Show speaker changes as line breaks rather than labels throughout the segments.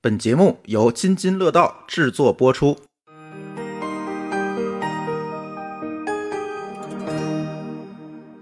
本节目由津津乐道制作播出。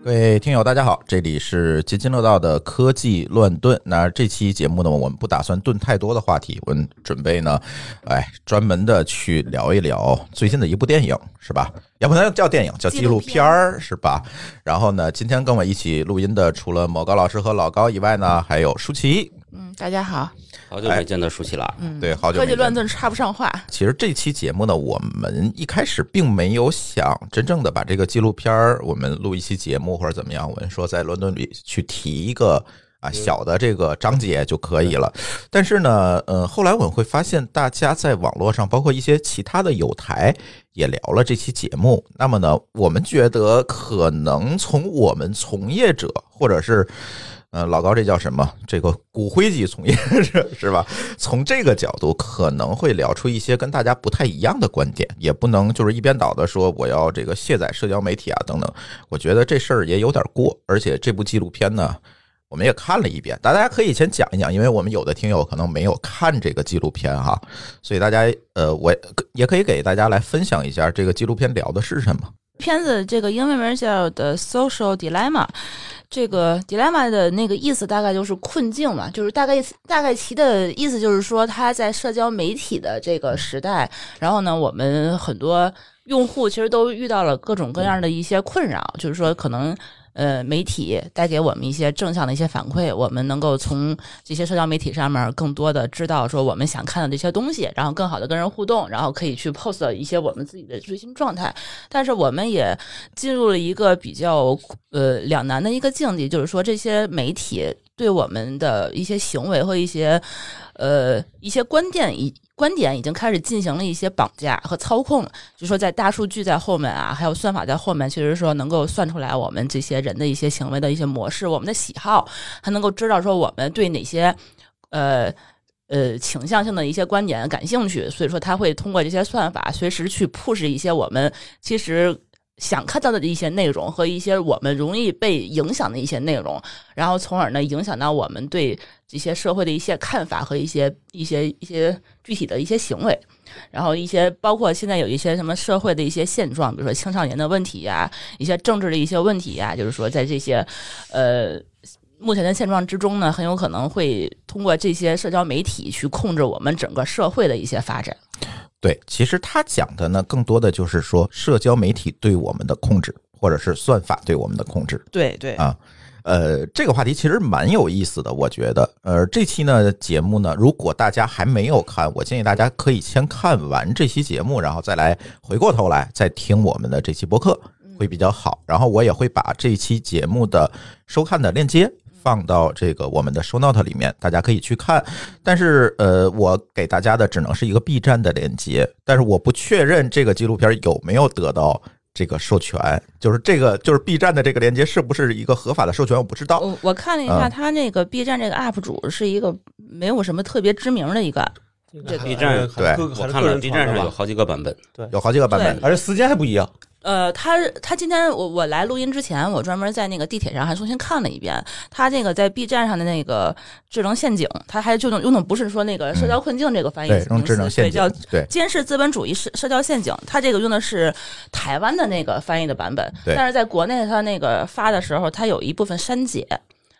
各位听友，大家好，这里是津津乐道的科技乱炖。那这期节目呢，我们不打算炖太多的话题，我们准备呢，哎，专门的去聊一聊最近的一部电影，是吧？也不能叫电影，叫纪录片儿，是吧？然后呢，今天跟我一起录音的，除了某高老师和老高以外呢，还有舒淇。
嗯，大家
哎
好，
好久没见到舒淇了，
嗯，
对，好久
科
没见
技乱炖插不上话，
其实这期节目呢，我们一开始并没有想真正的把这个纪录片儿，我们录一期节目或者怎么样，我们说在伦敦里去提一个啊小的这个章节就可以了。但是呢，呃，后来我们会发现，大家在网络上，包括一些其他的友台，也聊了这期节目。那么呢，我们觉得可能从我们从业者，或者是呃老高这叫什么？这个骨灰级从业者 是吧？从这个角度，可能会聊出一些跟大家不太一样的观点，也不能就是一边倒的说我要这个卸载社交媒体啊等等。我觉得这事儿也有点过，而且这部纪录片呢。我们也看了一遍，大家可以先讲一讲，因为我们有的听友可能没有看这个纪录片哈，所以大家呃，我也也可以给大家来分享一下这个纪录片聊的是什么。
片子这个英文名叫《The Social Dilemma》，这个 dilemma 的那个意思大概就是困境嘛，就是大概大概其的意思就是说，它在社交媒体的这个时代，然后呢，我们很多用户其实都遇到了各种各样的一些困扰，就是说可能。呃，媒体带给我们一些正向的一些反馈，我们能够从这些社交媒体上面更多的知道说我们想看到的一些东西，然后更好的跟人互动，然后可以去 post 一些我们自己的最新状态。但是我们也进入了一个比较呃两难的一个境地，就是说这些媒体对我们的一些行为和一些呃一些观点已观点已经开始进行了一些绑架和操控，就说在大数据在后面啊，还有算法在后面，其实说能够算出来我们这些人的一些行为的一些模式，我们的喜好，还能够知道说我们对哪些呃。呃，倾向性的一些观点感兴趣，所以说他会通过这些算法随时去 push 一些我们其实想看到的一些内容和一些我们容易被影响的一些内容，然后从而呢影响到我们对这些社会的一些看法和一些一些一些具体的一些行为，然后一些包括现在有一些什么社会的一些现状，比如说青少年的问题呀、一些政治的一些问题呀、就是说在这些呃目前的现状之中呢，很有可能会通过这些社交媒体去控制我们整个社会的一些发展。
对，其实他讲的呢，更多的就是说社交媒体对我们的控制，或者是算法对我们的控制。
对对
啊呃，这个话题其实蛮有意思的，我觉得。呃，这期呢节目呢，如果大家还没有看，我建议大家可以先看完这期节目，然后再来回过头来再听我们的这期播客
嗯
会比较好。然后我也会把这期节目的收看的链接。放到这个我们的 show note 里面，大家可以去看。但是，呃，我给大家的只能是一个 B 站的链接，但是我不确认这个纪录片有没有得到这个授权，就是这个就是 B 站的这个链接是不是一个合法的授权，我不知道。
我我看了一
啊
下，他那个 B 站这个 UP 主是一个没有什么特别知名的一个，这个
B 站
对
我
我
看了 B 站上有好几个版本，
有好几个版本，
而且时间还不一样，
呃，他他今天我我来录音之前，我专门在那个地铁上还重新看了一遍他那个在 B 站上的那个智能陷阱，他还就用用的不是说那个社交困境这个翻
嗯
译
对
名，词，
用智能陷
对叫
阱，对
监视资本主义社社交陷阱，它这个用的是台湾的那个翻译的版本，
对
但是在国内它那个发的时候，它有一部分删减，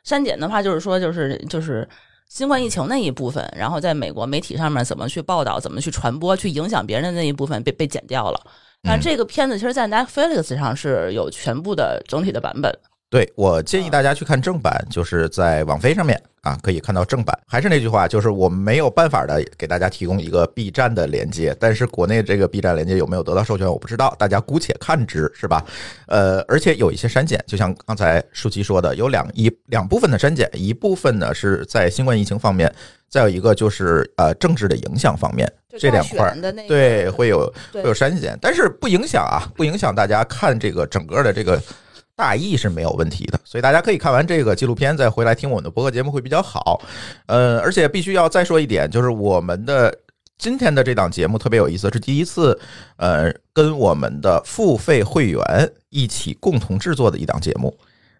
删减的话就是说就是就是。新冠疫情那一部分，然后在美国媒体上面怎么去报道、怎么去传播、去影响别人的那一部分被被剪掉了。但
嗯
这个片子其实，在 Netflix 上是有全部的整体的版本。
对。我建议大家去看正版，就是在网飞上面啊，可以看到正版。还是那句话，就是我们没有办法的给大家提供一个 B 站的连接，但是国内这个 B 站连接有没有得到授权，我不知道，大家姑且看之，是吧？呃，而且有一些删减，就像刚才舒淇说的，有两一两部分的删减，一部分呢是在新冠疫情方面，再有一个就是呃政治的影响方面，这两块儿。
的那
对，会有
对
会有删减，但是不影响啊，不影响大家看这个整个的这个大意是没有问题的，所以大家可以看完这个纪录片再回来听我们的播客节目会比较好。呃，而且必须要再说一点，就是我们的。今天的这档节目特别有意思，是第一次，呃，跟我们的付费会员一起共同制作的一档节目，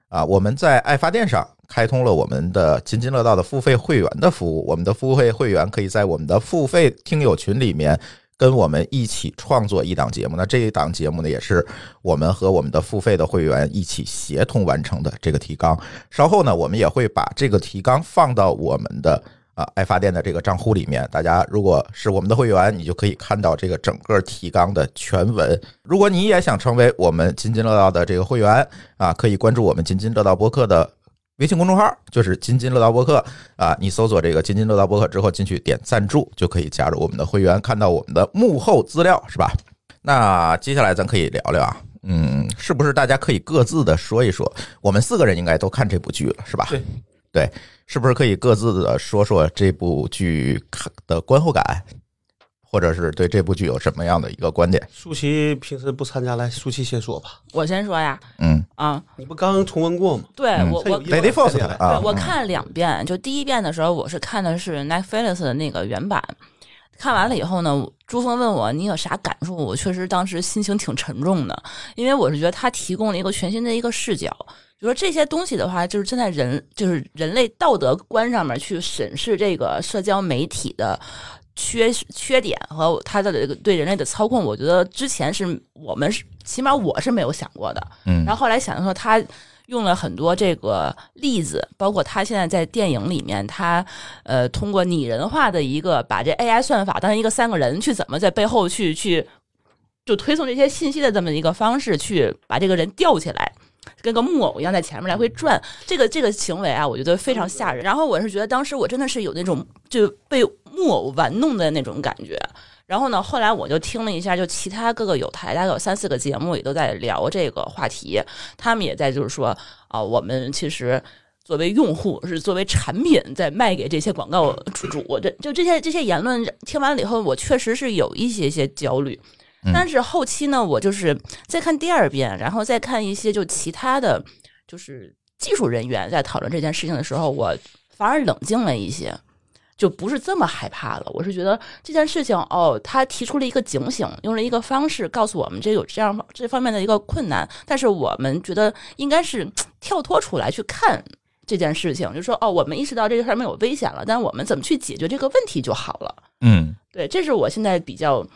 啊，我们在爱发电上开通了我们的津津乐道的付费会员的服务。我们的付费会员可以在我们的付费听友群里面跟我们一起创作一档节目。那这一档节目呢，也是我们和我们的付费的会员一起协同完成的这个提纲。稍后呢，我们也会把这个提纲放到我们的。啊，爱发电的这个账户里面，大家如果是我们的会员，你就可以看到这个整个提纲的全文。如果你也想成为我们津津乐道的这个会员啊，可以关注我们津津乐道播客的微信公众号，就是津津乐道播客啊。你搜索这个津津乐道播客之后，进去点赞助就可以加入我们的会员，看到我们的幕后资料，是吧？那接下来咱可以聊聊啊，嗯，是不是大家可以各自的说一说？我们四个人应该都看这部剧了，是吧？
对
对，是不是可以各自的说说这部剧看的观后感，或者是对这部剧有什么样的一个观点？
舒淇平时不参加，来，舒淇先说吧。
我先说呀，
嗯，
啊，
你不刚重温过吗？
对
嗯
我
它有
我
一
对
个
Lady First 的啊
我看了两遍，就第一遍的时候我是看的是 Netflix 的那个原版，看完了以后呢，朱峰问我你有啥感触，我确实当时心情挺沉重的，因为我是觉得他提供了一个全新的一个视角。就说这些东西的话，就是站在人就是人类道德观上面去审视这个社交媒体的缺缺点和它的这个对人类的操控，我觉得之前是我们是起码我是没有想过的。
嗯
然后后来想说他。用了很多这个例子，包括他现在在电影里面，他呃通过拟人化的一个把这 AI 算法当成一个三个人去怎么在背后去去就推送这些信息的这么一个方式，去把这个人吊起来，跟个木偶一样在前面来回转。这个这个行为啊，我觉得非常吓人。然后我是觉得当时我真的是有那种就被木偶玩弄的那种感觉。然后呢，后来我就听了一下，就其他各个有台，大概有三四个节目也都在聊这个话题，他们也在就是说啊、我们其实。作为用户是作为产品在卖给这些广告主主，我这就这些这些言论听完了以后，我确实是有一些些焦虑。但是后期呢，我就是再看第二遍，然后再看一些就其他的，就是技术人员在讨论这件事情的时候，我反而冷静了一些，就不是这么害怕了。我是觉得这件事情，哦，他提出了一个警醒，用了一个方式告诉我们这有这样这方面的一个困难，但是我们觉得应该是嘖跳脱出来去看。这件事情就是说哦，我们意识到这个上面有危险了，但我们怎么去解决这个问题就好了。
嗯
对，这是我现在比较。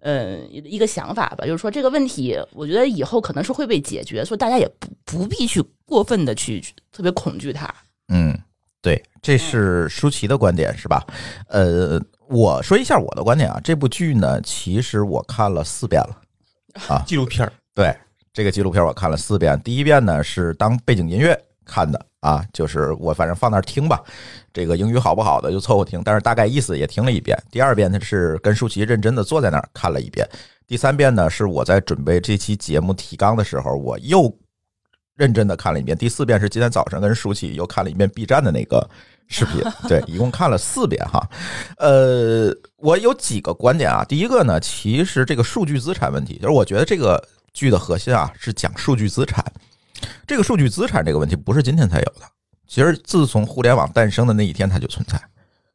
呃，一个想法吧，就是说这个问题，我觉得以后可能是会被解决，所以大家也不不必去过分的去去特别恐惧它。
嗯，对，这是舒淇的观点是吧？呃，我说一下我的观点啊，这部剧呢，其实我看了四遍了。
纪录片儿
对，这个纪录片我看了四遍，第一遍呢是当背景音乐看的啊，就是我反正放那儿听吧，这个英语好不好的就凑合听，但是大概意思也听了一遍。第二遍呢是跟舒淇认真的坐在那儿看了一遍，第三遍呢是我在准备这期节目提纲的时候，我又认真的看了一遍。第四遍是今天早上跟舒淇又看了一遍 B 站的那个视频，对，一共看了四遍哈。呃，我有几个观点啊。第一个呢，其实这个数据资产问题，就是我觉得这个剧的核心啊是讲数据资产。这个数据资产这个问题不是今天才有的，其实自从互联网诞生的那一天它就存在。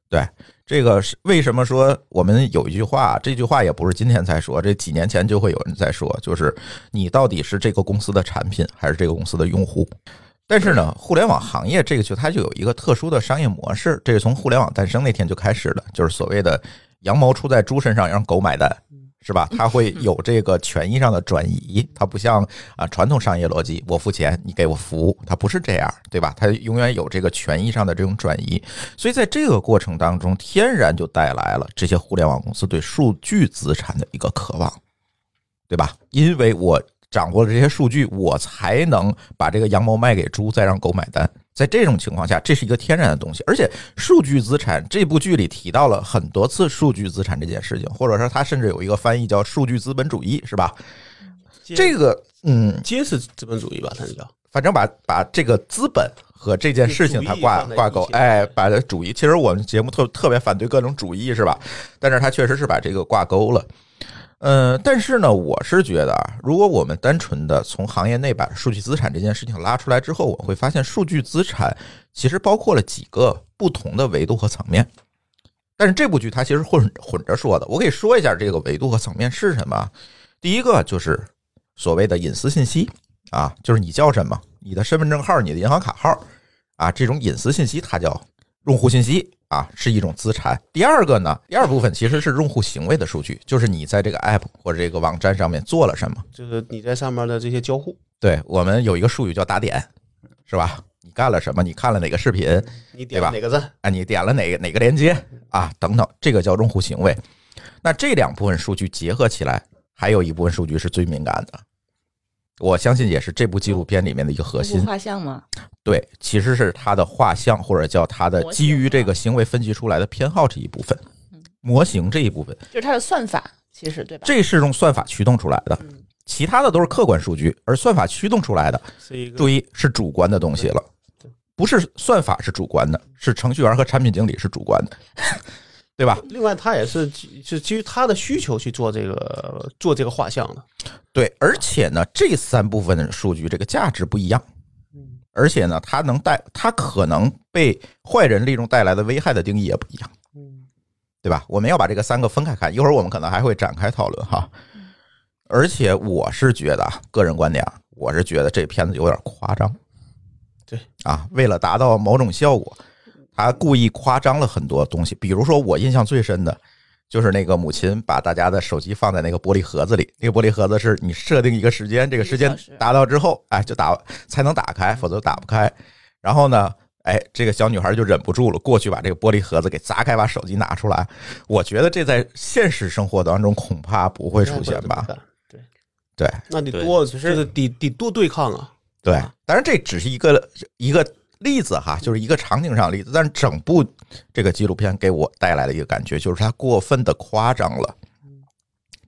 对，这个是为什么说我们有一句话，这句话也不是今天才说，这几年前就会有人在说，就是你到底是这个公司的产品还是这个公司的用户？但是呢，互联网行业这个就它就有一个特殊的商业模式，这是从互联网诞生那天就开始的，就是所谓的羊毛出在猪身上，让狗买单。是吧？它会有这个权益上的转移，它不像啊传统商业逻辑，我付钱你给我服务，它不是这样，对吧？它永远有这个权益上的这种转移，所以在这个过程当中，天然就带来了这些互联网公司对数据资产的一个渴望，对吧？因为我掌握了这些数据，我才能把这个羊毛卖给猪，再让狗买单。在这种情况下，这是一个天然的东西，而且数据资产这部剧里提到了很多次数据资产这件事情，或者说它甚至有一个翻译叫“数据资本主义”，是吧？这个，嗯，
揭示资本主义吧，它是叫
反正把把这个资本和这件事情它挂
主义放在一起
挂钩，哎，把它主义。其实我们节目特特别反对各种主义，是吧？但是它确实是把这个挂钩了。呃，但是呢，我是觉得啊，如果我们单纯的从行业内把数据资产这件事情拉出来之后，我会发现数据资产其实包括了几个不同的维度和层面。但是这部剧它其实混混着说的，我可以说一下这个维度和层面是什么啊。第一个就是所谓的隐私信息，啊，就是你叫什么，你的身份证号、你的银行卡号啊，这种隐私信息它叫用户信息啊，是一种资产。第二个呢，第二部分其实是用户行为的数据，就是你在这个 app 或者这个网站上面做了什么。
就是你在上面的这些交互，
对我们有一个术语叫打点，是吧？你干了什么？你看了哪个视频？
你
对
点
吧
哪个赞，
啊，你点了哪个哪个链接啊，等等，这个叫用户行为。那这两部分数据结合起来，还有一部分数据是最敏感的，我相信也是这部纪录片里面的一个核
用
心
户。画像吗？
对，其实是它的画像或者叫它的
模型
基于这个行为分析出来的偏好这一部分，模型这一部分，
就是它的算法，其实对吧？
这是用算法驱动出来的。其他的都是客观数据，而算法驱动出来的，
是一个
注意是主观的东西了
对，
不是算法是主观的，是程序员和产品经理是主观的，对吧？
另外，他也是基是基于他的需求去做这个做这个画像的，
对，而且呢，这三部分的数据这个价值不一样，而且呢，它能带它可能被坏人利用带来的危害的定义也不一样，对吧？我们要把这个三个分开看，一会儿我们可能还会展开讨论哈。
嗯
而且我是觉得啊，个人观点啊，我是觉得这片子有点夸张，
对
啊，为了达到某种效果，他故意夸张了很多东西，比如说我印象最深的。就是那个母亲把大家的手机放在那个玻璃盒子里，那个玻璃盒子是你设定一个时间，这个时间
一个小时
达到之后，哎，就打才能打开，否则打不开。然后呢，哎，这个小女孩就忍不住了，过去把这个玻璃盒子给砸开，把手机拿出来。我觉得这在现实生活当中恐怕不会出现吧？？
对
对
那得
对
多就是得得多对抗啊，
对，当然这只是一个一个例子哈，就是一个场景上的例子。但是整部这个纪录片给我带来的一个感觉，就是它过分的夸张了
嗯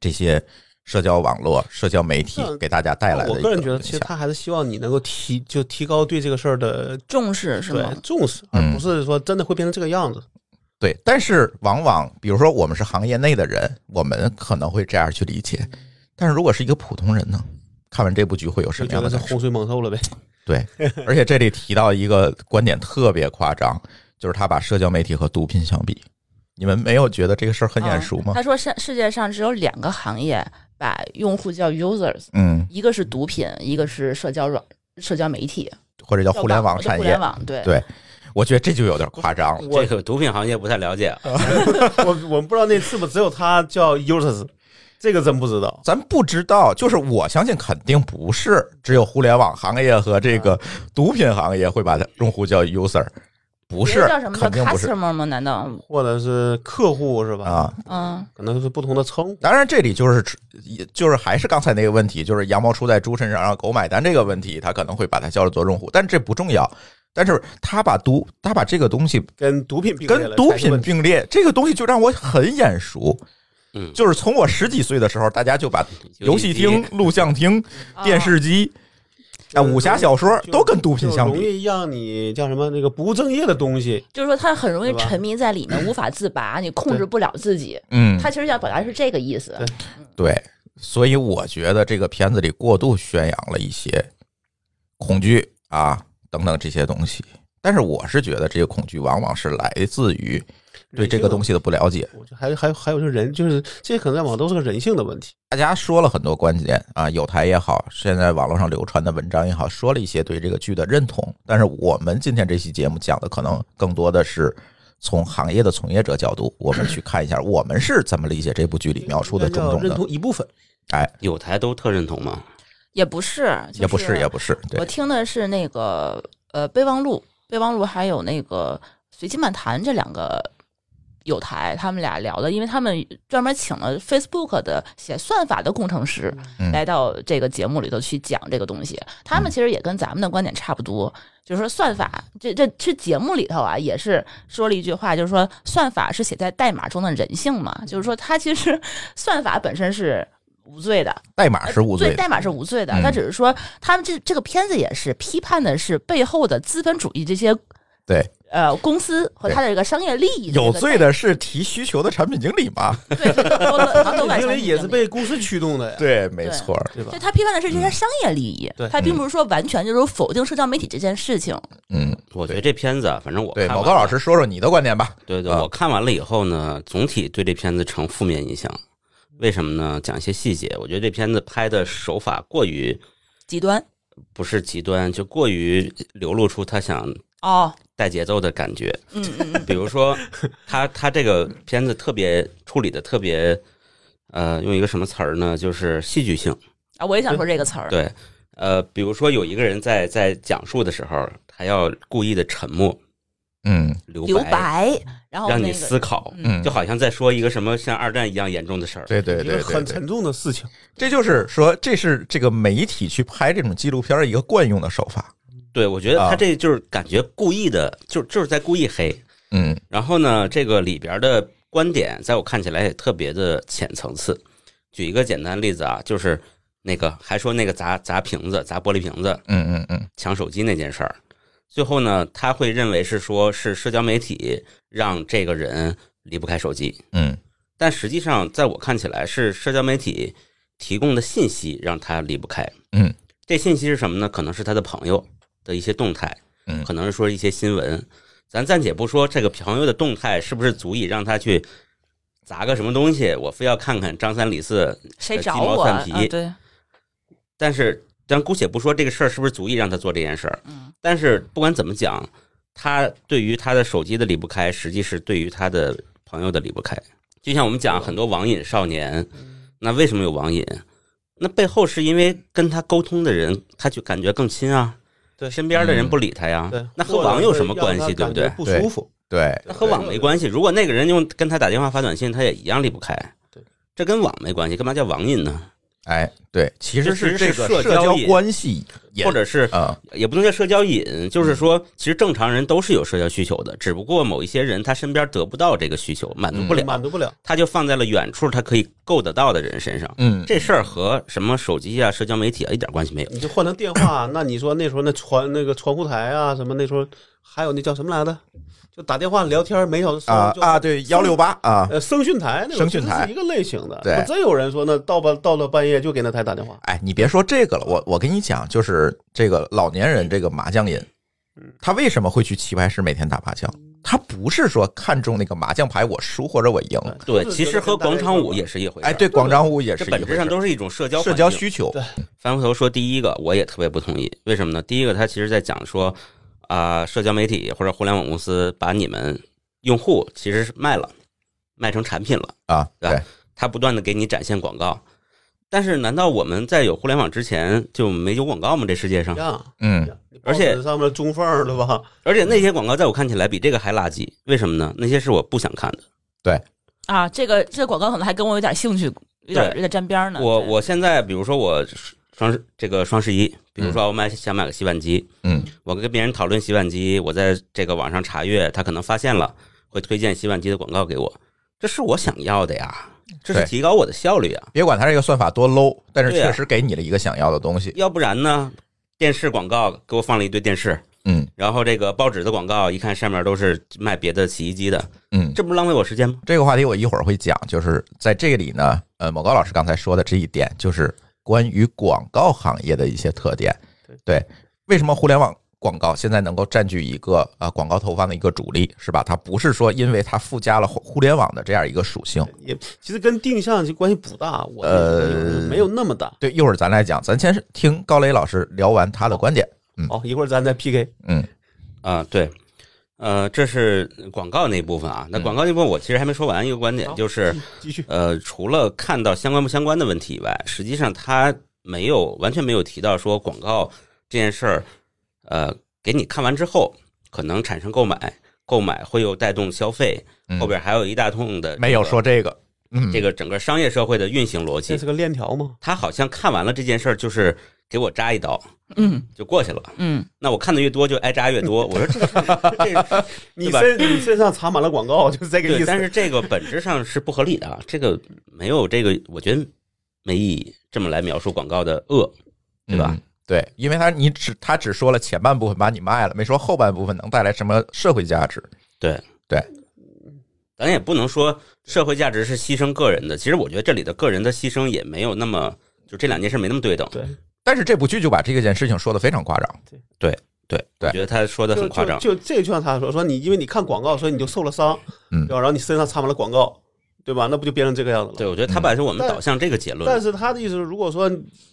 这些社交网络、社交媒体
嗯
给大家带来的
我
一
个人觉得，
影
其实
响
他还是希望你能够提就提高对这个事儿的
重视是
对
吗？
重视，而
嗯
不是说真的会变成这个样子。
对，但是往往比如说我们是行业内的人，我们可能会这样去理解。
嗯
但是如果是一个普通人呢，看完这部剧会有什
就
么
觉
样的
得是
感受？
洪水猛兽了呗。
对，而且这里提到一个观点特别夸张，就是他把社交媒体和毒品相比。你们没有觉得这个事儿很眼熟吗？
啊他说世世界上只有两个行业把用户叫 users，
嗯，
一个是毒品，一个是社交软社交媒体，
或者叫
叫
啊互联网
叫
产
互
业
联，网嗯对
对我觉得这就有点夸张了。
这个毒品行业不太了解啊，
呃
我我们不知道那是不是只有他叫 Uses，这个真不知道。
咱不知道，就是我相信肯定不是只有互联网行业和这个
嗯
毒品行业会把它用户叫 user，不
不
是
叫什，么叫
肯定不是
customer 吗？难道
或者是客户是吧？
啊。
嗯
可能是不同的称呼。
当然，这里就是也就是还是刚才那个问题，就是羊毛出在猪身上让狗买单这个问题，他可能会把它叫做用户，但这不重要。但是他把毒，他把这个东西
跟毒品并列
跟
了
毒
才是
品
问题
并列，这个东西就让我很眼熟。
嗯
就是从我十几岁的时候，大家就把游戏
游戏
厅、录像厅、电
哦
视机、啊
就是
武侠小说
就
都跟毒品相
就容
比。
易让你叫什么那个不务正业的东西，
就是说他很容易
对吧
沉迷在里面，无法自拔，你控制
对
不了自己。
嗯，
他其实想表达是这个意思
对，
对，所以我觉得这个片子里过度宣扬了一些恐惧啊等等这些东西。但是我是觉得这个恐惧往往是来自于对这个东
西。
西的不了解。
我觉得还有还有还有就是人，就是这些可能在网上都是个人性的问题。
大家说了很多观点啊，有台也好，现在网络上流传的文章也好，说了一些对这个剧的认同。但是我们今天这期节目讲的可能更多的是从行业的从业者角度，我们去看一下我们是怎么理解这部剧里描述的种
要
种
认
的。
同一部分，
有台都特认同嘛，
也不是，就
也不是，
是
也不是，对
我，听的是那个呃备忘录，备忘录还有那个随机漫谈这两个有台，他们俩聊的，因为他们专门请了 Facebook 的写算法的工程师
嗯
来到这个节目里头去讲这个东西。他们其实也跟咱们的观点差不多，就是说算法这这这节目里头啊，也是说了一句话，就是说算法是写在代码中的人性嘛，就是说它其实 算法本身是无罪的，
代码是无罪
对，
的。
代码是无罪的。
嗯
他只是说，他们这这个片子也是批判的是背后的资本主义这些
对，
呃公司和他的这个商业利益。
有罪，的是提需求的产品经理 嘛？
对，对对都都
他
都
肯
管
定也是
被。
被公司驱动的呀，
对，没
对
错儿，
对吧
对？他批判的是这些商业利益，
对
他并不是说完全就是否定社交媒体这件事情。
嗯，
我觉得这片子啊，反正我
对，
看
某
完
个
了
老师说说你的观点吧。
对对，
啊
我看完了以后呢，总体对这片子呈负面影响。为什么呢？讲一些细节，我觉得这片子拍的手法过于
极端
不是极端，就过于流露出他想
哦，
带节奏的感觉。
嗯嗯嗯，
比如说，他他这个片子特别处理的特别，呃，用一个什么词儿呢？就是戏剧性。
啊，我也想说这个词儿。
对，呃，比如说有一个人在在讲述的时候，他要故意的沉默
嗯
留
留白，然后
让
那
你
个
思考，
嗯
就，好像在说一个什么像二战一样严重的事儿。
对对
一个
对对
很
对，
沉重的事情。
这就是说，这是这个媒体去拍这种纪录片儿一个惯用的手法。
对，我觉得
啊
他这就是感觉故意的，就就是在故意黑。
嗯
然后呢，这个里边的观点，在我看起来也特别的浅层次。举一个简单例子啊，就是那个还说那个砸砸瓶子、砸玻璃瓶子、
嗯嗯嗯
抢手机那件事儿，最后呢，他会认为是说是社交媒体让这个人离不开手机，
嗯
但实际上，在我看起来是社交媒体提供的信息让他离不开。
嗯，
这信息是什么呢？可能是他的朋友的一些动态，
嗯
可能是说一些新闻。咱暂且不说这个朋友的动态是不是足以让他去砸个什么东西，我非要看看张三李四。
谁
鸡
找
毛
我
蒜
啊？
皮
对，
但是，咱姑且不说这个事儿是不是足以让他做这件事儿，
嗯
但是不管怎么讲，他对于他的手机的离不开，实际是对于他的朋友的离不开。就像我们讲很多网瘾少年，那为什么有网瘾？那背后是因为跟他沟通的人，他就感觉更亲啊，
对
身边的人不理他呀，
对，
那和网有什么关系，对
让
不
他
对
感觉？不舒服，
对，
那和网没关系。如果那个人用跟他打电话发短信，他也一样离不开
对。
这跟网没关系，干嘛叫网瘾呢？
哎对，其实是这个
这其实是
社
社交
交
瘾
关系也
或者是
啊
也不能叫社交瘾，
嗯
就是说，其实正常人都是有社交需求的，只不过某一些人他身边得不到这个需求，满足不
嗯
了，
满足不了。
他就放在了远处他可以够得到的人身上。
嗯
这事儿和什么手机啊、社交媒体啊一点关系没有。
你就换成电话， 那你说那时候那传那个传呼台啊什么，那时候还有那叫什么来着？就打电话聊天每小时
啊
就
啊对幺六八啊，
呃声讯台那种
声讯台
其实是一个类型的。
对
我真有人说那到半到了半夜就给那台打电话，
哎，你别说这个了，我我跟你讲，就是这个老年人这个麻将瘾，
嗯
他为什么会去棋牌室每天打麻将？他不是说看中那个麻将牌我输或者我赢，
哎
对，其实和广场舞也是
是。
一回事。
哎，对，，广场舞也是
这
一
本
回
质上
事
都是一种社交
社交需
需。
求，
对
翻回头说第一个，我也特别不同意。为什么呢？第一个，他其实在讲说啊、社交媒体或者互联网公司把你们用户其实是卖了，卖成产品了。
啊，
对
对
吧，它不断的给你展现广告。但是，难道我们在有互联网之前就没有广告吗？这世界上
一，样，
嗯
你
而且
报纸上面中缝儿对吧？
而且那些广告在我看起来比这个还垃圾，为什么呢？那些是我不想看的。
啊，这个这个广告可能还跟我有点兴趣，有点有
对
点沾边呢。
我
对
我现在比如说我双十这个双十一，比如说我买想买个洗碗机，
嗯
我跟别人讨论洗碗机，我在这个网上查阅，他可能发现了会推荐洗碗机的广告给我，这是我想要的呀，这是
对
提高我的效率啊。
别管它这个算法多 low，但是
对啊
确实给你了一个想要的东西。
要不然呢，电视广告给我放了一堆电视，
嗯
然后这个报纸的广告一看上面都是卖别的洗衣机的，
嗯，
这不是浪费我时间吗？
这个话题我一会儿会讲，就是在这里呢，呃，某高老师刚才说的这一点，就是关于广告行业的一些特点。对，为什么互联网广告现在能够占据一个啊、呃广告投放的一个主力，是吧？它不是说因为它附加了互互联网的这样一个属性。
也其实跟定向就关系不大，我
呃
没有那么大。
对，一会儿咱来讲，咱先是听高磊老师聊完他的观点。
好，一会儿咱再 PK。
嗯
啊、对，呃，这是广告那部分啊。
嗯
那广告那部分我其实还没说完，一个观点
好
就是，
继续，
呃，除了看到相关不相关的问题以外，实际上他没有完全没有提到说广告这件事儿，呃，给你看完之后可能产生购买，购买会又带动消费，
嗯，
后边还有一大通的、
呃没有说嗯这个，嗯，
这个整个商业社会的运行逻
这
辑
是。个链条嘛？
他好像看完了这件事儿，就是给我扎一刀
嗯
就过去了。
嗯，
那我看的越多，就挨扎越 多。我说这这
你
对吧
身你身上插满了广告，就是这个意
对，
思。
但是这个本质上是不合理的啊，这个没有这个，我觉得没意义。这么来描述广告的恶，对吧
嗯？对，因为他你只他只说了前半部分把你卖了，没说后半部分能带来什么社会价值。
咱也不能说社会价值是牺牲个人的。其实我觉得这里的个人的牺牲也没有那么，就这两件事没那么对等。
对，
但是这部剧就把这件事情说的非常夸张。
对，
对
我觉得他说的
就
很夸张。
就就这个就像他说，说你因为你看广告，所以你就受了伤，
嗯
对吧？然后你身上插满了广告，对吧？那不就变成这个样子
对，
了？
我觉得他把我们
但
导向这个结论
但
了。
是他的意思是，如果说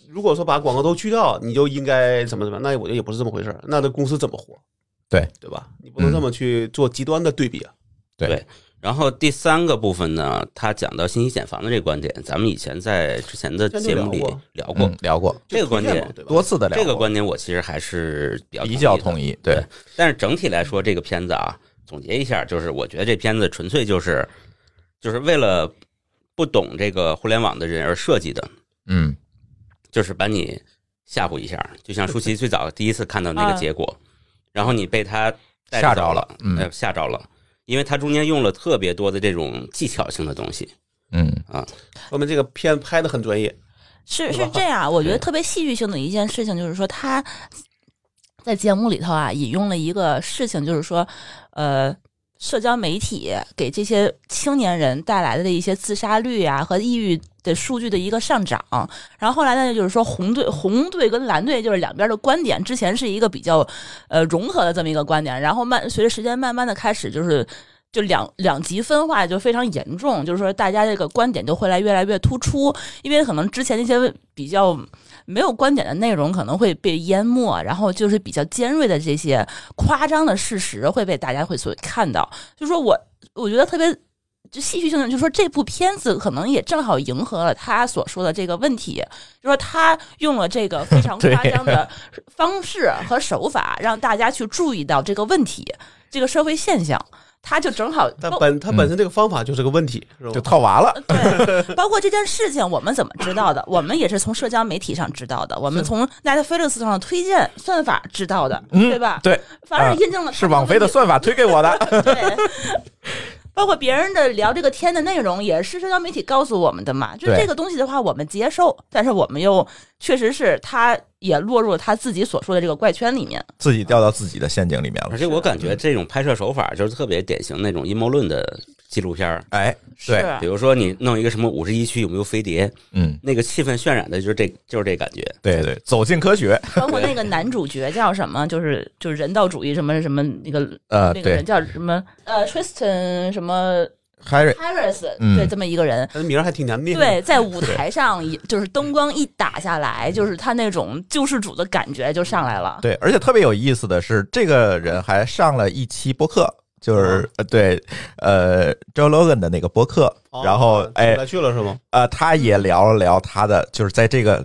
如果说把广告都去掉，你就应该怎么怎么样，那我觉得也不是这么回事儿。那这公司怎么活？
对嗯
对吧？你不能这么去做极端的对比啊。
然后第三个部分呢，他讲到信息茧房的这个观点，咱们以前在之前的节目里
之前
聊过
嗯，聊过
就
这个观
推荐
点
嘛对吧？
多次的聊过，
这个观点，我其实还是比较
比较
同意
统一，对
对的。但是整体来说，这个片子啊，总结一下，就是我觉得这片子纯粹就是就是为了不懂这个互联网的人而设计的，
嗯
就是把你吓唬一下，就像舒淇最早第一次看到那个结果，然后你被他带着
吓着
走
了嗯
呃吓着了，因为它中间用了特别多的这种技巧性的东西，
嗯
说明这个片拍的很专业，
是
对
是
吧
这样，啊我觉得特别戏剧性的一件事情就是说，他在节目里头啊引用了一个事情，就是说，呃，社交媒体给这些青年人带来的一些自杀率啊和抑郁的数据的一个上涨。然后后来呢，就是说红队红队跟蓝队就是两边的观点，之前是一个比较呃融合的这么一个观点，然后慢随着时间慢慢的开始就是。就两两极分化就非常严重，就是说大家这个观点就会来越来越突出，因为可能之前那些比较没有观点的内容可能会被淹没，然后就是比较尖锐的这些夸张的事实会被大家会所看到。就说我我觉得特别就戏剧性的，就说这部片子可能也正好迎合了他所说的这个问题，就说他用了这个非常
对
夸张的方式和手法，让大家去注意到这个问题，这个社会现象。他就正好
但
包
本它本身这个方法就是个问题，是
嗯就
吧？
套娃了，
对，包括这件事情，我们怎么知道的？我们也是从社交媒体上知道的，我们从 Netflix 上的推荐算法知道的，
嗯，
对吧？
对，
反而
啊
印证了
是网飞的
算
算法推给我的，
对。包括别人的聊这个天的内容，也是社交媒体告诉我们的嘛。就
对
这个东西的话，我们接受，但是我们又确实是他也落入了他自己所说的这个怪圈里面。
自己掉到自己的陷阱里面
而
了。
且我感
嗯
觉这种拍摄手法就是特别典型那种阴谋论的纪录片儿。
哎，
是
对，
比如说，你弄一个什么五十一区有没有飞碟，
嗯，
那个气氛渲染的就是这，就是这感觉。
对对，走进科学，
包括那个男主角叫什么，就是就是人道主义什么什么那个
呃，
那个
对
人叫什么呃 Tristan 什么啊
，Harry，
Harris
嗯
对这么一个人，
但是名儿还挺难念。
对，，在舞台上也就是灯光一打下来，
嗯
就是他那种救世主的感觉就上来了。
对，而且特别有意思的是，这个人还上了一期播客。
啊
就是呃对，呃，Joe Logan 的那个播客，然后哎，
哦来去了是吗？
呃，他也聊了聊他的，就是在这个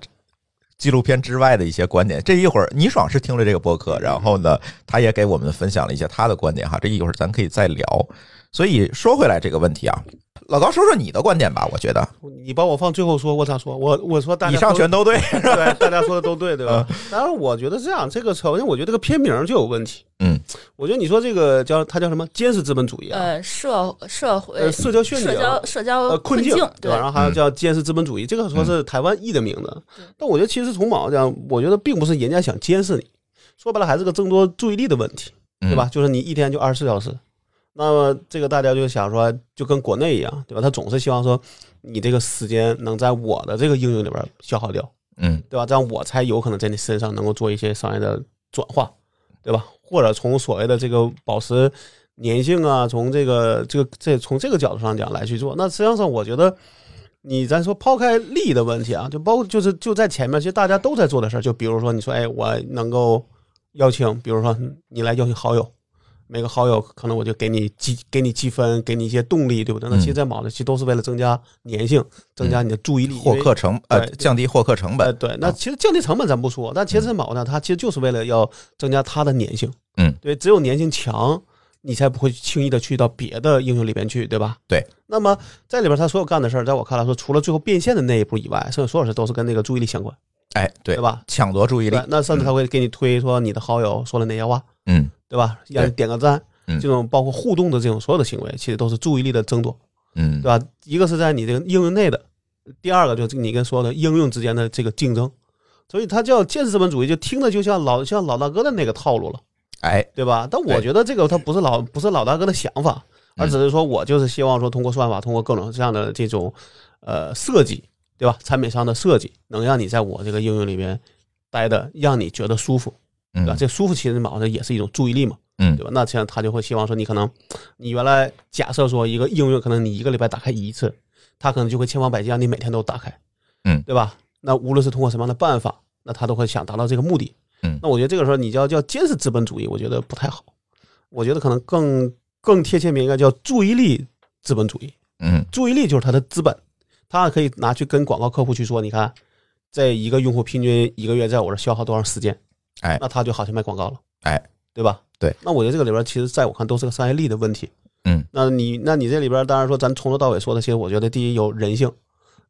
纪录片之外的一些观点。这一会儿，倪爽是听了这个播客，然后呢，他也给我们分享了一些他的观点哈。这一会儿咱可以再聊。所以说回来这个问题啊，老高说说你的观点吧，我觉得
你把我放最后说，我咋说？我我说大
以
家
上
说
全都对。
对，大家说的都对，对吧？当然，我觉得这样，这个首先，我觉得这个片名就有问题。
嗯，
我觉得你说这个叫它叫什么？监视资本主义啊，
呃，社社会、
呃，社交陷阱
社。交社交
呃，
困
境对
对
吧？然后还有叫监视资本主义，这个说是台湾译的名字，
嗯
但我觉得其实从某讲，我觉得并不是人家想监视你，说白了还是个争夺注意力的问题，
嗯
对吧？就是你一天就二十四小时，那么这个大家就想说，就跟国内一样，对吧？他总是希望说你这个时间能在我的这个应用里边消耗掉，
嗯？
对吧？这样我才有可能在你身上能够做一些商业的转化，对吧？或者从所谓的这个保持粘性啊，从这个这个这从这个角度上讲来去做。那实际上我觉得，你咱说抛开利益的问题啊，就包括就是就在前面，其实大家都在做的事儿，就比如说你说，哎，我能够邀请，比如说你来邀请好友。每个好友可能我就给你积给你积分，给你一些动力，对不对？那其实，在某的其实都是为了增加粘性，增加你的注意
嗯
力。
嗯，获
因为
客成呃
对
降低获客成
呃，
本，
对，那
啊
其实降低成本咱不说，但其实毛呢，它其实就是为了要增加它的粘性。
嗯，
对，只有粘性强，你才不会轻易的去到别的应用里边去，对吧？
对。
那么在里边他所有干的事儿，在我看来说，除了最后变现的那一步以外，剩下所有事都是跟那个注意力相关，
哎，对
呃
嗯
对吧？
抢夺注意力
对，，那甚至他会给你推说你的好友说了哪些话，
嗯
对吧？让你
对
点个赞，
嗯
这种包括互动的这种所有的行为，其实都是注意力的争夺。
嗯，
对吧？一个是在你这个应用内的，第二个就是你跟所有的应用之间的这个竞争，所以它叫建设资本主义，就听着就像老像老大哥的那个套路了，
哎，
对吧？但我
对
觉得这个它不是老不是老大哥的想法，而
嗯
只是说我就是希望说通过算法，通过各种各样的这种呃设计，对吧？产品上的设计能让你在我这个应用里面待的，让你觉得舒服，
嗯
对吧？这舒服其实嘛，这也是一种注意力嘛，
嗯
对吧？那这样他就会希望说，你可能你原来假设说一个应用，可能你一个礼拜打开一次，他可能就会千方百计让你每天都打开，
嗯
对吧？那无论是通过什么样的办法，那他都会想达到这个目的，
嗯
那我觉得这个时候你叫叫监视资本主义，我觉得不太好，我觉得可能更更贴切名应该叫注意力资本主义。
嗯
注意力就是它的资本，它可以拿去跟广告客户去说，你看，这一个用户平均一个月在我这消耗多长时间，
哎
那他就好去卖广告了，
哎，
对吧？
对，
那我觉得这个里边其实在我看都是个商业力的问题，
嗯，
那你那你这里边当然说咱从头到尾说的，其实我觉得第一有人性，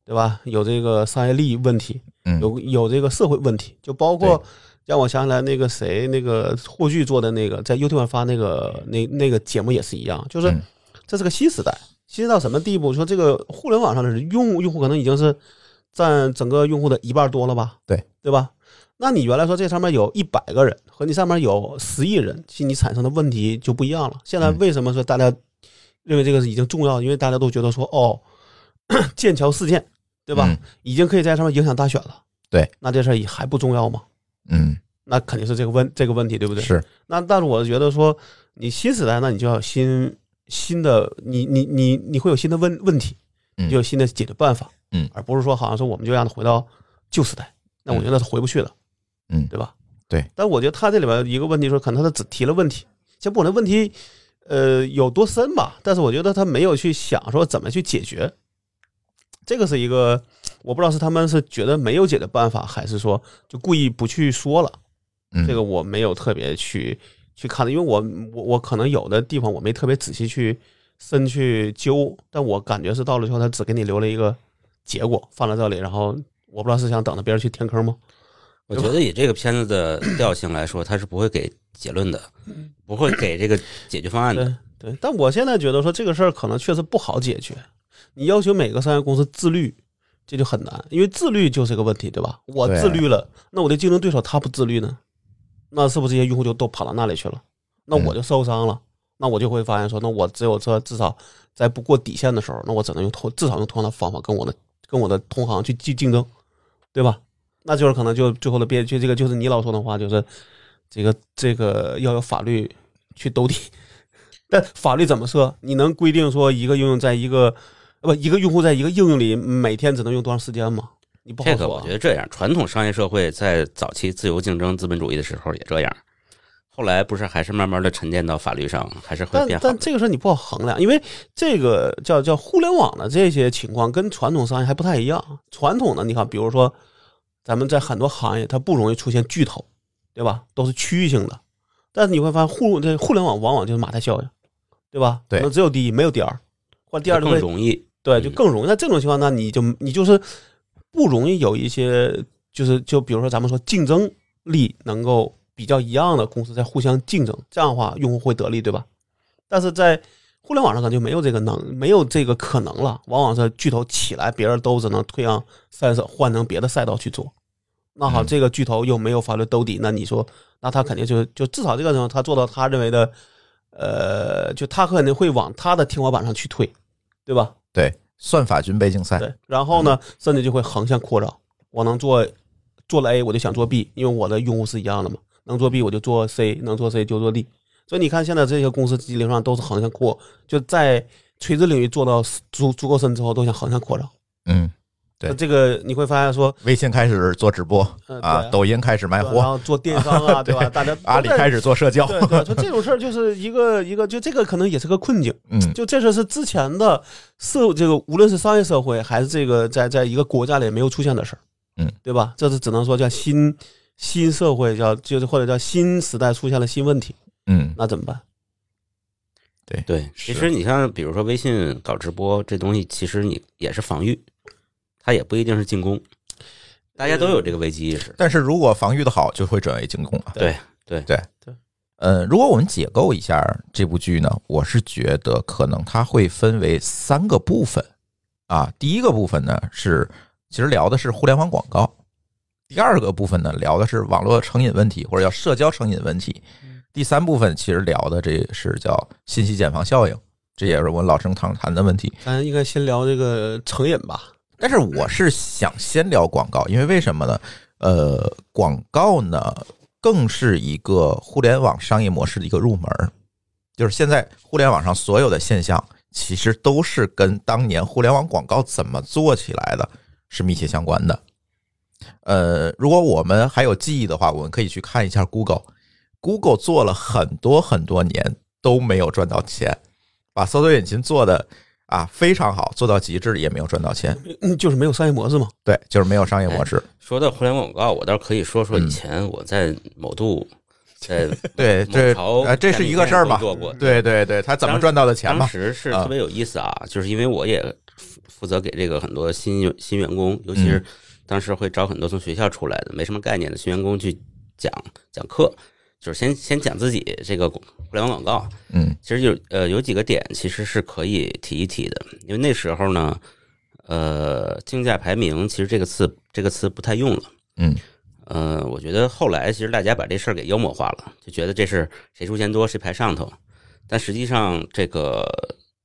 对吧？有这个商业利益问题，
嗯，
有有这个社会问题，就包括
对
让我想起来那个谁，那个霍炬做的那个在 YouTube 上发那个那那个节目也是一样，就是
嗯
这是个新时代，新到什么地步？说这个互联网上的用用户可能已经是占整个用户的一半多了吧？
对
对吧？那你原来说这上面有一百个人，和你上面有十亿人，其实你产生的问题就不一样了。现在
嗯
为什么说大家认为这个是已经重要？因为大家都觉得说，哦， 剑桥事件，对吧？
嗯
已经可以在上面影响大选了。
对，
那这事儿也还不重要吗？
嗯
那肯定是这个问这个问题，对不对？
是
那但是我觉得说，你新时代，那你就要有新新的，你你你你会有新的问问题，
嗯
你就有新的解决办法，
嗯
而不是说好像说我们就让它回到旧时代，那我觉得是回不去的，
嗯
对吧？
对。
但我觉得他这里边一个问题说，可能他只提了问题，先不管这问题，呃，有多深吧，但是我觉得他没有去想说怎么去解决，这个是一个我不知道是他们是觉得没有解决办法，还是说就故意不去说了。
嗯
这个我没有特别去去看的，因为我我我可能有的地方我没特别仔细去深去揪，但我感觉是到了之后，他只给你留了一个结果放在这里，然后我不知道是想等着别人去填坑吗？
我觉得以这个片子 的调性来说，它是不会给结论的，不会给这个解决方案的。
对对，但我现在觉得说这个事儿可能确实不好解决，你要求每个商业公司自律。这就很难，因为自律就是个问题，对吧？我
对
自律了，那我的竞争对手他不自律呢，那是不是这些用户就都跑到那里去了？那我就受伤了，那我就会发现说，那我只有这至少在不过底线的时候，那我只能用同至少用同样的方法跟我的跟我的同行去竞竞争，对吧？那就是可能就最后的变，就这个就是你老说的话，就是这个这个要有法律去兜底，但法律怎么设？你能规定说一个应用在一个呃不一个用户在一个应用里每天只能用多长时间吗？你不好
这
说。
个我
啊
觉得这样，传统商业社会在早期自由竞争资本主义的时候也这样，后来不是还是慢慢的沉淀到法律上，还是会
但
变好
但
的。
这个事儿你不好衡量，因为这个叫叫互联网的这些情况跟传统商业还不太一样。传统的你看，比如说咱们在很多行业，它不容易出现巨头，对吧？都是区域性的。但是你会发现互这互联网往往就是马太效应，对吧？
对
可能只有第一没有第二，或者第二就
更
会
容易，
对，就
嗯
更容易。那这种情况呢，你就你就是不容易有一些，就是就比如说咱们说竞争力能够比较一样的公司在互相竞争，这样的话用户会得利，对吧？但是在互联网上可能就没有这个能，没有这个可能了。往往是巨头起来，别人都只能退让三手，换成别的赛道去做。那好，
嗯
这个巨头又没有法律兜底，那你说，那他肯定就就至少这个时候他做到他认为的，呃，就他肯定会往他的天花板上去推，对吧？
对算法军备竞赛，
对，然后呢，甚至就会横向扩张。我能做做了 A，我就想做 B，因为我的用户是一样的嘛。能做 B 我就做 C，能做 C 就做 D。所以你看，现在这些公司基本上都是横向扩，就在垂直领域做到足足够深之后，都想横向扩张。
嗯，对
那这个你会发现说，
微信开始做直播
嗯对
啊，抖音开始卖
对然
货，
后做电商啊，对吧？
对
大家
阿里
都在
开始做社交，
对 对，就这种事儿就是一个一个，就这个可能也是个困境。
嗯
就这事是之前的社这个无论是商业社会还是这个在在一个国家里没有出现的事儿，
嗯，
对吧？这是只能说叫新新社会叫就是或者叫新时代出现了新问题，
嗯，
那怎么办？
对，其
是
实你像比如说微信搞直播这东西，其实你也是防御，它也不一定是进攻，大家都有这个危机意识。
但是如果防御的好，就会转为进攻啊。
对对
对
对。
呃，如果我们解构一下这部剧呢，我是觉得可能它会分为三个部分啊。第一个部分呢是其实聊的是互联网广告，第二个部分呢聊的是网络成瘾问题或者叫社交成瘾问题，
嗯
第三部分其实聊的这是叫信息茧房效应，这也是我们老生常谈的问题。
咱应该先聊这个成瘾吧。
但是我是想先聊广告，因为为什么呢？呃，广告呢，更是一个互联网商业模式的一个入门儿，就是现在互联网上所有的现象，其实都是跟当年互联网广告怎么做起来的是密切相关的。呃，如果我们还有记忆的话，我们可以去看一下 Google。Google 做了很多很多年都没有赚到钱，把搜索引擎做的啊非常好，做到极致也没有赚到钱，
嗯就是没有商业模式嘛。
对，就是没有商业模式，
说到互联网广告，我倒是可以说说以
嗯
前我在某 度，在
对，
某
这
朝
呃这是一个事儿吧
干过过，
对对对，他怎么赚到的钱
当
嘛？
时是
啊
特别有意思啊，就是因为我也负负责给这个很多新新员工，尤其
嗯
是当时会找很多从学校出来的没什么概念的新员工去讲讲课，就是先先讲自己这个互联网广告。
嗯
其实有呃有几个点其实是可以提一提的，因为那时候呢，呃，竞价排名其实这个词这个词不太用了。
嗯，
呃，我觉得后来其实大家把这事儿给妖魔化了，就觉得这是谁出钱多谁排上头，但实际上这个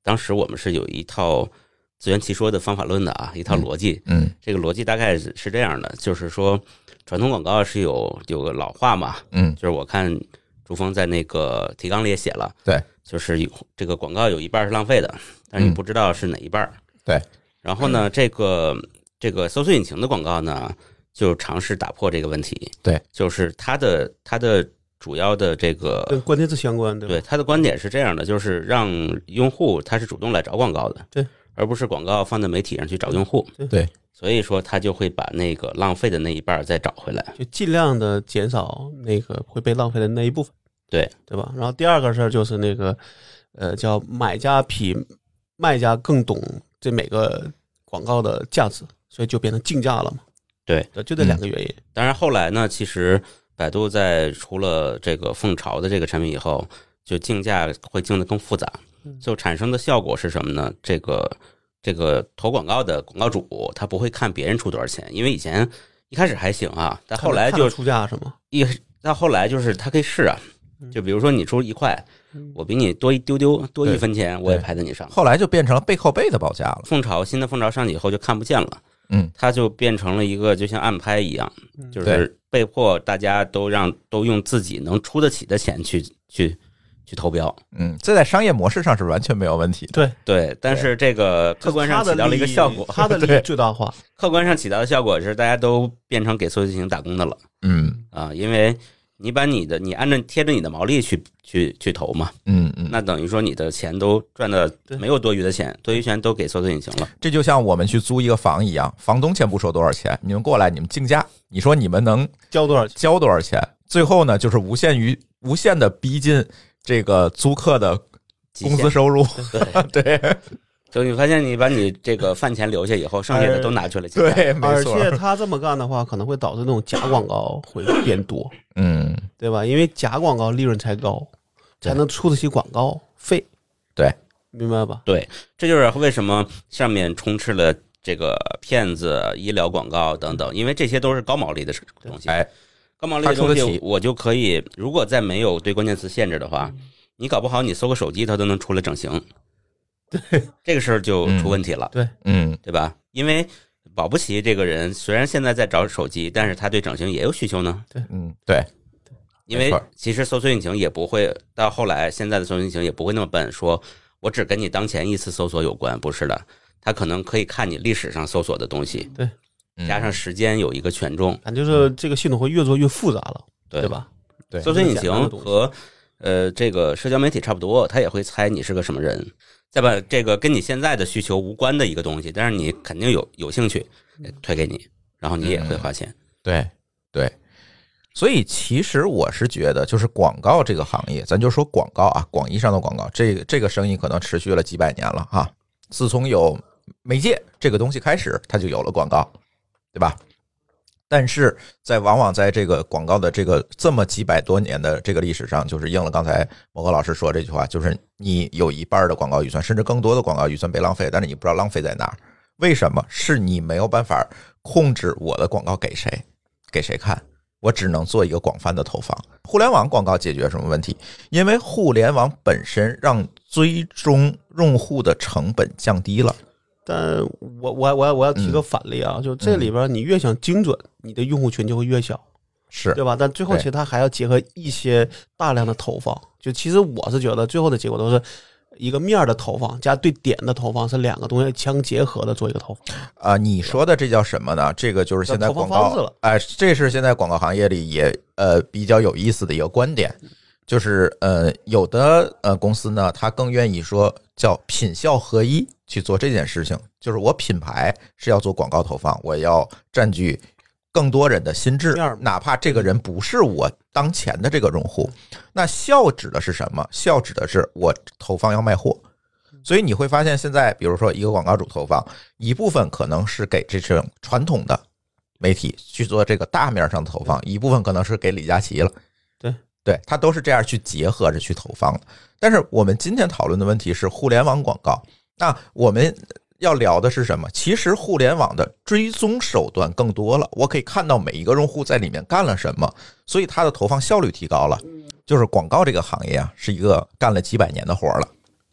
当时我们是有一套自圆其说的方法论的啊，一套逻辑。
嗯
这个逻辑大概是是这样的，就是说传统广告是有有个老话嘛，
嗯
就是我看朱峰在那个提纲里也写了，
对，
就是有这个广告有一半是浪费的，但是你
嗯
不知道是哪一半。
对，
然后呢，这个这个搜索引擎的广告呢，就尝试打破这个问题。
对，
就是它的它的主要的这个
跟关键字相关，对吧？
对他的观点是这样的，就是让用户他是主动来找广告的，
对，
而不是广告放在媒体上去找用户，
对
对，
所以说他就会把那个浪费的那一半儿再找回来，
就尽量的减少那个会被浪费的那一部分，
对
对吧？然后第二个事儿就是那个，呃，叫买家比卖家更懂这每个广告的价值，所以就变成竞价了嘛。
对，嗯
就这两个原因。
当然后来呢，其实百度在出了这个凤巢的这个产品以后，就竞价会竞得更复杂，
嗯
就产生的效果是什么呢？这个这个投广告的广告主他不会看别人出多少钱，因为以前一开始还行啊，但后来
看得
就
出价是吗？
一到后来就是他可以试啊，
嗯
就比如说你出一块，我比你多一丢丢，多一
对
分钱，我也
对
排在你上。
后来就变成了背靠背的报价了，
凤巢新的凤巢上去以后就看不见了，
嗯，
它就变成了一个就像暗拍一样，
嗯
就
对
是被迫大家都让都用自己能出得起的钱去去去投标。
嗯，这在商业模式上是完全没有问题的，
对，
对，但是这个客观上起到了一个效果，
它的利益最大化。
客观上起到的效果是大家都变成给搜索引擎打工的了
嗯
啊，因为你把你的你按照贴着你的毛利去去去投嘛，
嗯嗯，
那等于说你的钱都赚的
对
没有多余的钱，多余钱都给搜索引擎了。
这就像我们去租一个房一样，房东先不说多少钱，你们过来，你们竞价，你说你们能
交多 少钱？
交多少钱，最后呢，就是无限于无限的逼近这个租客的
极
工
限
资收入，
对，
对
就你发现你把你这个饭钱留下以后，剩
哎
下的都拿去了。现在
对，没
而
错，
且他这么干的话，可能会导致那种假广告会变多，
嗯，
对吧？因为假广告利润才高，才能出得起广告费，
对，
明白吧？
对，这就是为什么上面充斥了这个骗子、啊医疗广告等等，因为这些都是高毛利的东西。
嗯哎，
高毛利的东
他出得
西
起，
我就可以，如果再没有对关键词限制的话，
嗯
你搞不好你搜个手机，它都能出来 整形。对，这个事儿就出问题了。
嗯，
对吧？因为保不齐这个人虽然现在在找手机，但是他对整形也有需求呢。
嗯，对，
因
没
为
错
其实搜索引擎也不会到后来，现在的搜索引擎也不会那么笨，说我只跟你当前一次搜索有关，不是的，它可能可以看你历史上搜索的东西，
嗯
加上时间有一个权重，
反正就是这个系统会越做越复杂了，
对
对？吧？
对
搜索引
简单
擎
的东西
和呃这个社交媒体差不多，它也会猜你是个什么人，再把这个跟你现在的需求无关的一个东西，但是你肯定有有兴趣，推给你，然后你也会花钱。
对对，所以其实我是觉得，就是广告这个行业，咱就说广告啊，广义上的广告，这个这个生意可能持续了几百年了哈。自从有媒介这个东西开始，它就有了广告，对吧？但是在往往在这个广告的这个这么几百多年的这个历史上，就是应了刚才某个老师说这句话，就是你有一半的广告预算，甚至更多的广告预算被浪费，但是你不知道浪费在哪儿。为什么？是你没有办法控制我的广告给谁，给谁看，我只能做一个广泛的投放。互联网广告解决什么问题？因为互联网本身让追踪用户的成本降低了。
但我我我我要提个
嗯
反例啊，就这里边你越想精准，你的用户群就会越小，
是
对吧？但最后
对
其实它还要结合一些大量的投放，就其实我是觉得最后的结果都是一个面儿的投放加对点的投放是两个东西相结合的做一个投放，
啊、你说的这叫什么呢？这个就是现在
叫投
广
放方式
告
了，
哎、这是现在广告行业里也呃比较有意思的一个观点，就是呃，有的呃公司呢，它更愿意说叫品效合一去做这件事情，就是我品牌是要做广告投放，我要占据更多人的心智
面儿，
哪怕这个人不是我当前的这个用户。那效指的是什么？效指的是我投放要卖货。
嗯
所以你会发现，现在比如说一个广告主投放，一部分可能是给这种传统的媒体去做这个大面上的投放，一部分可能是给李佳琦了。
对，
对，它都是这样去结合着去投放的。但是我们今天讨论的问题是互联网广告，那我们要聊的是什么？其实互联网的追踪手段更多了，我可以看到每一个用户在里面干了什么，所以它的投放效率提高了。就是广告这个行业啊，是一个干了几百年的活儿了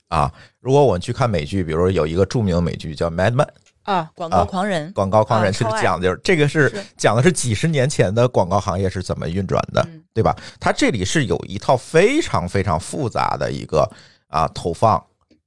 啊。如果我们去看美剧，比如有一个著名的美剧叫《Mad Men》，
啊，广
啊
告狂人，
广告狂人，
啊
其实
超爱
讲的就是这个是
是
讲的是几十年前的广告行业是怎么运转的
嗯，
对吧？它这里是有一套非常非常复杂的一个啊投放、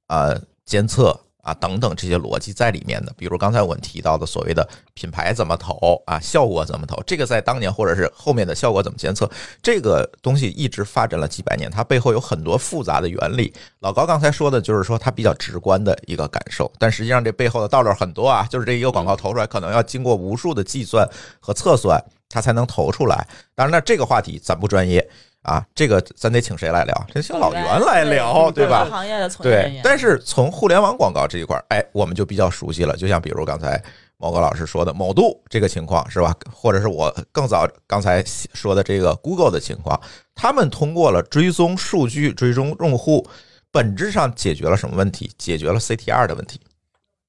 啊监测啊等等这些逻辑在里面的。比如刚才我们提到的所谓的品牌怎么投啊，效果怎么投，这个在当年或者是后面的效果怎么监测，这个东西一直发展了几百年，它背后有很多复杂的原理。老高刚才说的就是说它比较直观的一个感受，但实际上这背后的道理很多啊，就是这一个广告投出来，可能要经过无数的计算和测算，它才能投出来。当然了，这个话题咱不专业啊，这个咱得请谁来聊？这请老袁来聊，对吧
广告？行业的从业人
对
员，，
但是从互联网广告这一块儿，哎，我们就比较熟悉了。就像比如刚才毛哥老师说的某度这个情况是吧？或者是我更早刚才说的这个 Google 的情况，他们通过了追踪数据、追踪用户，本质上解决了什么问题？解决了 CTR 的问题，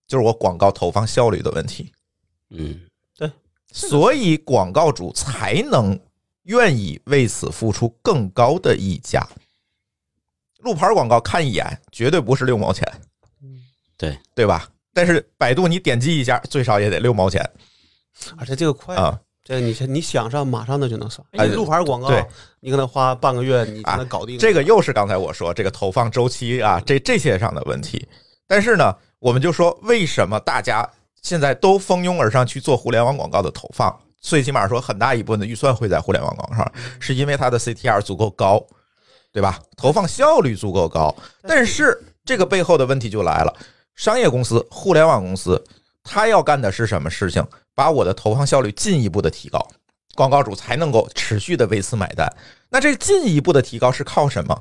就是我广告投放效率的问题。
嗯，
所以广告主才能愿意为此付出更高的溢价。路牌广告看一眼，绝对不是六毛钱，
对
对吧？但是百度你点击一下，最少也得六毛钱
而且这个快
啊、
这你你想上马上的就能上，
哎
哎，路牌广告
对，啊
你可能花半个月你才能搞定。
这个又是刚才我说这个投放周期啊，这这些上的问题。但是呢，我们就说为什么大家现在都蜂拥而上去做互联网广告的投放？最起码说很大一部分的预算会在互联网广告上，是因为它的 CTR 足够高，对吧？投放效率足够高。但是这个背后的问题就来了，商业公司、互联网公司，它要干的是什么事情？把我的投放效率进一步的提高，广告主才能够持续的为此买单。那这进一步的提高是靠什么？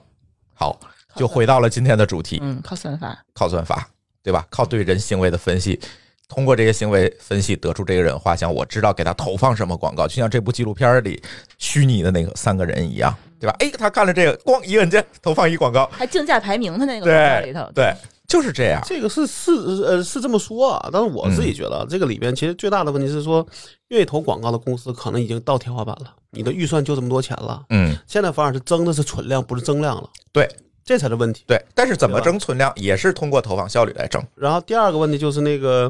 好，就回到了今天的主题，
嗯，靠算法，
靠算法，对吧？靠对人行为的分析，通过这些行为分析得出这个人画像，我知道给他投放什么广告，就像这部纪录片里虚拟的那个三个人一样，对吧？哎，他干了这个，咣一摁键投放一广告，
还竞价排名的那个广告
对
里头，
对，就是这样。
这个是是呃是这么说啊，但是我
嗯
自己觉得啊这个里边其实最大的问题是说，愿意投广告的公司可能已经到天花板了，你的预算就这么多钱了，
嗯，
现在反而是争的是存量，不是增量了，
对
这才是问题。
对，但是怎么
对吧
争存量也是通过投放效率来争。
然后第二个问题就是那个，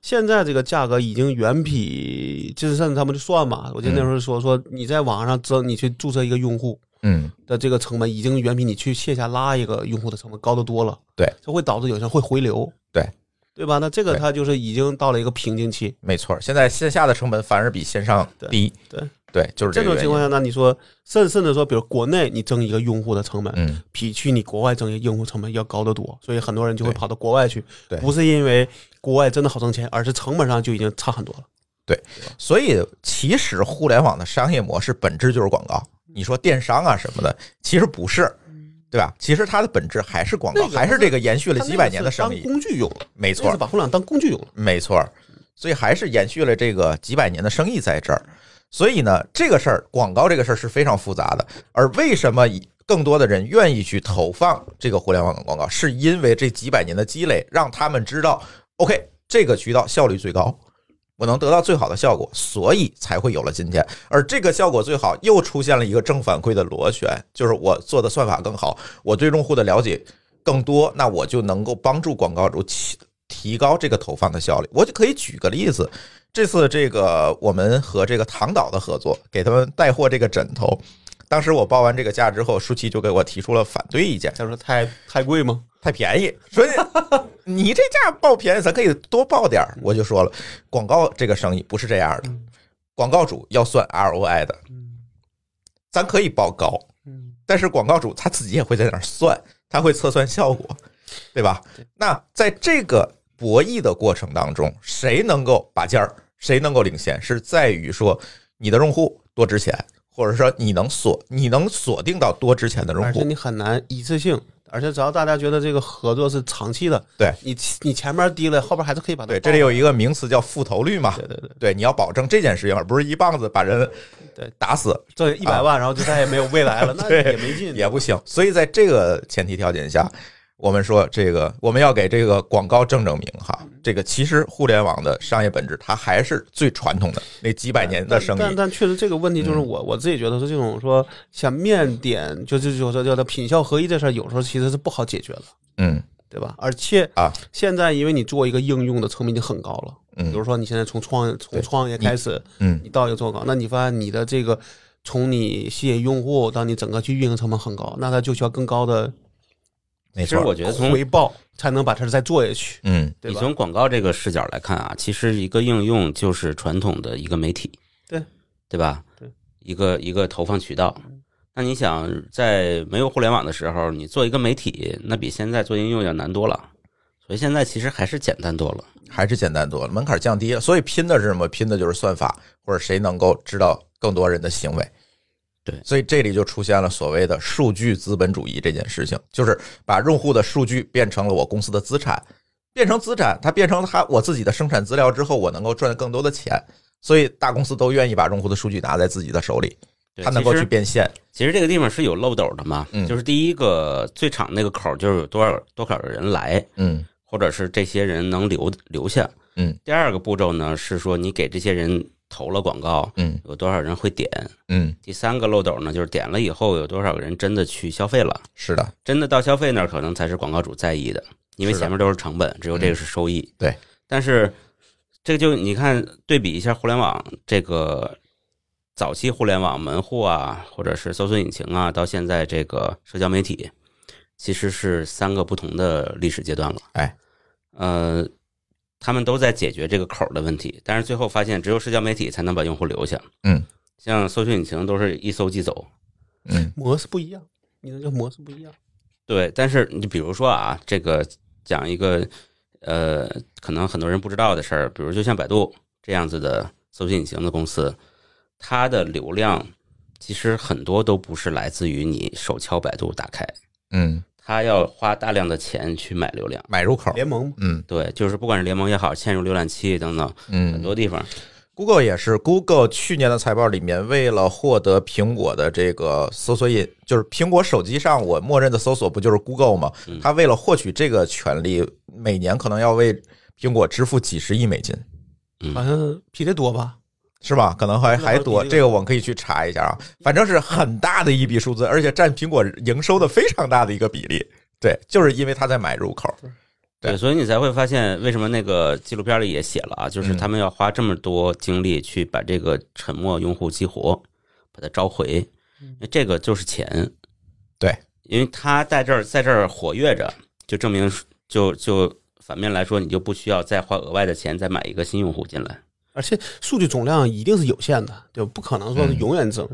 现在这个价格已经远比，就是甚至他们就算嘛，我记得那时候说说你在网上争，你去注册一个用户，
嗯，
的这个成本已经远比你去线下拉一个用户的成本高得多了。
对，
这会导致有些人会回流。
对，
对吧？那这个
对
它就是已经到了一个瓶颈期。
没错，现在线下的成本反而比线上低。
对
对，就是
这
个
种
原
情况
因。
下，那你说，甚甚至说，比如国内你挣一个用户的成本，
嗯，
比去你国外挣一个用户成本要高得多，所以很多人就会
对
跑到国外去
对，
不是因为国外真的好挣钱，而是成本上就已经差很多了。
所以其实互联网的商业模式本质就是广告。你说电商啊什么的，其实不是，对吧？其实它的本质还是广告，
嗯那个
还是这个延续了
它那
几
个
百年的
是
生
当
意。
工具用了，
没
那
错
是，把互联网当工具用了。
没错，所以还是延续了这个几百年的生意在这儿。所以呢，这个事儿，广告这个事儿是非常复杂的。而为什么更多的人愿意去投放这个互联网的广告，是因为这几百年的积累，让他们知道，OK，这个渠道效率最高，我能得到最好的效果，所以才会有了今天。而这个效果最好，又出现了一个正反馈的螺旋，就是我做的算法更好，我对用户的了解更多，那我就能够帮助广告主提提高这个投放的效率。我就可以举个例子，这次这个我们和这个唐导的合作，给他们带货这个枕头。当时我报完这个价之后，舒淇就给我提出了反对意见，
再说太太贵吗？
太便宜，所以你这价报便宜，咱可以多报点儿。我就说了，广告这个生意不是这样的，
嗯
广告主要算 ROI 的，咱可以报高，
嗯，
但是广告主他自己也会在那儿算，他会测算效果，对吧？那在这个博弈的过程当中，谁能够拔尖儿，谁能够领先，是在于说你的用户多值钱，或者说你能锁你能锁定到多值钱的用
而且
户。
你很难一次性，而且只要大家觉得这个合作是长期的，
对
你你前面低了，后边还是可以把它
对，
报
这里有一个名词叫复投率嘛，
对对对
对，你要保证这件事情，而不是一棒子把人
对
打死，
挣一百万，然后就再也没有未 来了，那
啊对
也没劲，
也不行。所以在这个前提条件下，我们说这个我们要给这个广告正正名哈。这个其实互联网的商业本质，它还是最传统的那几百年的生
但但
意。嗯
但确实这个问题就是我、我自己觉得是这种说像面点，就就就说叫它品效合一这事儿，有时候其实是不好解决的，
嗯
对吧？而且
啊，
现在因为你做一个应用的成本已经很高了，比
嗯
如说你现在从创从
对
创业
你
开始，
嗯，
你到一个做广告，那你发现你的这个从你吸引用户到你整个去运营成本很高，那它就需要更高的
没
其实
错
我。觉得从
回报才能把它再做下去，
嗯，
对
你
吧？
从广告这个视角来看啊，其实一个应用就是传统的一个媒体，
对
对吧？
对，
一个一个投放渠道。那你想，在没有互联网的时候，你做一个媒体，那比现在做应用要难多了。所以现在其实还是简单多了。
还是简单多了，门槛降低了。所以拼的是什么？拼的就是算法，或者谁能够知道更多人的行为。
对
所以这里就出现了所谓的数据资本主义这件事情，就是把用户的数据变成了我公司的资产，变成资产，它变成它我自己的生产资料之后，我能够赚更多的钱。所以大公司都愿意把用户的数据拿在自己的手里，
对
它能够
其
去
实
变现。
其实这个地方是有漏斗的嘛，
嗯
就是第一个最场那个口儿就是有多少多少人来，
嗯
或者是这些人能留留下。
嗯，
第二个步骤呢是说你给这些人投了广告，
嗯
有多少人会点。
嗯，
第三个漏斗呢，就是点了以后有多少个人真的去消费了，
是的，
真的到消费那儿可能才是广告主在意的，因为
是的嗯
前面都是成本，只有这个是收益。
对，
但是这就你看对比一下互联网这个早期互联网门户啊，或者是搜索引擎啊，到现在这个社交媒体，其实是三个不同的历史阶段了。
哎，
呃。他们都在解决这个口儿的问题，但是最后发现只有社交媒体才能把用户留下。
嗯，
像搜索引擎都是一搜即走，
嗯
模式不一样，你那叫模式不一样。
对，但是你比如说啊，这个讲一个呃，可能很多人不知道的事儿，比如就像百度这样子的搜索引擎的公司，它的流量其实很多都不是来自于你手敲百度打开，
嗯，
它要花大量的钱去买流量。
买入口，
联盟
嗯
对，就是不管是联盟也好，嵌入浏览器等等，
嗯，
很多地方
Google 也是，Google 去年的财报里面，为了获得苹果的这个搜索引，就是苹果手机上我默认的搜索不就是 Google 吗？它为了获取这个权利，每年可能要为苹果支付几十亿美金，
好像比这多吧？
是吧？可能还还多，
嗯
这个我们可以去查一下啊。反正是很大的一笔数字，而且占苹果营收的非常大的一个比例。对，就是因为它在买入口。对
对，所以你才会发现为什么那个纪录片里也写了啊，就是
嗯
他们要花这么多精力去把这个沉默用户激活，把它召回，因为这个就是钱。
对，
因为他在这儿在这儿活跃着，就证明就就反面来说，你就不需要再花额外的钱再买一个新用户进来。
而且数据总量一定是有限的，对吧，不可能说是永远增。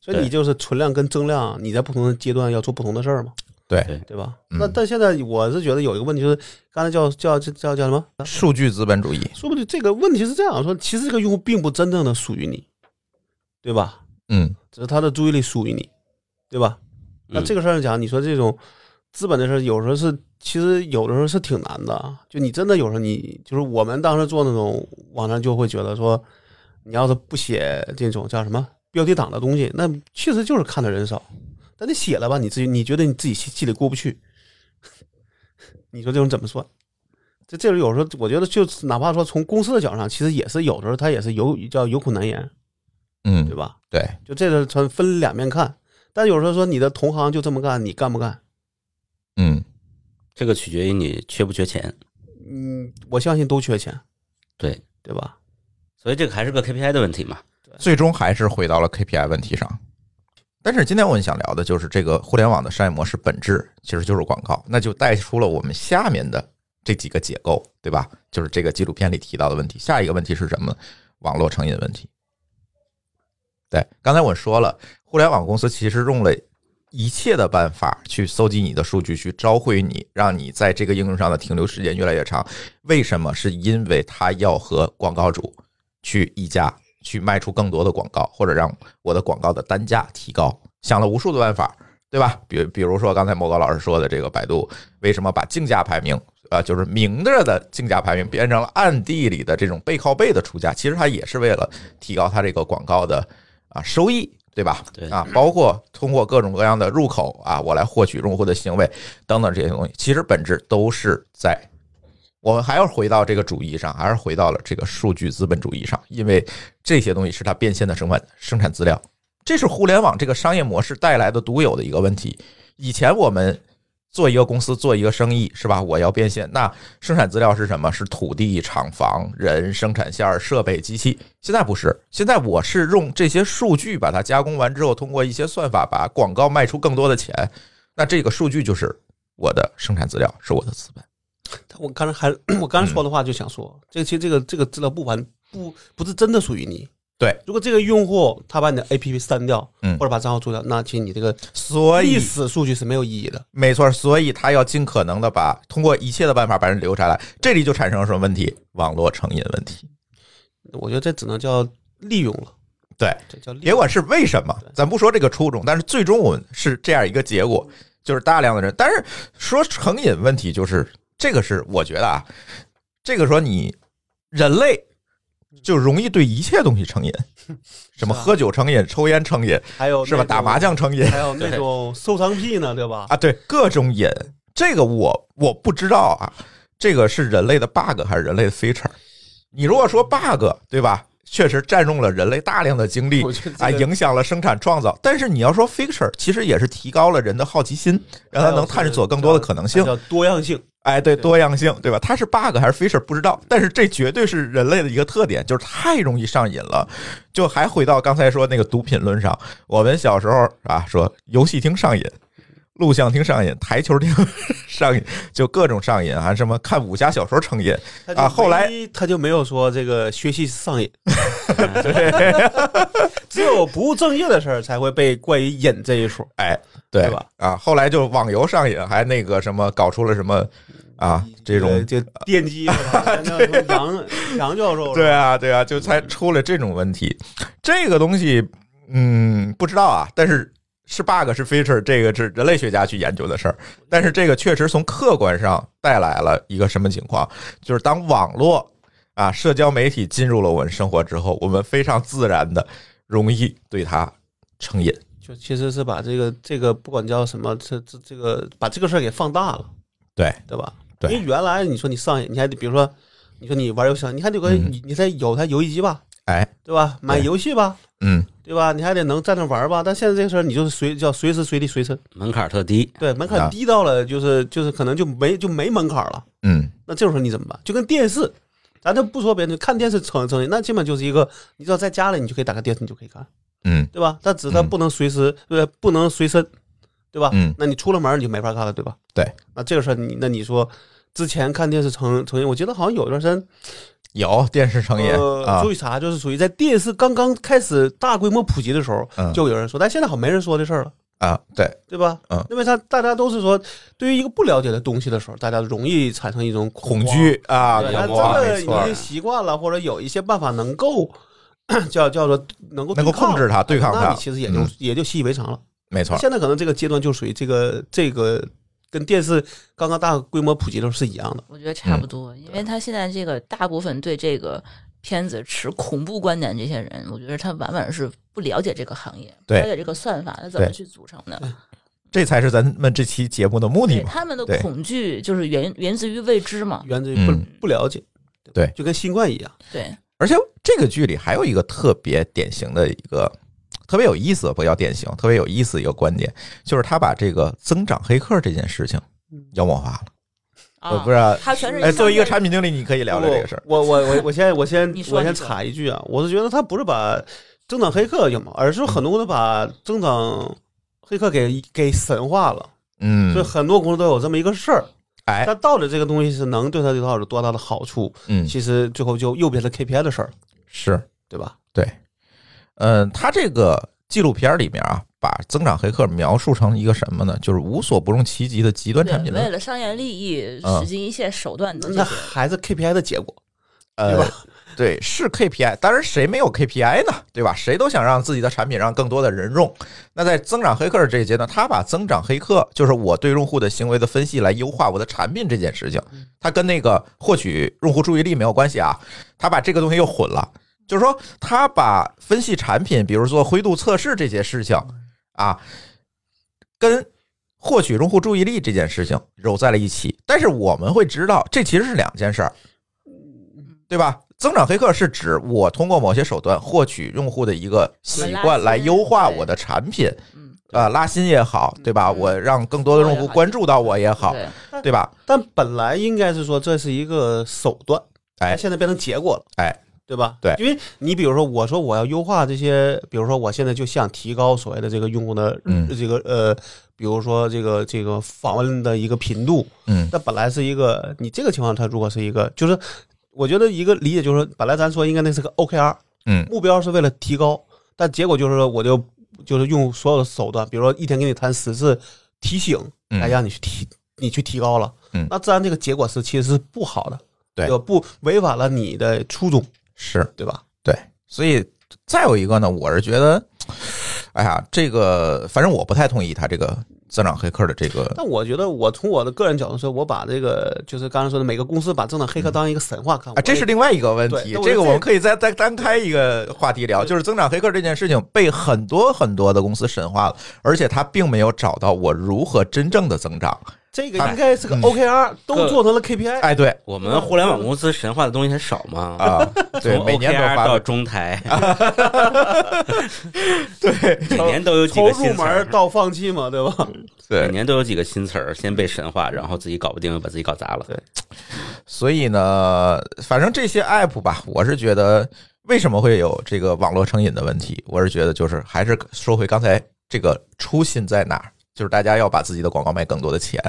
所以你
对
就是存量跟增量，你在不同的阶段要做不同的事儿嘛，
对
对
对吧？
嗯
那但现在我是觉得有一个问题，就是刚才叫叫叫叫叫什么？
数据资本主义，
说不定这个问题是这样说，其实这个用户并不真正的属于你，对吧？
嗯，
只是他的注意力属于你，对吧？那这
个
个事儿上讲，你说这种资本的事儿，有时候是其实有的时候是挺难的。就你真的有时候你就是我们当时做那种网站，就会觉得说，你要是不写这种叫什么标题党的东西，那确实就是看的人少。但你写了吧，你自己你觉得你自己心心里过不去， 你说这种怎么算？这这种有时候我觉得就是哪怕说从公司的角度上，其实也是有的时候他也是有叫有苦难言，
嗯，
对吧？
对，
就这个分分两面看。但有时候说你的同行就这么干，你干不干？
嗯，
这个取决于你缺不缺钱，
嗯，我相信都缺钱，
对
对吧？
所以这个还是个 KPI 的问题嘛。
最终还是回到了 KPI 问题上。但是今天我们想聊的就是这个互联网的商业模式本质其实就是广告，那就带出了我们下面的这几个解构，对吧？就是这个纪录片里提到的问题。下一个问题是什么？网络成瘾问题。对，刚才我说了，互联网公司其实用了一切的办法去搜集你的数据，去召回你，让你在这个应用上的停留时间越来越长。为什么？是因为它要和广告主去议价，去卖出更多的广告，或者让我的广告的单价提高。想了无数的办法，对吧？比比如说刚才莫高老师说的这个百度为什么把竞价排名啊，就是明着的竞价排名变成了暗地里的这种背靠背的出价，其实它也是为了提高它这个广告的啊收益，对吧？
对
啊，包括通过各种各样的入口啊，我来获取用户的行为等等这些东西，其实本质都是在。我们还要回到这个主义上，还是回到了这个数据资本主义上，因为这些东西是它变现的生产生产资料，这是互联网这个商业模式带来的独有的一个问题。以前我们做一个公司做一个生意是吧？我要变现，那生产资料是什么？是土地、厂房、人、生产线、设备、机器。现在不是，现在我是用这些数据把它加工完之后，通过一些算法把广告卖出更多的钱。那这个数据就是我的生产资料，是我的资本。
我刚才还我刚才说的话就想说，
嗯
这个其实这个这个资料不完不不是真的属于你。
对，
如果这个用户他把你的 APP 删掉，
嗯
或者把账号注销，那其实你这个
所
历
以
史数据是没有意义的。
没错，所以他要尽可能的把通过一切的办法把人留下来。这里就产生了什么问题？网络成瘾问题。
我觉得这只能叫利用了，
对，
这叫利
别
用。
管是为什么，咱不说这个初衷，但是最终我们是这样一个结果，就是大量的人。但是说成瘾问题，就是这个是我觉得啊，这个说你人类就容易对一切东西成瘾，什么
是啊
喝酒成瘾、抽烟成瘾，
还有
是吧？
那种
打麻，将成瘾，
还有那种收藏癖呢，对吧？
啊，对，各种瘾，这个我我不知道啊，这个是人类的 bug 还是人类的 feature？你如果说 bug，对吧？确实占用了人类大量的精力
我觉得这个
啊，影响了生产创造。但是你要说 feature，其实也是提高了人的好奇心，让他能探索更多的可能性
还。有叫多样性。
哎，对，多样性，对吧？它是 bug 还是 feature 不知道，但是这绝对是人类的一个特点，就是太容易上瘾了。就还回到刚才说那个毒品论上，我们小时候啊，说游戏厅上瘾，录像厅上瘾，台球厅 上瘾，就各种上瘾啊，什么看武侠小说成瘾，
他就
啊后来
没他就没有说这个学习 上瘾， 只有不务正业的事儿才会被冠以瘾这一说。
哎，对
对吧？
啊，后来就网游上瘾，还那个什么搞出了什么啊这种
就电击是 吧？像那种杨杨教授是吧嗯
对啊，对啊，就才出了这种问题。这个东西，嗯，不知道啊，但是是 bug 是 feature，这个是人类学家去研究的事儿。但是这个确实从客观上带来了一个什么情况，就是当网络啊社交媒体进入了我们生活之后，我们非常自然的容易对它成瘾。
就其实是把这个这个不管叫什么，这这这个把这个事儿给放大了，
对
对吧？
对
因为原来你说你上瘾，你还得比如说，你说你玩游戏，你还得有个、
嗯
你你得有台游戏机吧，
哎，
对吧？买
对
游戏吧，
嗯，
对吧？你还得能在那玩吧。但现在这个事儿，你就是随叫随时随地随身，
门槛儿特低，
对，门
啊
槛低到了，就是就是可能就没就没门槛了。
嗯，
那这种时候你怎么办？就跟电视，咱就不说别的，看电视成成瘾，那基本就是一个，你只要在家里，你就可以打开电视，你就可以看，
嗯，
对吧？但只是它
嗯
不能随时，对，不能随身，对吧？
嗯
那你出了门儿你就没法看了，对吧？
对。
那这个事儿，你那你说之前看电视成成瘾，我记得好像有一段时间，
有电视成瘾、
呃，
啊
注，意查，就是属于在电视刚刚开始大规模普及的时候，
嗯
就有人说，但现在好像没人说这事儿了。
啊，对，
对吧？
嗯
因为他大家都是说，对于一个不了解的东西的时候，大家容易产生一种
恐
慌
惧啊，
对，
阳
他
恐
真
慌，
光
的
没
已
错，
经习惯了，或者有一些办法能够叫叫做能够
能够
对抗
控制它，对抗
那
它
你，其实也就、
嗯
也就习以为常了。
没错，
现在可能这个阶段就属于这个这个跟电视刚刚大规模普及的时候是一样的。
我觉得差不多，
嗯
因为他现在这个大部分对这个片子持恐怖观点这些人，我觉得他往往是不了解这个行业，不
对
了解这个算法，他怎么
对
去组成的？
这才是咱们这期节目的目的
对
嘛。
他们的
对
恐惧就是源源自于未知嘛。
源自于不、
嗯
不了解，吧
对
就跟新冠一样，
对，
而且这个剧里还有一个特别典型的一个特别有意思，不叫典型，特别有意思一个观点，就是他把这个增长黑客这件事情
嗯
妖魔化了。
啊
我呃不知道，
他全是
哎，作为一个
商业
产品经理，你可以聊聊这个事儿。
我我我我先我先
你说
我先
你说
插一句啊，我是觉得他不是把增长黑客有吗，而是很多人把增长黑客给给神化了。
嗯
所以，很多公司都有这么一个事儿。
哎
但到底这个东西是能对他有到有多大的好处？
嗯，
其实最后就又变成 KPI 的事儿，
是，呃
对吧？
对，嗯，他这个纪录片里面啊，把增长黑客描述成一个什么呢？就是无所不用其极的极端产
对，
品
为
论。
了商业利益，
嗯
使尽一切手段的这
那
些
还是 KPI 的结果，对
呃，对，是 KPI，当然谁没有 KPI 呢？对吧？谁都想让自己的产品让更多的人用。那在增长黑客这一阶段，他把增长黑客，就是我对用户的行为的分析来优化我的产品这件事情，它跟那个获取用户注意力没有关系啊，他把这个东西又混了。就是说，他把分析产品，比如说灰度测试这些事情啊，跟获取用户注意力这件事情揉在了一起。但是我们会知道，这其实是两件事儿，对吧？增长黑客是指我通过某些手段获取用户的一个习惯来优化我的产品，
嗯，
呃，拉新也好，对吧？我让更多的用户关注到我也好，
对，
对吧？
但本来应该是说这是一个手段，
哎
它现在变成结果了，
哎，
对吧？
对
因为你比如说，我说我要优化这些，比如说我现在就想提高所谓的这个用户的、
嗯
这个呃，比如说这个这个访问的一个频度，
嗯
那本来是一个你这个情况，它如果是一个就是。我觉得一个理解就是，本来咱说应该那是个 OKR，
嗯
目标是为了提高，但结果就是说我就就是用所有的手段，比如说一天给你谈十次提醒，
嗯
来让你去提，你去提高了，
嗯
那自然这个结果是其实是不好的，
对
吧不违反了你的初衷，
是。
对吧？
对，所以再有一个呢，我是觉得，哎呀，这个反正我不太同意他这个增长黑客的这个，
但我觉得，我从我的个人角度说，我把这个就是刚才说的每个公司把政党黑客当一个神话看，
啊，这是另外一个问
对
题
那。我觉得
这个我
这
们可以再再单开一个话题聊，就是增长黑客这件事情被很多很多的公司神化了，而且他并没有找到我如何真正的增长。
这个
哎
应该是个
嗯
OKR，都做成了 KPI，
哎，对
我们互联网公司神话的东西还少吗？
啊，对，
从
每年都
OKR
发
到
表，
中台，
对
每年都有几
从
个
入
新词儿
啊
门，到放弃嘛，对 吧？
对
每，年都有几个新词儿，先被神化，然后自己搞不定，又把自己搞砸了。
所以呢，反正这些 app 吧，我是觉得为什么会有这个网络成瘾的问题，我是觉得就是还是说回刚才这个初心在哪儿，就是大家要把自己的广告卖更多的钱，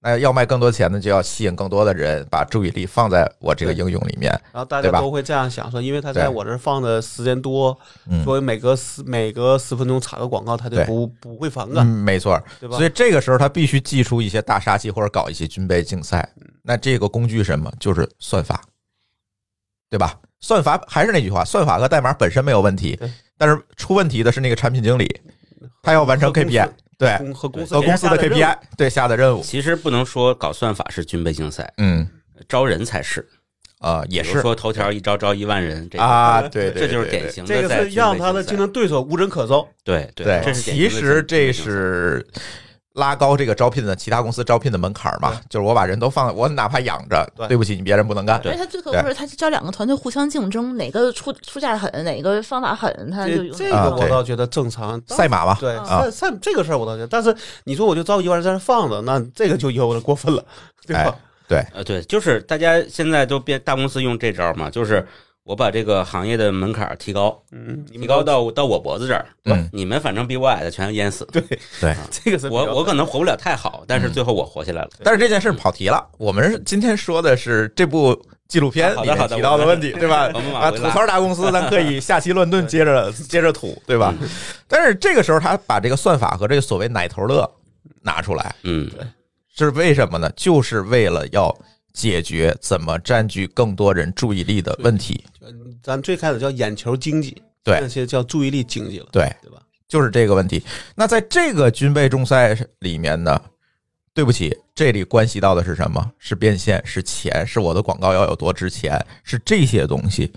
那要卖更多钱呢，就要吸引更多的人把注意力放在我这个应用里面，
然后大
对
家
吧
都会这样想说，因为他在
对
我这儿放的时间多，
嗯。
所以每隔十每隔十分钟插个广告，他就
对
不不会反
嗯，
感，
没错儿，
对吧
所以这个时候他必须祭出一些大杀器或者搞一些军备竞赛。
嗯
那这个工具是什么？就是算法，对吧？算法还是那句话，算法和代码本身没有问题
对，
但是出问题的是那个产品经理，他要完成
和公司
KPI，对，
公和公司
和公司的
给他下任
KPI
务
对下的任务，
其实不能说搞算法是军备竞赛，
嗯
招人才是。
啊，也
比如
是
说头条一招招一万人，这个
啊，对，对
这就是
对
典
对
型
这
的
个
在
是
军备
让他的
竞
竞
赛
争对手无人可招。
对对，
对，
这是典型
其
的
实
军备
这
竞赛
是拉高这个招聘的其他公司招聘的门槛儿嘛，就是我把人都放，我哪怕养着，
对
对不起，你别人不能干，
而且他最可恶是，他招两个团队互相竞争，哪个出出价狠，哪个方法狠，他就
这
用
这
啊
个我
对
倒觉得正常。
赛马嘛，
对，
啊
赛赛这个事儿我倒觉得，但是你说我就招一万人在那放着，那这个就有点过分了，对吧？
对，
呃，对，就是大家现在都变大公司用这招嘛，就是我把这个行业的门槛儿提高，
嗯，你
提
们
高到到我脖子这儿，
嗯
你们反正比我矮的全淹死，
对
对。嗯
这个是比较
我我可能活不了太好，但是最后我活下来了。
但是这件事跑题了，我们是今天说的是这部纪录片
好
里
的好
面
的
提到的问题，对吧？
我们
啊，
往回
吐
拉
槽大公司，咱可以下期乱炖接着接着吐，对吧？
嗯
但是这个时候他把这个算法和这个所谓奶头乐拿出来，
嗯，
是为什么呢？就是为了要解决怎么占据更多人注意力的问题。
嗯咱最开始叫眼球经济，
对
那些叫注意力经济了，
对，
对吧？
就是这个问题。那在这个军备竞赛里面呢，对不起，这里关系到的是什么？是变现，是钱，是我的广告要有多值钱，是这些东西，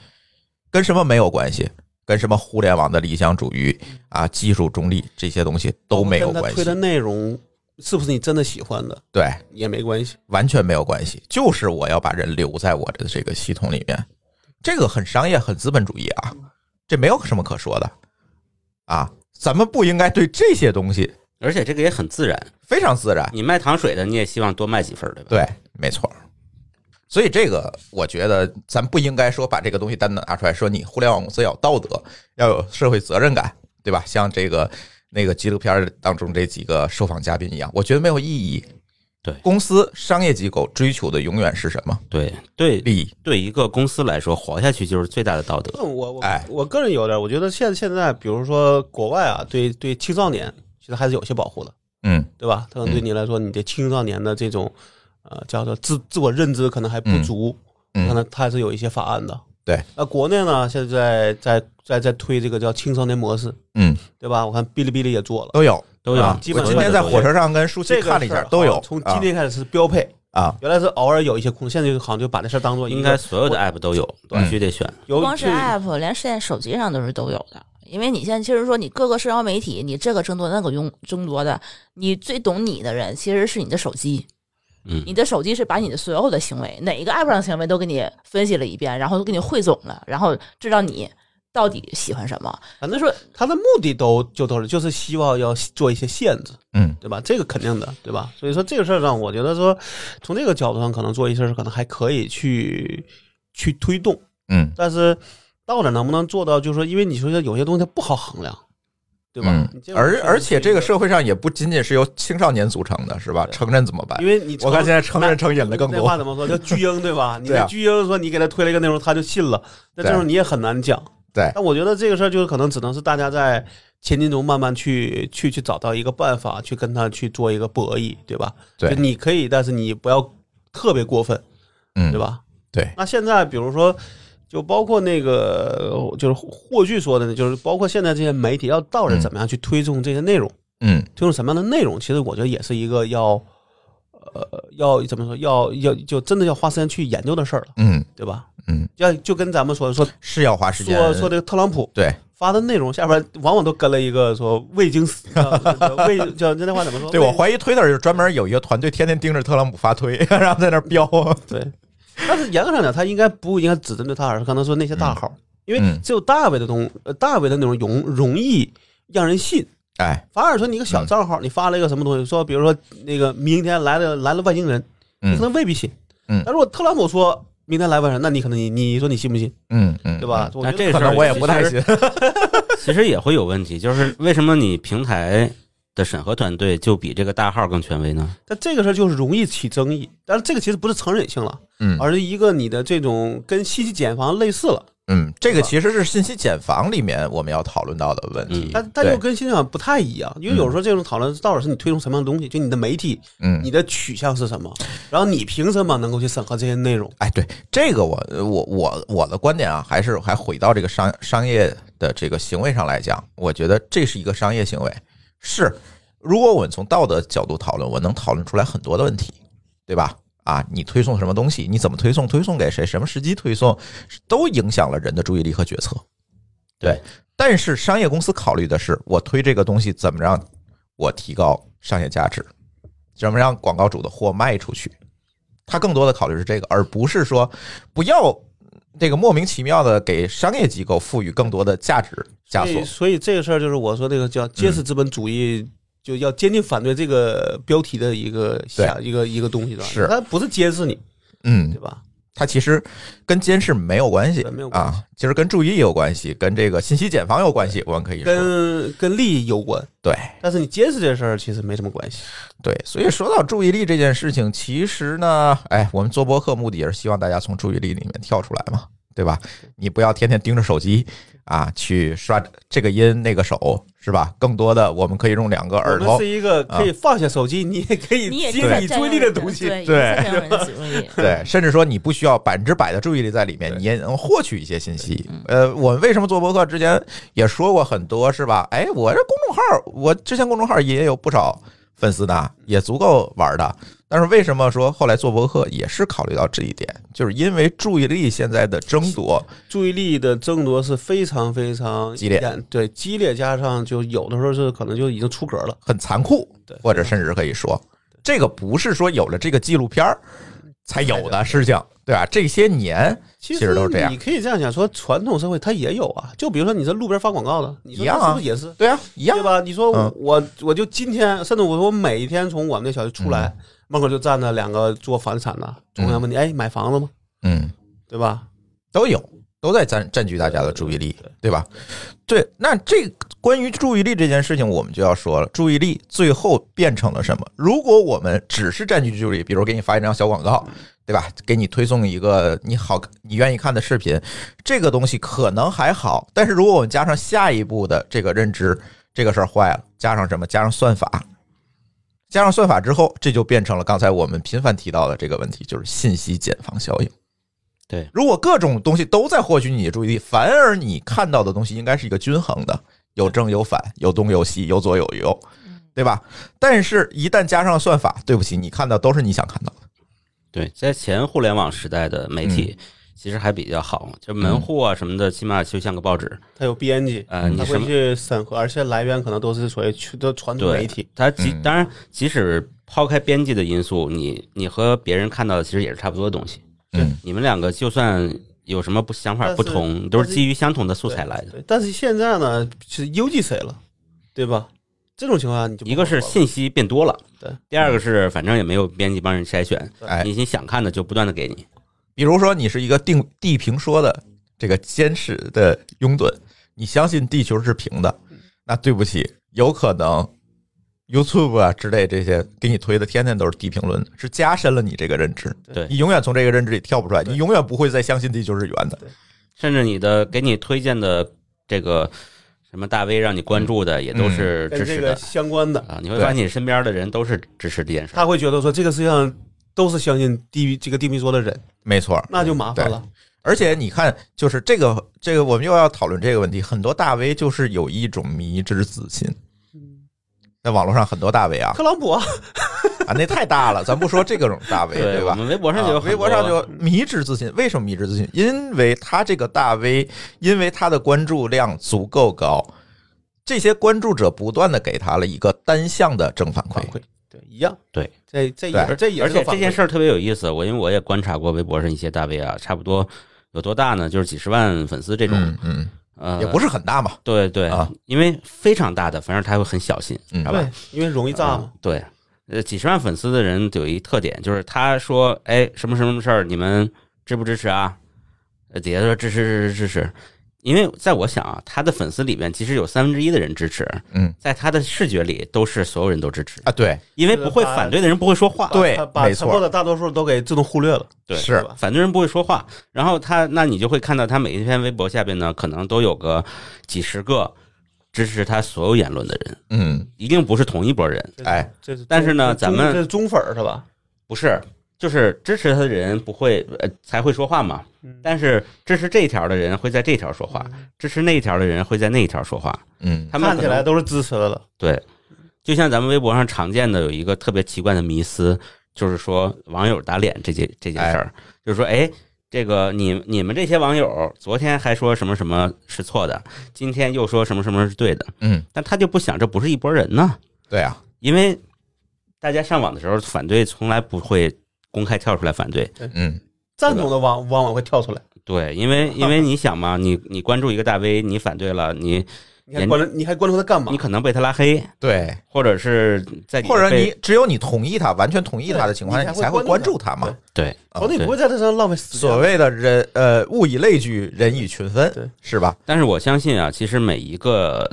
跟什么没有关系？跟什么互联网的理想主义啊、技术中立这些东西都没有
包括
关
跟他推的
系，
内容是不是你真的喜欢的
对，
也没关系，
完全没有关系。就是我要把人留在我的这个系统里面，这个很商业、很资本主义啊，这没有什么可说的啊。咱们不应该对这些东西
而且这个也很自然，
非常自然，
你卖糖水的，你也希望多卖几份儿，对吧？
对，没错儿。所以这个，我觉得咱不应该说把这个东西单拿出来说，你互联网公司要有道德，要有社会责任感，对吧？像这个那个纪录片儿当中这几个受访嘉宾一样，我觉得没有意义。
对
公司商业机构追求的永远是什么？
对对
利益。
对，一个公司来说，活下去就是最大的道德。
那嗯我我
哎
我个人有点，我觉得现现在，比如说国外啊，对对青少年其实还是有些保护的，
嗯
对吧？可能对你来说，你的青少年的这种呃叫做自自我认知可能还不足，
嗯
可能它还是有一些法案的。
对，
那国内呢，现在在在在推这个叫青少年模式，
嗯，
对吧？我看哔哩哔哩也做了，
都有
都有
啊
基
我
本
今
上
天
都
在
有
火车上跟舒淇
这个
看了一
事
下
儿，
都有
好像从今天开始是标配，
啊，
原来是偶尔有一些空，现在就好像就把这事儿当做
应该所有的 app 都有，
嗯
必须得选。
有
不光是 app，连现在手机上都是都有的。因为你现在就是说，你各个社交媒体，你这个争夺那个争争夺的，你最懂你的人其实是你的手机。
嗯
你的手机是把你的所有的行为，哪一个 app 上的行为都给你分析了一遍，然后都给你汇总了，然后知道你到底喜欢什么。
反正说他的目的都就都是就是希望要做一些限制，
嗯
对吧？这个肯定的，对吧？所以说这个事儿上，我觉得说从这个角度上，可能做一些事儿可能还可以去去推动，
嗯
但是到底能不能做到，就是说，因为你说有些东西它不好衡量，对吧？你
嗯
这，个
而而且这个
是
社会上也不仅仅是由青少年组成的，是吧？
对
成人怎么办
因？为你
我看现在成人成瘾的更
那话
多。
怎么说？叫巨婴对 吧？你
对
这
啊
巨婴说你给他推了一个内容，他就信了，那这时候
对啊
你也很难讲。
对
但我觉得这个事儿就是可能只能是大家在前进中慢慢去去去找到一个办法，去跟他去做一个博弈，对吧？
对
就你可以，但是你不要特别过分，
嗯，
对？吧？
对，
那现在比如说。就包括那个，就是霍炬说的呢，就是包括现在这些媒体要到底怎么样去推送这些内容，
嗯
推送什么样的内容，其实我觉得也是一个要，呃，要怎么说，要要就真的要花时间去研究的事儿了，
嗯
对吧？
嗯，
要就跟咱们说说
是要花时间
说说这个特朗普
对
发的内容下边往往都跟了一个说未 经思呃未叫那话怎么说？
对，我怀疑 Twitter 就是专门有一个团队天天盯着特朗普发推， 然后在那儿标。
对。但是严格上讲，他应该不应该只针对他，而是刚才说那些大号，因为
嗯
只有大 V 的东呃大 V 的内容容容易让人信。
哎，
反而说你一个小账号，你发了一个什么东西，说比如说那个明天来了来了外星人，你
嗯
可能未必信。
嗯
但如果特朗普说明天来外星人，那你可能你你说你信不信，
嗯嗯，
对吧？？我觉
那
得
这
可
事儿
能我也不太
其实
信。
其实也会有问题，就是为什么你平台的审核团队就比这个大号更权威呢？
但这个事儿就是容易起争议，但是这个其实不是成人性了，
嗯
而是一个你的这种跟信息茧房类似了，
嗯，这个其实是信息茧房里面我们要讨论到的问题。
但但
对
又跟信息茧房不太一样，因为有时候这种讨论到底是你推崇什么样的东西，就你的媒体，
嗯
你，的取向是什么，然后你凭什么能够去审核这些内容？
哎，对这个我我我我的观点啊，还是还回到这个商商业的这个行为上来讲，我觉得这是一个商业行为。是，如果我们从道德角度讨论，我能讨论出来很多的问题，对吧？啊，你推送什么东西，你怎么推送，推送给谁，什么时机推送，都影响了人的注意力和决策。对，但是商业公司考虑的是，我推这个东西怎么让我提高商业价值，怎么让广告主的货卖出去。他更多的考虑是这个，而不是说不要这个莫名其妙的给商业机构赋予更多的价值枷
所以
锁。嗯
所以这个事儿就是我说那个叫揭示资本主义，就要坚定反对这个标题的一个下一个一个东西的，
是
它不是揭示你，
嗯
对，吧？
它其实跟监视没有关系
对没有关系
啊，其实跟注意有关系，跟这个信息茧房有关系，我们可以说
跟跟利益有关，
对
但是你揭示这事儿其实没什么关系。
对。所以说到注意力这件事情，其实呢，哎，我们做播客目的也是希望大家从注意力里面跳出来嘛，对吧？你不要天天盯着手机啊，去刷这个音那个手，是吧？更多的我们可以用两个耳
我们
朵啊
是，一个可以放下手机，你也可以
你也
激励注意力的东西。
对，
对
占用人的注意 力。
对，甚至说你不需要百分之百的注意力在里面，
对嗯
你也能获取一些信息。呃，我们为什么做博客？之前也说过很多，是吧？哎，我这公众号，我之前公众号也有不少粉丝的，也足够玩的。但是为什么说后来做博客也是考虑到这一点，就是因为注意力现在的争夺，
注意力的争夺是非常非常
激烈
严，对激烈加上就有的时候是可能就已经出格了。
很残酷
对，
或者甚至可以说，这个不是说有了这个纪录片儿才有的事情，对吧？这些年
其
其实都是这样
你可以这样想说，传统社会它也有啊，就比如说你在路边发广告的，你说
一样
它
啊
是不是也是？
对啊，一样
对吧？你说
嗯
我、我就今天，甚至我说我每一天从我们那小区出
嗯
来，门口就站着两个做房地产的，总想问你，哎，买房子吗？
嗯。
对吧？
都有，都在占占据大家的注意力，对吧？对，那这关于注意力这件事情，我们就要说了，注意力最后变成了什么？如果我们只是占据注意力，比如给你发一张小广告，对吧？给你推送一个你好你愿意看的视频，这个东西可能还好，但是如果我们加上下一步的这个认知，这个事儿坏了，加上什么？加上算法，加上算法之后，这就变成了刚才我们频繁提到的这个问题，就是信息茧房效应。
对
如果各种东西都在获取你的注意力，反而你看到的东西应该是一个均衡的，有正有反，有东有西，有左有右，对吧？但是，一旦加上算法，对不起，你看到都是你想看到的。
对，在前互联网时代的媒体
嗯
其实还比较好，就门户啊什么的，起码就像个报纸，
它有编辑，
呃，你
嗯它
什
会
么
去审核，而且来源可能都是所谓去的传统
对
媒体。
它即
嗯
当然，即使抛开编辑的因素，你你和别人看到的其实也是差不多的东西。
嗯，
你们两个就算有什么不想法
但
不
是
同，都
但
是
是
基于相同的素材来的。
对，但是现在呢，是邮寄谁了，对吧？这种情况下你就不
一个
好说
是
了
信息变多了，
对；
第二个是反正也没有编辑帮人筛选，
哎，
你你想看的就不断的给你。
比如说你是一个定地平说的这个坚实的拥趸，你相信地球是平的，那对不起，有可能 YouTube 啊之类这些给你推的天天都是地平论，是加深了你这个认知。
对
你永远从这个认知里跳不出来，
对
你永远不会再相信地球是圆的。
甚至你的给你推荐的这个什么大 V 让你关注的，也都是支
嗯跟这
持
个
的、
相关的，
啊。你会
对
发现你身边的人都是支持这件事儿。
他会觉得说这个世界上都是相信地这个地平说的人，
没错儿，
那就麻
对
烦了。
而且你看，就是这个这个，我们又要讨论这个问题。很多大 V 就是有一种迷之自信，在网络上很多大 V 啊
特朗普啊，
啊，那太大了，咱不说这个种大 V
对我
吧？
们微博上就有
啊
很
微博
多
上就迷之自信，为什么迷之自信？因为他这个大 V，因为他的关注量足够高，这些关注者不断的给他了一个单向的正反馈
反。馈对一样，
对，
这这也
对
这也
而
是个
且
反
这
馈
件事儿特别有意思，我因为我也观察过微博上一些大 V 啊，差不多有多大呢？就是几十万粉丝这种，
嗯嗯，
呃，
也不
是
是很大嘛。
对对
啊，
因为非常大的，反正他会很小心，
嗯
好吧？
对，因为容易炸嘛
啊。对，呃，几十万粉丝的人有一特点，就是他说，哎，什么什么事儿，你们支不支持啊？呃，底下说支持支持支持。因为在我想啊，他的粉丝里面其实有三分之一的人支持，
嗯
在他的视觉里都是所有人都支持，
啊，对
因为不会反啊对的人不会说话，
对
把把
没错
沉默的大多数都给自动忽略了，
对
是
对吧
反对人不会说话，然后他，那你就会看到他每一篇微博下边呢，可能都有个几十个支持他所有言论的人，
嗯
一定不是同一拨人，
这
哎，
这是
但是呢
这
咱们
这是忠粉儿是吧？
不是，就是支持他的人不会呃才会说话嘛，
嗯
但是支持这一条的人会在这条说话，支持那一条的人会在那一条说话，
嗯
他们
看
可
起
能
来都是支持的了，
对，就像咱们微博上常见的有一个特别奇怪的迷思，就是说网友打脸这件这件事儿，就是说，哎，这个你你们这些网友昨天还说什么什么是错的，今天又说什么什么是对的，
嗯，
但他就不想这不是一拨人呢，
对啊，
因为大家上网的时候反对从来不会公开跳出来反对，
嗯
赞同的往往往会跳出来。
对，因为因为你想嘛，你你关注一个大 V，你反对了，你
你还
人
关注你还关注他干嘛
你？可能被他拉黑，
对，
或者是在
或者
被
你只有你同意他，完全同意他的情况下，
对
你
你
才
才
会
会
关
关
注
注
他嘛。
对
啊
哦，你
对
不会在这上浪费时间。啊
所谓的人呃，物以类聚，人以群
对
分，是吧？
但是我相信啊，其实每一个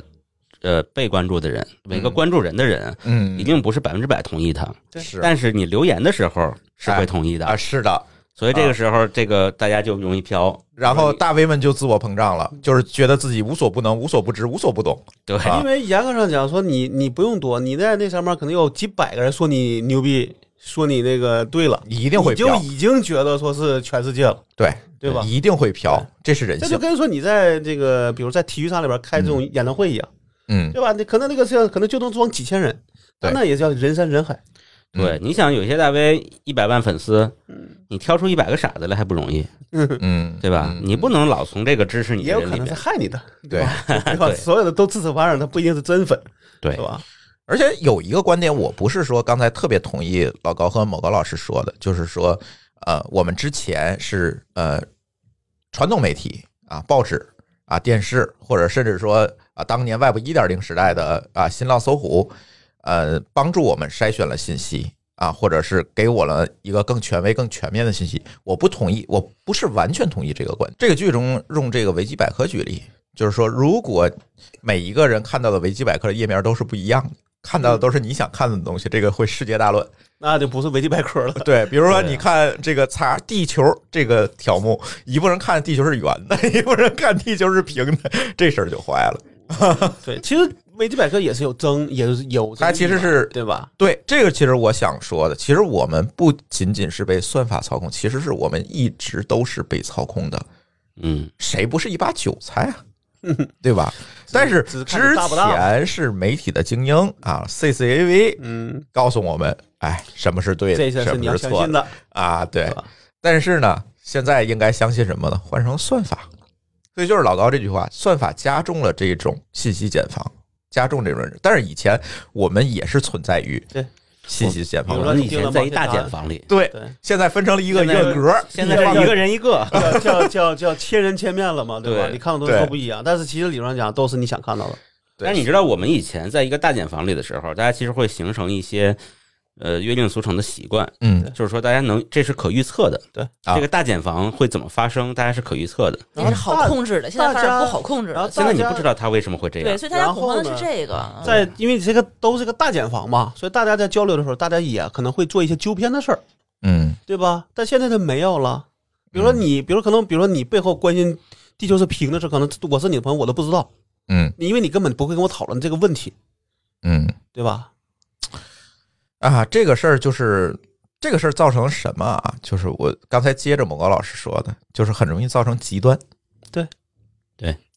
呃被关注的人，每个关注人的人，
嗯
一，定不是百分之百同意他，
对
是
但是你留言的时候是会同意的，
啊，是的。
所以这个时候，这个大家就容易飘。
然后大 V 们就自我膨胀了，就是觉得自己无所不能、无所不知、无所不懂。
对
啊
因为严格上讲，说你你不用多，你在那上面可能有几百个人说你牛逼，说你那个对了，
你一定会
你就
飘，
已经觉得说是全世界了，
对
对吧？
一定会飘这
对，
是人
这
性。
就跟说你在这个，比如在体育场里边开这种演唱会一样，
嗯，
对吧？你可能那个是可能就能装几千人，
对
那也叫人山人海。
对，你想有些大 V 一百万粉丝，你挑出一百个傻子来还不容易，
嗯，
对吧？
嗯
你不能老从这个支持你
也
的
有
人
可
里
能是
面，
害 你的，
对。
对吧？所有的都支持反而他不一定是真粉，
对
对吧？
而且有一个观点，我不是说刚才特别同意老高和某高老师说的，就是说，呃，我们之前是呃传统媒体啊，报纸啊、电视，或者甚至说啊，当年 Web 一点零时代的啊，新浪、搜狐，呃，帮助我们筛选了信息啊，或者是给我了一个更权威、更全面的信息。我不同意，我不是完全同意这个观。这个剧中用这个维基百科举例，就是说，如果每一个人看到的维基百科的页面都是不一样的，看
嗯
到的都是你想看的东西，这个会世界大乱。
那就不是维基百科了。
对，比如说
对啊
你看这个查地球这个条目，一部分人看地球是圆的， 一部分人看地球是平的，这事儿就坏了。
对，其实维基百科也是有争，也是有争议的，
它其实是
对吧？
对，这个其实我想说的，其实我们不仅仅是被算法操控，其实是我们一直都是被操控的。
嗯，
谁不是一把韭菜 啊？对吧？但是
只
之
是看你大不大
前是媒体的精英啊，CCAV
嗯，
告诉我们，哎，什么是对
这
的，
些
什
是你
么
要
是
相
错
信的，
啊？对
对。吧？
但是呢，现在应该相信什么呢？换成算法。所以就是老高这句话，算法加重了这种信息茧房，加重这种人。但是以前我们也是存在于
对
信息茧
比
房
如
中
说
说
你以
你
前
定
在
了
一大
盲点
茧房里，
对，
对，
现在分成了一个一
现在
个格儿，
现在是一个人一个，
叫叫叫叫千人千面了嘛，对吧？
对
你看的东西
对
都不一样，但是其实理论上讲都是你想看到的。
对
但是你知道，我们以前在一个大茧房里的时候，大家其实会形成一些呃约定俗成的习惯，
嗯
对，
就是说大家能这是可预测的，
对
啊
这个大茧房会怎么发生，大家是可预测的。
也是好控制的，现在反
大
而
家
不好控制
然后
了。
现在你不知
道。
道它为什么会这
对，
样，
所以大家
然后
恐慌的
呢
是这个。嗯
在因为这个都是个大茧房嘛，所以大家在交流的时候，大家也可能会做一些纠偏的事儿，
嗯，
对吧？但现在它没有了。比如说你，比如可能，比如说你背后关心地球是平的事，可能我是你的朋友，我都不知道，
嗯
你因为你根本不会跟我讨论这个问题，
嗯
对吧？
啊，这个事儿就是这个事儿造成什么啊？就是我刚才接着某高老师说的，就是很容易造成极端。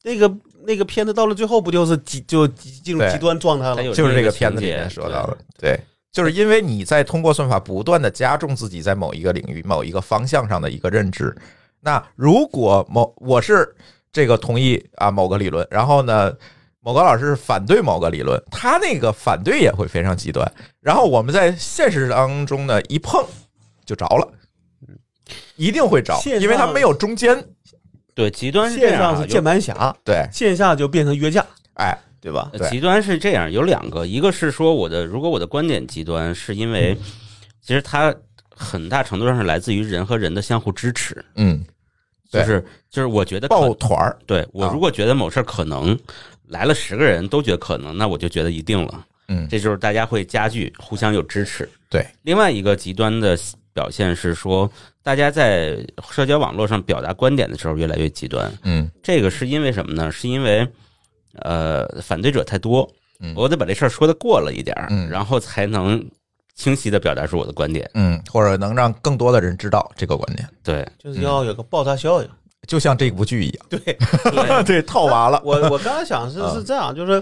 那个那个片子到了最后，不就是极就极进入
对
极端状态
它有
了？
就是这个
个
片子里
情节
面说到的，对，就是因为你在通过算法不断的加重自己在某一个领域、某一个方向上的一个认知。那如果某我是这个同意啊某个理论，然后呢，某个老师是反对某个理论，他那个反对也会非常极端。然后我们在现实当中呢一碰就着了，一定会着，
线上
因为它没有中间。
对极端是这
线
样
上
啊，
是键盘侠，
对，
线下就变成约架，
哎，
对吧？
对
有呃极端是这样，有两个，一个是说我的如果我的观点极端，是因为
嗯
其实它很大程度上是来自于人和人的相互支持，
嗯，
就
对
是就是我觉得可
抱团儿，
对我
啊
如果觉得某事儿可能，来了十个人都觉得可能，那我就觉得一定了。
嗯，
这就是大家会加剧，互相有支持。
对，
另外一个极端的表现是说，大家在社交网络上表达观点的时候越来越极端。
嗯
这个是因为什么呢？是因为呃，反对者太多
嗯，
我得把这事儿说的过了一点儿，
嗯
然后才能清晰的表达出我的观点。
嗯，或者能让更多的人知道这个观点。
对，
就是要有个爆炸效应。
就像这部剧一样，
对
对，套娃了，
我我刚才想是
啊
是这样，就是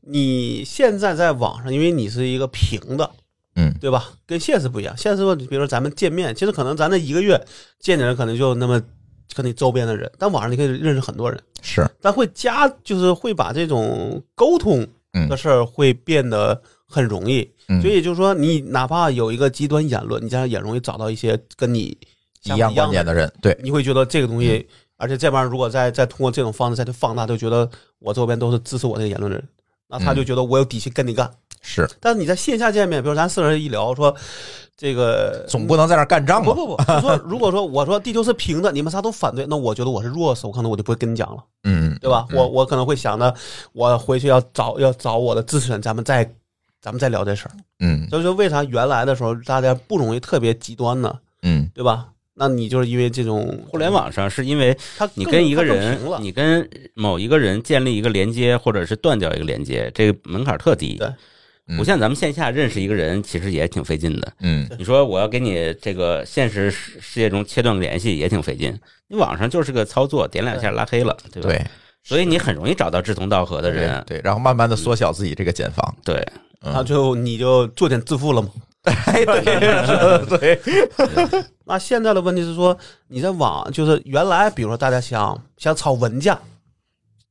你现在在网上，因为你是一个平的，
嗯
对吧？跟现实不一样，现实比如说咱们见面，其实可能咱那一个月见的人可能就那么跟你周边的人，但网上你可以认识很多人，
是，
但会加就是会把这种沟通
嗯
的事儿会变得很容易，
嗯，
所以就是说你哪怕有一个极端言论，你这样也容易找到一些跟你
一
想法
样观点的人，对，
你会觉得这个东
嗯
西，而且这帮人如果再再通过这种方式再去放大，就觉得我周边都是支持我这个言论的人，那他
嗯
就觉得我有底气跟你干。
是，
但是你在线下见面，比如咱四个人一聊，说这个
总不能在那儿干仗
呃不
吧？
不不，就说如果说我说地球是平的，你们仨都反对，那我觉得我是弱势，我可能我就不会跟你讲了，
嗯，
对吧？
嗯
我我可能会想着，我回去要找要找我的支持人，咱们再咱们再聊这事儿。
嗯
所以说，为啥原来的时候大家不容易特别极端呢？
嗯
对吧？那你就是因为这种
互联，网上是因为
它
你
更
跟一个
它更
人
平了，
你跟某一个人建立一个连接，或者是断掉一个连接，这个门槛特低。
对
嗯
不像咱们线下认识一个人，其实也挺费劲的。
嗯，
你说我要跟你这个现实世世界中切断联系，也挺费劲。你网上就是个操作，点两下拉黑了，对吧？
对
所以你很容易找到志同道合的人。
对，然后慢慢的缩小自己这个茧房，
对，
嗯
那就你就做点 自负了嘛。
哎，对对，
那现在的问题是说，你在网就是原来，比如说大家想想炒文价，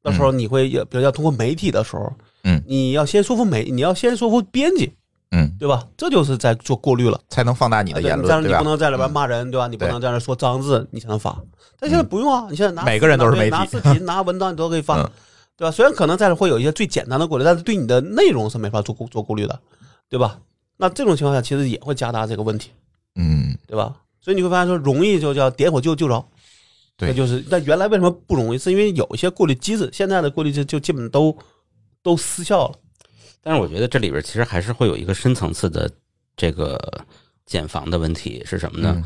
那时候你会也比如要通过媒体的时候，
嗯
你要先说服媒，你要先说服编辑，
嗯，
对吧？这就是在做过滤了。
才能放大你的
啊对
言
你当
论，
然
对
你
吧
不？能在里边
嗯
骂人，对吧？你不
对嗯
能在那说脏字，你才能发。但现在不用啊，你现在拿
每个人都是
拿
媒体
拿视频、拿文章你都可以发
嗯，
对吧？虽然可能在这会有一些最简单的过滤，但是对你的内容是没法做过做过滤的，对吧？那这种情况下，其实也会加大这个问题，
嗯，
对吧？所以你会发现说，容易就叫点火就就着，
对
那就是那原来为什么不容易，是因为有一些过滤机制，现在的过滤机制就基本都都失效了。
但是我觉得这里边其实还是会有一个深层次的这个减防的问题是什么呢？
嗯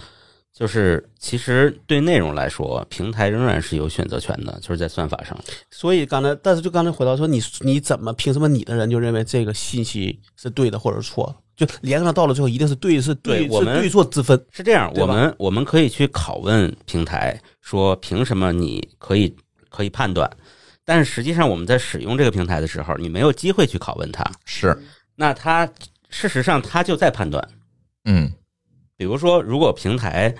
就是其实对内容来说，平台仍然是有选择权的，就是在算法上。
所以刚才，但是就刚才回到说你，你怎么凭什么你的人就认为这个信息是对的或者是错的？就联想到了最后一定是对是
对
对
我们
是对错之分。
是这样，
对
我
吧
们我们可以去拷问平台，说凭什么你可以可以判断？但是实际上我们在使用这个平台的时候，你没有机会去拷问它，
是，
那它事实上它就在判断。
嗯
比如说，如果平台，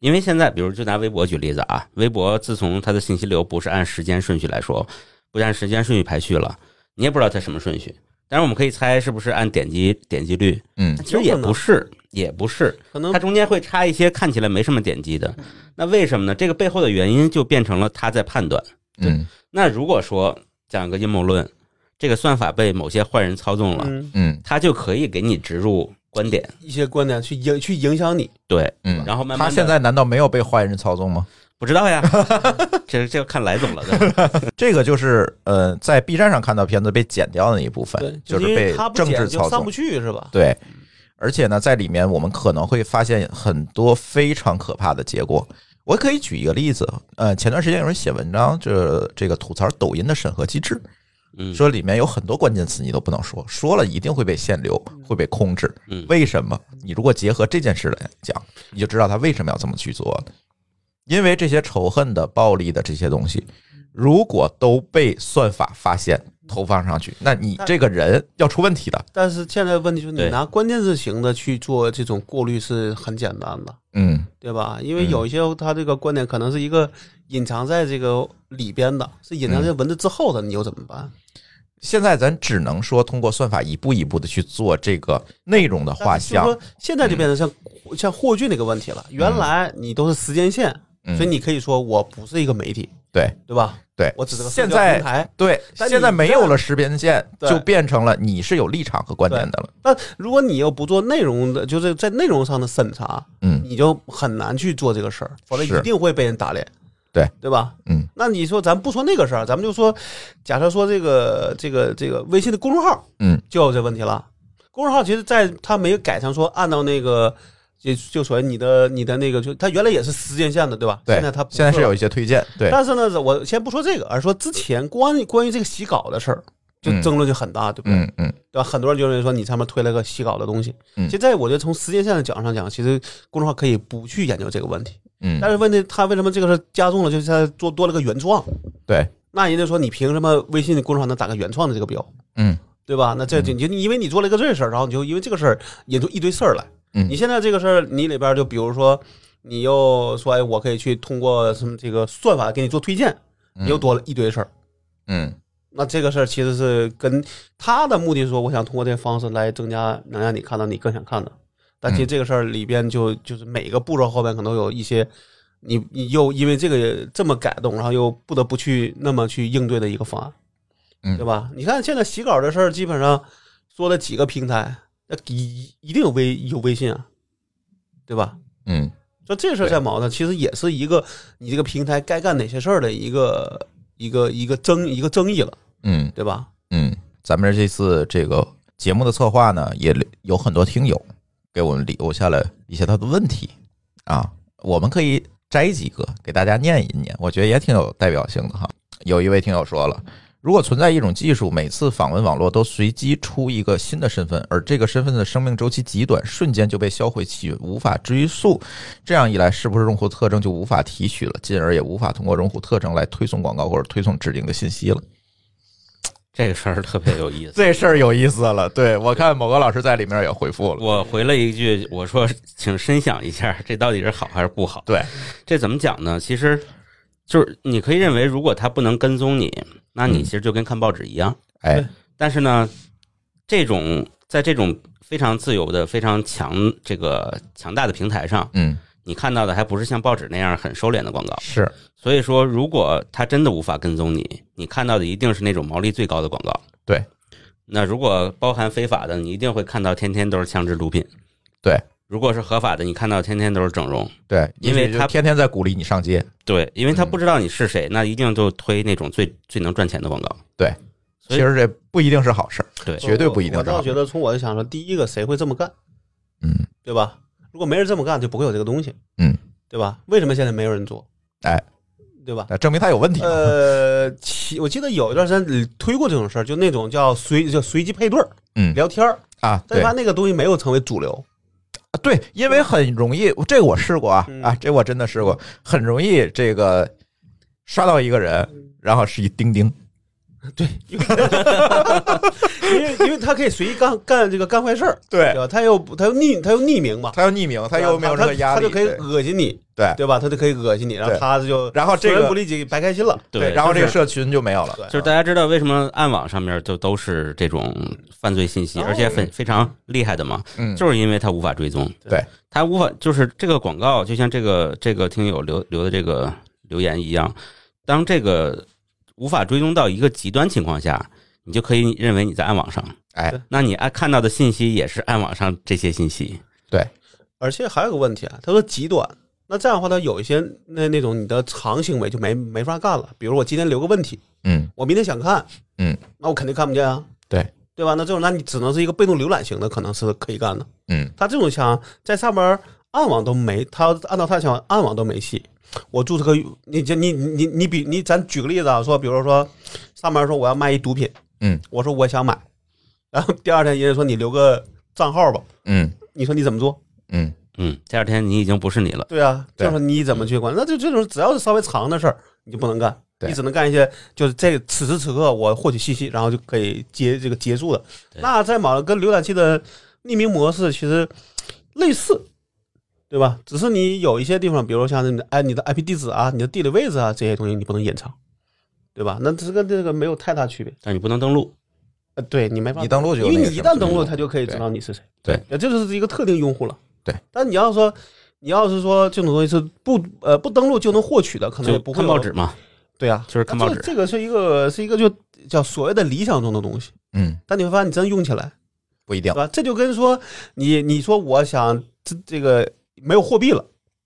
因为现在，比如就拿微博举例子啊，微博自从它的信息流不是按时间顺序来说，不是按时间顺序排序了，你也不知道它什么顺序。但是我们可以猜是不是按点击点击率，
嗯
其实也不是，也不是，
可能
它中间会插一些看起来没什么点击的。那为什么呢？这个背后的原因就变成了它在判断。
嗯
那如果说讲一个阴谋论，这个算法被某些坏人操纵了，
嗯
嗯
它就可以给你植入观点，
一些观点去影去影响你，
对，
嗯。
然后慢慢
他
地
现在难道没有被坏人操纵吗？
不知道呀，这这要看来总了的。
这个就是呃，在 B 站上看到片子被剪掉的那一部
对
分，，
就是
是
因为
被
他不
政治
剪就
操
上
纵
不。去是吧？
对，而且呢，在里面我们可能会发现很多非常可怕的结果。我可以举一个例子，呃，前段时间有人写文章，这这个吐槽抖音的审核机制，
嗯，
说里面有很多关键词你都不能说，说了一定会被限流，会被控制
嗯。
为什么？你如果结合这件事来讲，你就知道他为什么要这么去做了。因为这些仇恨的、暴力的这些东西，
嗯
如果都被算法发现投放上去，那你这个人要出问题的。
但是现在问题就是，你
对
拿关键字型的去做这种过滤是很简单的，
嗯
对吧？因为有一些他这个观点可能是一个隐藏在这个里边的，是隐藏在文字之后的，你又怎么办？
现在咱只能说通过算法一步一步的去做这个内容的画
就
像嗯
说，现在就变成像、像霍炬那个问题了。原来你都是时间线，
嗯
所以你可以说我不是一个媒体，
对
对吧？
对。
我只是个
现
社交
在
平台。
对，
但你
现在没有
这
了识别线，
对
就变成了你是有立场和观点的了。
但如果你又不做内容的，就是在内容上的审查，
嗯
你就很难去做这个事儿，否则
是
一定会被人打脸。
对
对吧？
嗯，
那你说咱不说那个事儿，咱们就说，假设说这个这个这个微信的公众号，
嗯，
就有这问题了。公众号其实在它没有改成说按照那个。就就所谓你的你的那个，就它原来也是时间线的，对吧？
对，
现在它不
现在是
了
有一些推荐，对，
但是呢，我先不说这个，而说之前关于关于这个洗稿的事儿，就
嗯
争论就很大，对不对？
嗯嗯
对吧？很多人就认为说你上面推了个洗稿的东西。
嗯
现在我觉得从时间线的角度上讲，其实公众号可以不去研究这个问题。
嗯，
但是问题他为什么这个事儿加重了，就是他做多了个原创。
对，
那人家说你凭什么微信的公众号能打个原创的这个标，
嗯
对吧？那这就你就因为你做了一个这事儿，然后你就因为这个事儿引出一堆事儿来。
嗯
你现在这个事儿，你里边儿就比如说，你又说，哎，我可以去通过什么这个算法给你做推荐，
嗯
又多了一堆事儿。
嗯
那这个事儿其实是跟他的目的是说，我想通过这个方式来增加，能让你看到你更想看的。但其实这个事儿里边就就是每个步骤后边可能有一些，你你又因为这个这么改动，然后又不得不去那么去应对的一个方案，
嗯
对吧？你看现在洗稿这事儿，基本上说了几个平台，那一一定有微有微信啊，对吧？
嗯，
说这事儿在矛盾，其实也是一个你这个平台该干哪些事儿的一个一个一个争一个争议了，
嗯
对吧？
嗯，咱们这次这个节目的策划呢，也有很多听友给我们留下了一些他的问题啊，我们可以摘几个给大家念一念，我觉得也挺有代表性的哈。有一位听友说了。如果存在一种技术，每次访问网络都随机出一个新的身份，而这个身份的生命周期极短，瞬间就被销毁其无法追溯，这样一来，是不是用户特征就无法提取了，进而也无法通过用户特征来推送广告或者推送指定的信息了？
这个事儿特别有意思。
这事儿有意思了，对我看某个老师在里面也回复了，
我回了一句，我说：“请深想一下，这到底是好还是不好？”
对，
这怎么讲呢？其实就是你可以认为，如果它不能跟踪你，那你其实就跟看报纸一样。
哎，
但是呢，这种在这种非常自由的、非常强这个强大的平台上，
嗯，
你看到的还不是像报纸那样很收敛的广告。
是，
所以说，如果它真的无法跟踪你，你看到的一定是那种毛利最高的广告。
对，
那如果包含非法的，你一定会看到天天都是枪支毒品。
对，
如果是合法的，你看到天天都是整容，
对，
因为
也许就
他
天天在鼓励你上街，
对，因为他
嗯
不知道你是谁，那一定就推那种最最能赚钱的广告。
其
所以
实这不一定是好事儿，
对
绝对不一定
我
是好
倒
事
觉
儿。
得从我的想说，第一个谁会这么干，
嗯，
对吧？如果没人这么干，就不会有这个东西，
嗯，
对吧？为什么现在没有人做？
哎，
对吧？
那证明他有问题嘛。
呃，其我记得有一段时间推过这种事儿，就那种叫随叫随机配对儿
嗯
聊天儿，
啊，
呃
对
但是他那个东西没有成为主流，
啊对，因为很容易，这个我试过啊
嗯
啊，这我真的试过，很容易这个刷到一个人，然后是一钉钉，
因为因为他可以随意干干这个干坏事儿，对
对，
吧？他又不他又匿他又匿名嘛，
他又匿哎名，他又没有任何压
他
力，
就可以
对
恶心你，
对
对吧？他就可以恶心你，然后
对
他就
然后这个
出人不利己，白开心了，
对，然后这
就
个
是
社群就没有了。
对
就是大家知道为什么暗网上面就都是这种犯罪信息，
哦
而且非非常厉害的嘛，
嗯，
就是因为他无法追踪，
对，
他无法就是这个广告，就像这个这个听友留留的这个留言一样，当这个无法追踪到一个极端情况下，你就可以认为你在暗网上，
哎，
那你按看到的信息也是暗网上这些信息，
而且还有个问题啊，他说极端，那这样的话，他有一些那那种你的常行为就没没法干了。比如我今天留个问题，
嗯，
我明天想看，
嗯，
那我肯定看不见啊，
对
对吧？那这种，那你只能是一个被动浏览型的，可能是可以干的。
嗯，
他这种想在上面暗网都没，他要按照他的想法暗网都没戏。我注册个，你这你你你比你，咱举个例子啊，说比如说上面说我要卖一毒品，
嗯，
我说我想买，然后第二天人家说你留个账号吧，
嗯
你说你怎么做？
嗯，
嗯，第二天你已经不是你了，
对啊，
对嗯
就说你怎么去管？那就这种只要是稍微长的事儿，你就不能干，
对
你只能干一些就是这此时此刻我获取信息，然后就可以结这个结束的。
对
那在网跟浏览器的匿名模式其实类似，对吧？只是你有一些地方，比如像你的哎你的 IP 地址啊、你的地理位置啊这些东西，你不能隐藏，对吧？那这个这个没有太大区别。
但你不能登录，
呃，对你没办法
你，登录就
因
有
为
那个
你一
什么
旦登录，
对
它就可以知道你是谁。
对，
也就是一个特定用户了。
对，
但你要说，你要是说这种东西是不呃不登录就能获取的，可能也
就
不会
看
有
报纸。嘛，
对啊，
就是看报
这
纸
个，这个是一个是一个就叫所谓的理想中的东西，
嗯，
但你会发现你真用起来，
不一定
对，吧？这就跟说你你说我想这这个没有货币了，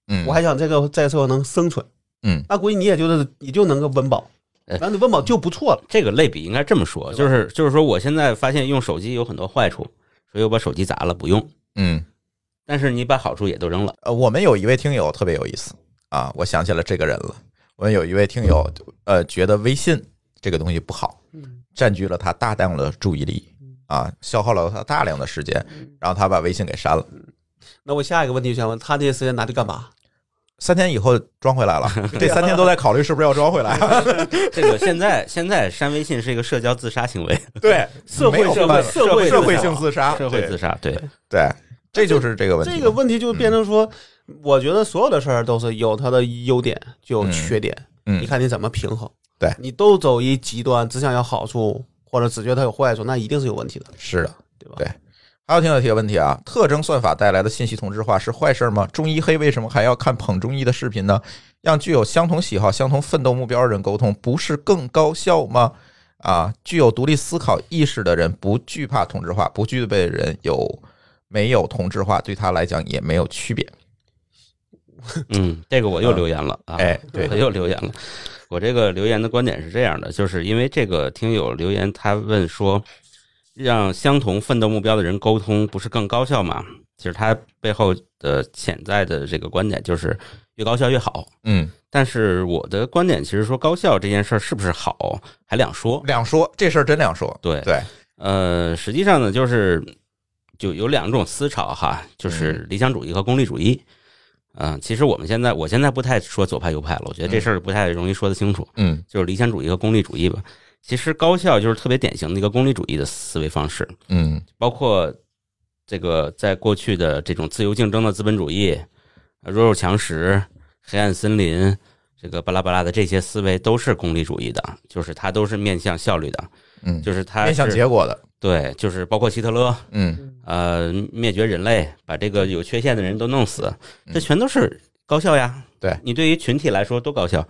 嗯，
我还想这个在社会能生存，
嗯，
那估计你也就是你就能够温饱，
哎
然后你温饱就不错了。
这个类比应该这么说，
对吧
就是就是说，我现在发现用手机有很多坏处，所以我把手机砸了不用，
嗯，
但是你把好处也都扔了。
呃，我们有一位听友特别有意思啊，我想起了这个人了。我们有一位听友，呃，觉得微信这个东西不好，
嗯
占据了他大量的注意力啊，消耗了他大量的时间，
嗯
然后他把微信给删了。
那我下一个问题就想问，他这些时间拿去干嘛？
三天以后装回 来了，这三天都在考虑是不是要装回来。
这个现在现在删微信是一个社交自杀行为，
对，
社会
没有
社
办
会
法
社会
社
社
会
会
性自杀，
社会自杀。对，
对，这就是这个问题嘛。
这个问题就变成说，我觉得所有的事儿都是有它的优点，就有缺点，
嗯
你看你怎么平衡。
对
你都走一极端，只想要好处，或者只觉得它有坏处，那一定是有问题的，
是的，
对吧？
对还有听友提个问题啊，特征算法带来的信息同质化是坏事吗？中医黑为什么还要看捧中医的视频呢？让具有相同喜好、相同奋斗目标的人沟通，不是更高效吗？啊，具有独立思考意识的人不惧怕同质化，不具备的人有没有同质化，对他来讲也没有区别。
嗯，这个我又留言了啊，
哎对
我又留言了。我这个留言的观点是这样的，就是因为这个听友留言，他问说，让相同奋斗目标的人沟通，不是更高效吗？其实他背后的潜在的这个观点就是，越高效越好。
嗯，
但是我的观点其实说高效这件事儿是不是好还两说。
两说这事儿真两说。
对，
对，
呃，实际上呢，就是就有两种思潮哈，就是理想主义和功利主义。嗯、其实我们现在我现在不太说左派右派了，我觉得这事儿不太容易说得清楚，
嗯
就是理想主义和功利主义吧。其实高效就是特别典型的一个功利主义的思维方式，
嗯
包括这个在过去的这种自由竞争的资本主义、呃弱肉强食、黑暗森林，这个巴拉巴拉的这些思维都是功利主义的，就是它都是面向效率的，
嗯，
就是它
面向
是
结果的。
对，就是包括希特勒，
嗯，
呃，灭绝人类，把这个有缺陷的人都弄死，这全都是高效呀。
嗯对
你对于群体来说多高效，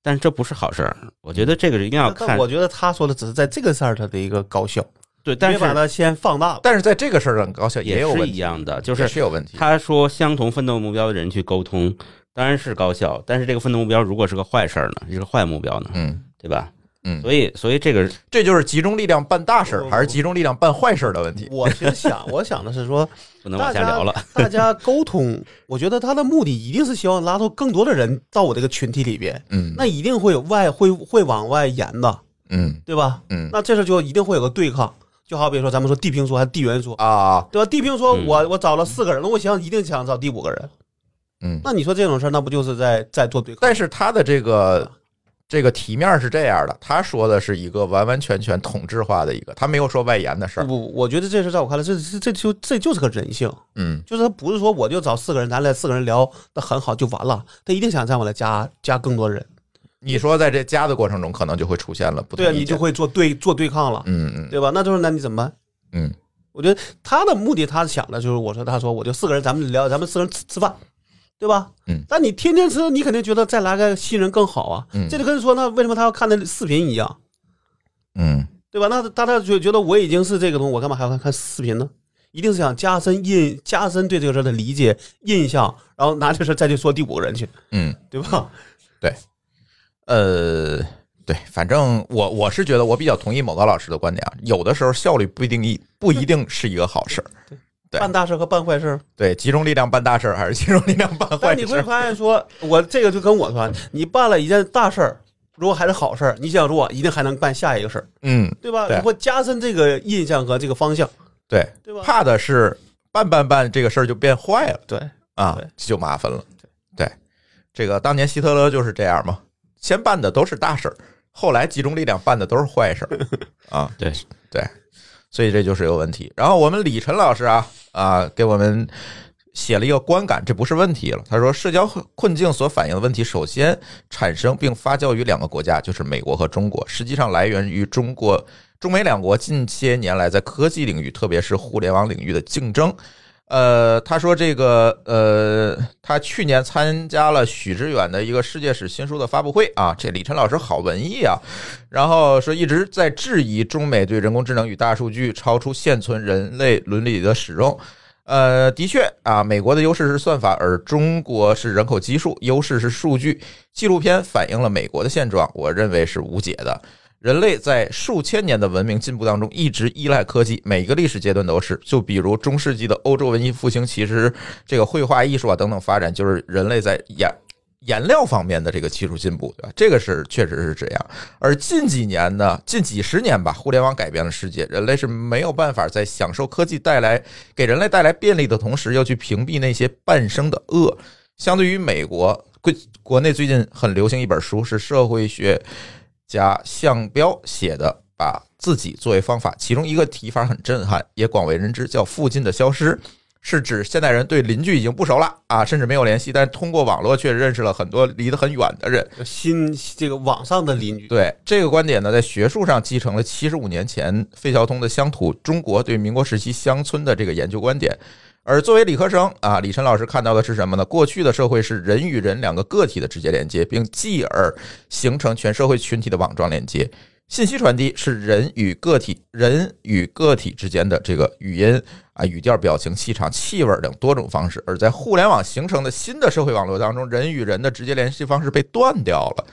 但是这不是好事儿。我觉得这个一定要
但但
看
我觉得他说的只是在这个事儿它的一个高效，
对，但
别把
是
它先放大了。
但是在这个事儿上，高校
也
有问
是
题，
一样的，就
就是是有问题。
他说相同奋斗目标的人去沟通，当然是高效，但是这个奋斗目标如果是个坏事儿呢，是个坏目标呢，
嗯
对吧？
嗯，
所以，所以这个
这就是集中力量办大事
哦
儿，还是集中力量办坏事儿的问题。
我其 实想，我想的是说，
不能往下聊了。
大家沟通，我觉得他的目的一定是希望拉到更多的人到我这个群体里边，
嗯
那一定会有外会会往外延的，
嗯
对吧？
嗯
那这事儿就一定会有个对抗，就好比说咱们说地平说还是地缘说，
啊
对吧？地平说
嗯
我我找了四个人，那我想一定想找第五个人，
嗯，
那你说这种事儿，那不就是在在做对抗？
但是他的这个这个题面是这样的，他说的是一个完完全全统治化的一个，他没有说外延的事
不
儿。
不，我觉得这事儿在我看来，这这这就这就是个人性，
嗯
就是他不是说我就找四个人，咱俩四个人聊的很好就完了，他一定想再往来加加更多人，
你说在这加的过程中，可能就会出现了不同
对啊，
意
你就
见
会做对做对抗了，
嗯嗯
对吧？那就是那你怎么办？
嗯
我觉得他的目的，他想的就是，我说他说我就四个人，咱们聊，咱们四个人吃吃饭，对吧？
嗯
但你天天吃，你肯定觉得再来个新人更好啊。
嗯
这就跟说那为什么他要看那视频一样，
嗯
对吧？那他他就觉得我已经是这个东西，我干嘛还要看看视频呢？一定是想加深印加深对这个事儿的理解印象，然后拿这事儿再去说第五个人去，
嗯，
对吧？
呃，对，反正我我是觉得我比较同意某高老师的观点啊，有的时候效率不一定一不一定是一个好事儿。对
办大事和办坏事儿，
对，集中力量办大事儿还是集中力量办坏
但你
事
会
儿？
发现说，我这个就跟我说，你办了一件大事儿，如果还是好事儿，你想如果一定还能办下一个事儿。
嗯，
对吧？
对
你会加深这个印象和这个方向，
对，
对吧？
怕的是办办办这个事儿就变坏了
对，
啊
对，
这就麻烦了。对，这个当年希特勒就是这样嘛，先办的都是大事儿，后来集中力量办的都是坏事儿啊。
对
对，所以这就是有问题。然后我们李晨老师啊啊，给我们写了一个观感，这不是问题了。他说，社交困境所反映的问题，首先产生并发酵于两个国家，就是美国和中国，实际上来源于中国。中美两国近些年来在科技领域，特别是互联网领域的竞争。呃，他说这个呃，他去年参加了许知远的一个世界史新书的发布会啊，这李晨老师好文艺啊。然后说一直在质疑中美对人工智能与大数据超出现存人类伦理的使用。呃，的确啊，美国的优势是算法，而中国是人口基数，优势是数据。纪录片反映了美国的现状，我认为是无解的。人类在数千年的文明进步当中一直依赖科技，每个历史阶段都是。就比如中世纪的欧洲文艺复兴，其实这个绘画艺术啊等等发展，就是人类在颜颜料方面的这个技术进步，对吧？这个是确实是这样。而近几年呢，近几十年吧，互联网改变了世界，人类是没有办法在享受科技带来给人类带来便利的同时，要去屏蔽那些伴生的恶。相对于美国，国国内最近很流行一本书，是社会学家项彪写的，把自己作为方法，其中一个提法很震撼，也广为人知，叫“附近的消失”。是指现代人对邻居已经不熟了啊，甚至没有联系，但是通过网络却认识了很多离得很远的人。
新这个网上的邻居，
对这个观点呢，在学术上继承了七十五年前费孝通的《乡土中国对民国时期乡村的这个研究观点》。而作为理科生啊，李晨老师看到的是什么呢？过去的社会是人与人两个个体的直接连接，并继而形成全社会群体的网状连接。信息传递是人与个体、人与个体之间的这个语音啊、语调、表情、气场、气味等多种方式。而在互联网形成的新的社会网络当中，人与人的直接联系方式被断掉了。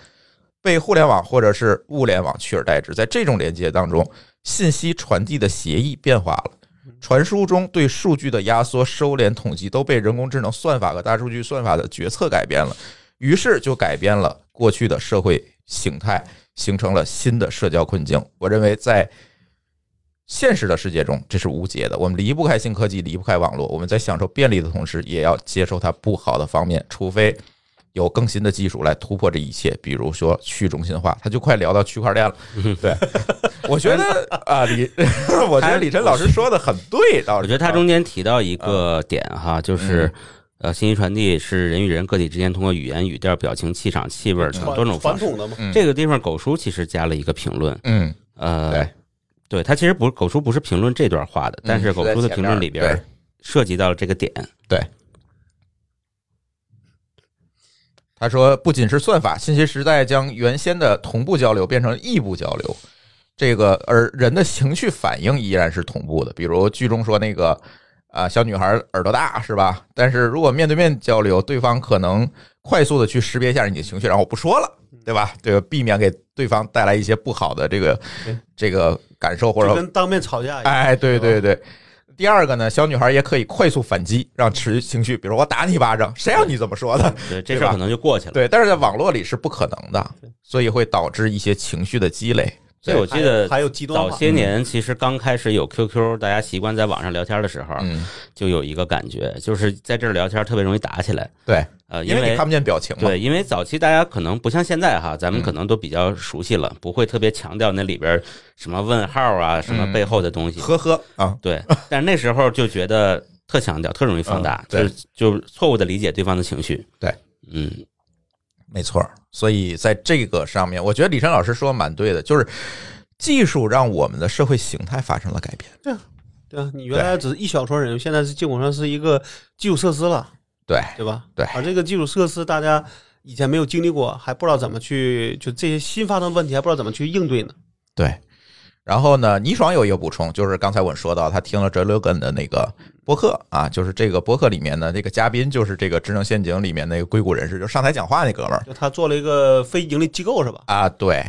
被互联网或者是物联网取而代之。在这种连接当中，信息传递的协议变化了，传输中对数据的压缩、收敛、统计都被人工智能算法和大数据算法的决策改变了，于是就改变了过去的社会形态，形成了新的社交困境。我认为在现实的世界中，这是无解的。我们离不开新科技，离不开网络。我们在享受便利的同时，也要接受它不好的方面，除非有更新的技术来突破这一切，比如说去中心化。他就快聊到区块链 了。对，我觉得啊，李， 我觉得李晨老师说的很对，倒
我
是
觉得他中间提到一个点哈，就是
嗯。
呃，信息传递是人与人个体之间通过语言、语调、表情、气场、气味等多种
传
方式。
统的嘛，
嗯
这个地方，狗叔其实加了一个评论，
嗯
呃
对，嗯
对他其实不是狗叔不是评论这段话的，但是
是
狗
在
叔的
前
评
面
论里
对
边涉及到了这个点，
他说，不仅是算法，信息时代将原先的同步交流变成异步交流。这个而人的情绪反应依然是同步的。比如剧中说那个啊、小女孩耳朵大是吧？但是如果面对面交流，对方可能快速的去识别一下你的情绪，然后我不说了，
嗯
对吧？这个避免给对方带来一些不好的这个
对
这个感受或
就
者
跟当面吵架一样。
哎，对
对
对对。第二个呢，小女孩也可以快速反击，让持情绪，比如我打你一巴掌，谁让你这么说的？
对，这事
对吧
儿可能就过去了。
对，但是在网络里是不可能的，所以会导致一些情绪的积累。
所以我记得
还有啊极端
早
化，
些年其实刚开始有 QQ，大家习惯在网上聊天的时候，
嗯，
就有一个感觉，就是在这儿聊天特别容易打起来。
对，
呃，
因
因
为你
为
看不见表情嘛。
对，因为早期大家可能不像现在哈，咱们
嗯
可能都比较熟悉了，不会特别强调那里边什么问号
嗯
啊，什么背后的东西。
呵呵啊，
对，但是那时候就觉得特强调，特容易放大，
嗯对
就就错误的理解对方的情绪。
对，
嗯，
没错儿。所以在这个上面，我觉得李晨老师说得蛮对的，就是技术让我们的社会形态发生了改变。
对啊，你原来只是一小撮人，现在是基本上是一个基础设施了，
对，
对吧？
对
而这个基础设施大家以前没有经历过，还不知道怎么去，就这些新发生问题还不知道怎么去应对呢。
对。然后呢，倪爽有一个补充，就是刚才我说到，他听了 j o l o g a n 的那个播客啊，就是这个播客里面呢，这个嘉宾就是这个《职能陷阱》里面那个硅谷人士，就上台讲话那哥们儿
就他做了一个非盈利机构是吧？
啊，对，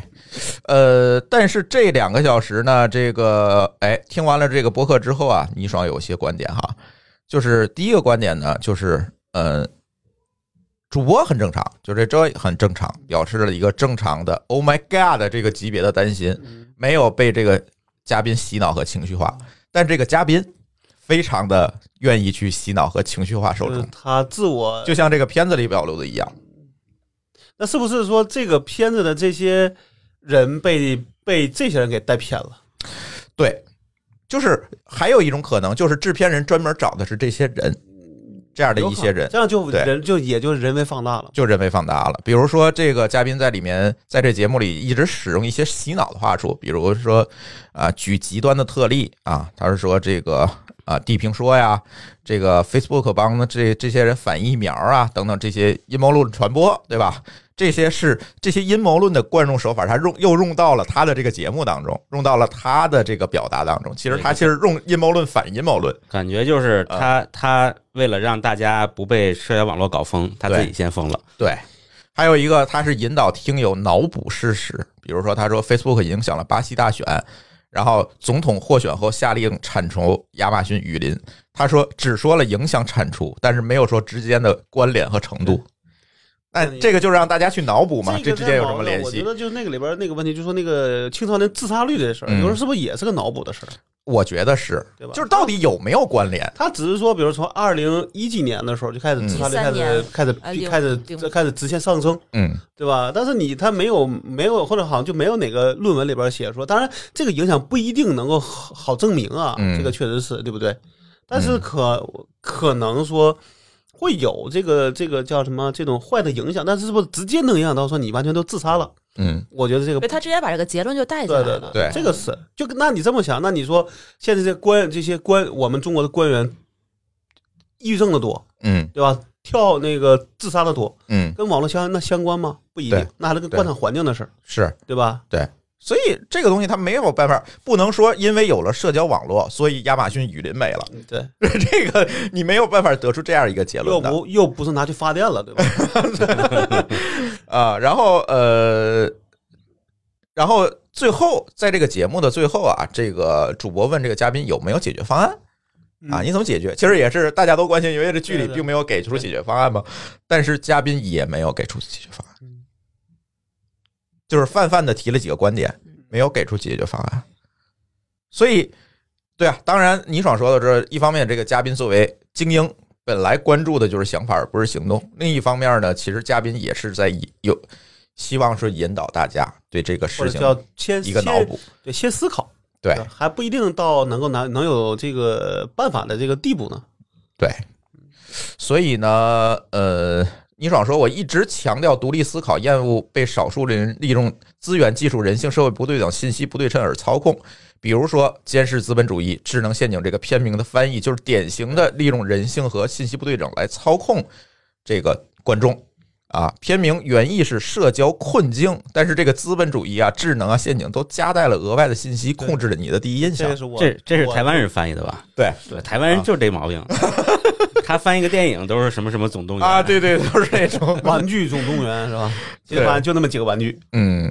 呃，但是这两个小时呢，这个哎，听完了这个播客之后啊，倪爽有一些观点哈，就是第一个观点呢，就是呃，主播很正常，就这这很正常，表示了一个正常的 “Oh my God” 的这个级别的担心，没有被这个嘉宾洗脑和情绪化，但这个嘉宾非常的愿意去洗脑和情绪化受
就是
众，
他自我
就像这个片子里表露的一样，
那是不是说这个片子的这些人被被这些人给带偏了？
对，就是还有一种可能，就是制片人专门找的是这些人，这样的一些人
这样就
对
人就也就人为放大了。
就人为放大了。比如说，这个嘉宾在里面在这节目里一直使用一些洗脑的话术，比如说啊，举极端的特例啊，他是说这个啊，地平说呀，这个 Facebook 帮的这这些人反疫苗啊，等等这些阴谋论传播，对吧？这些是这些阴谋论的惯用手法，他用又用到了他的这个节目当中，用到了他的这个表达当中。其实他其实用阴谋论反阴谋论，
感觉就是
呃
他、他为了让大家不被社交网络搞疯，他自己
对
先疯了。
对，还有一个他是引导听友脑补事实，比如说他说 Facebook 影响了巴西大选，然后总统获选后下令铲除亚马逊雨林，他说只说了影响铲除，但是没有说之间的关联和程度。那这个就让大家去脑补嘛，这
个
之间有什
在
么
网上
联
我
系
觉？得就那个里边那个问题，就说那个青少年自杀率这事儿，
嗯
有时候是不是也是个脑补的事儿？
我觉得是
对吧，
就是到底有没有关联？
他只是说，比如从二零一几年的时候就开始自杀率
嗯
开始开始
哎零
开始
零
开始直线上升，
嗯，
对吧？但是你他没有没有或者好像就没有哪个论文里边写说，当然这个影响不一定能够好好证明啊，
嗯
这个确实是对不对？但是可、可能说会有这个这个叫什么这种坏的影响，但是是不是直接能影响到说你完全都自杀了？
嗯，
我觉得这个
对他直接把这个结论就带进来
对对
了。
对
这个是就那你这么想，那你说现在这官这些官我们中国的官员抑郁症的多，
嗯
对吧？跳那个自杀的多，
嗯，
跟网络相那相关吗？不一定
对，
那还是跟
对
官场环境的事儿，
是。
对吧？
所以这个东西它没有办法，不能说因为有了社交网络，所以亚马逊雨林没了。
对，
这个你没有办法得出这样一个结
又
论的
不又不是拿去发电了，对吧？
啊。然后呃，然后最后在这个节目的最后啊，这个主播问这个嘉宾有没有解决方案啊？
嗯
你怎么解决？其实也是大家都关心，因为这剧
对
里
对
并没有给出解决方案嘛。但是嘉宾也没有给出解决方案
嗯，
就是泛泛的提了几个观点，
嗯
没有给出解决方案。所以，对啊，当然，倪爽说到这，一方面这个嘉宾作为精英，本来关注的就是想法而不是行动；另一方面呢，其实嘉宾也是在以有希望是引导大家对这个
或
事
者
情
叫先
一个脑
先
补。
对，先思考，
对
还不一定到能够拿能有这个办法的这个地步呢。
对，所以呢，呃，倪爽说，我一直强调独立思考，厌恶被少数人利用资源、技术、人性、社会不对等、信息不对称而操控。比如说，监视资本主义、智能陷阱这个片名的翻译，就是典型的利用人性和信息不对等来操控这个观众啊，片名原意是社交困境，但是这个资本主义啊、智能啊、陷阱都夹带了额外的信息，
对
控制了你的第一印
这
象
个。是我，
这这是
我
台湾人翻译的吧？
对
对，台
啊
湾人就是 这毛病。他翻一个电影都是什么什么总动员
啊，对对，都是这种
玩具总动员是 吧？
对
这玩就那么几个玩具，
嗯，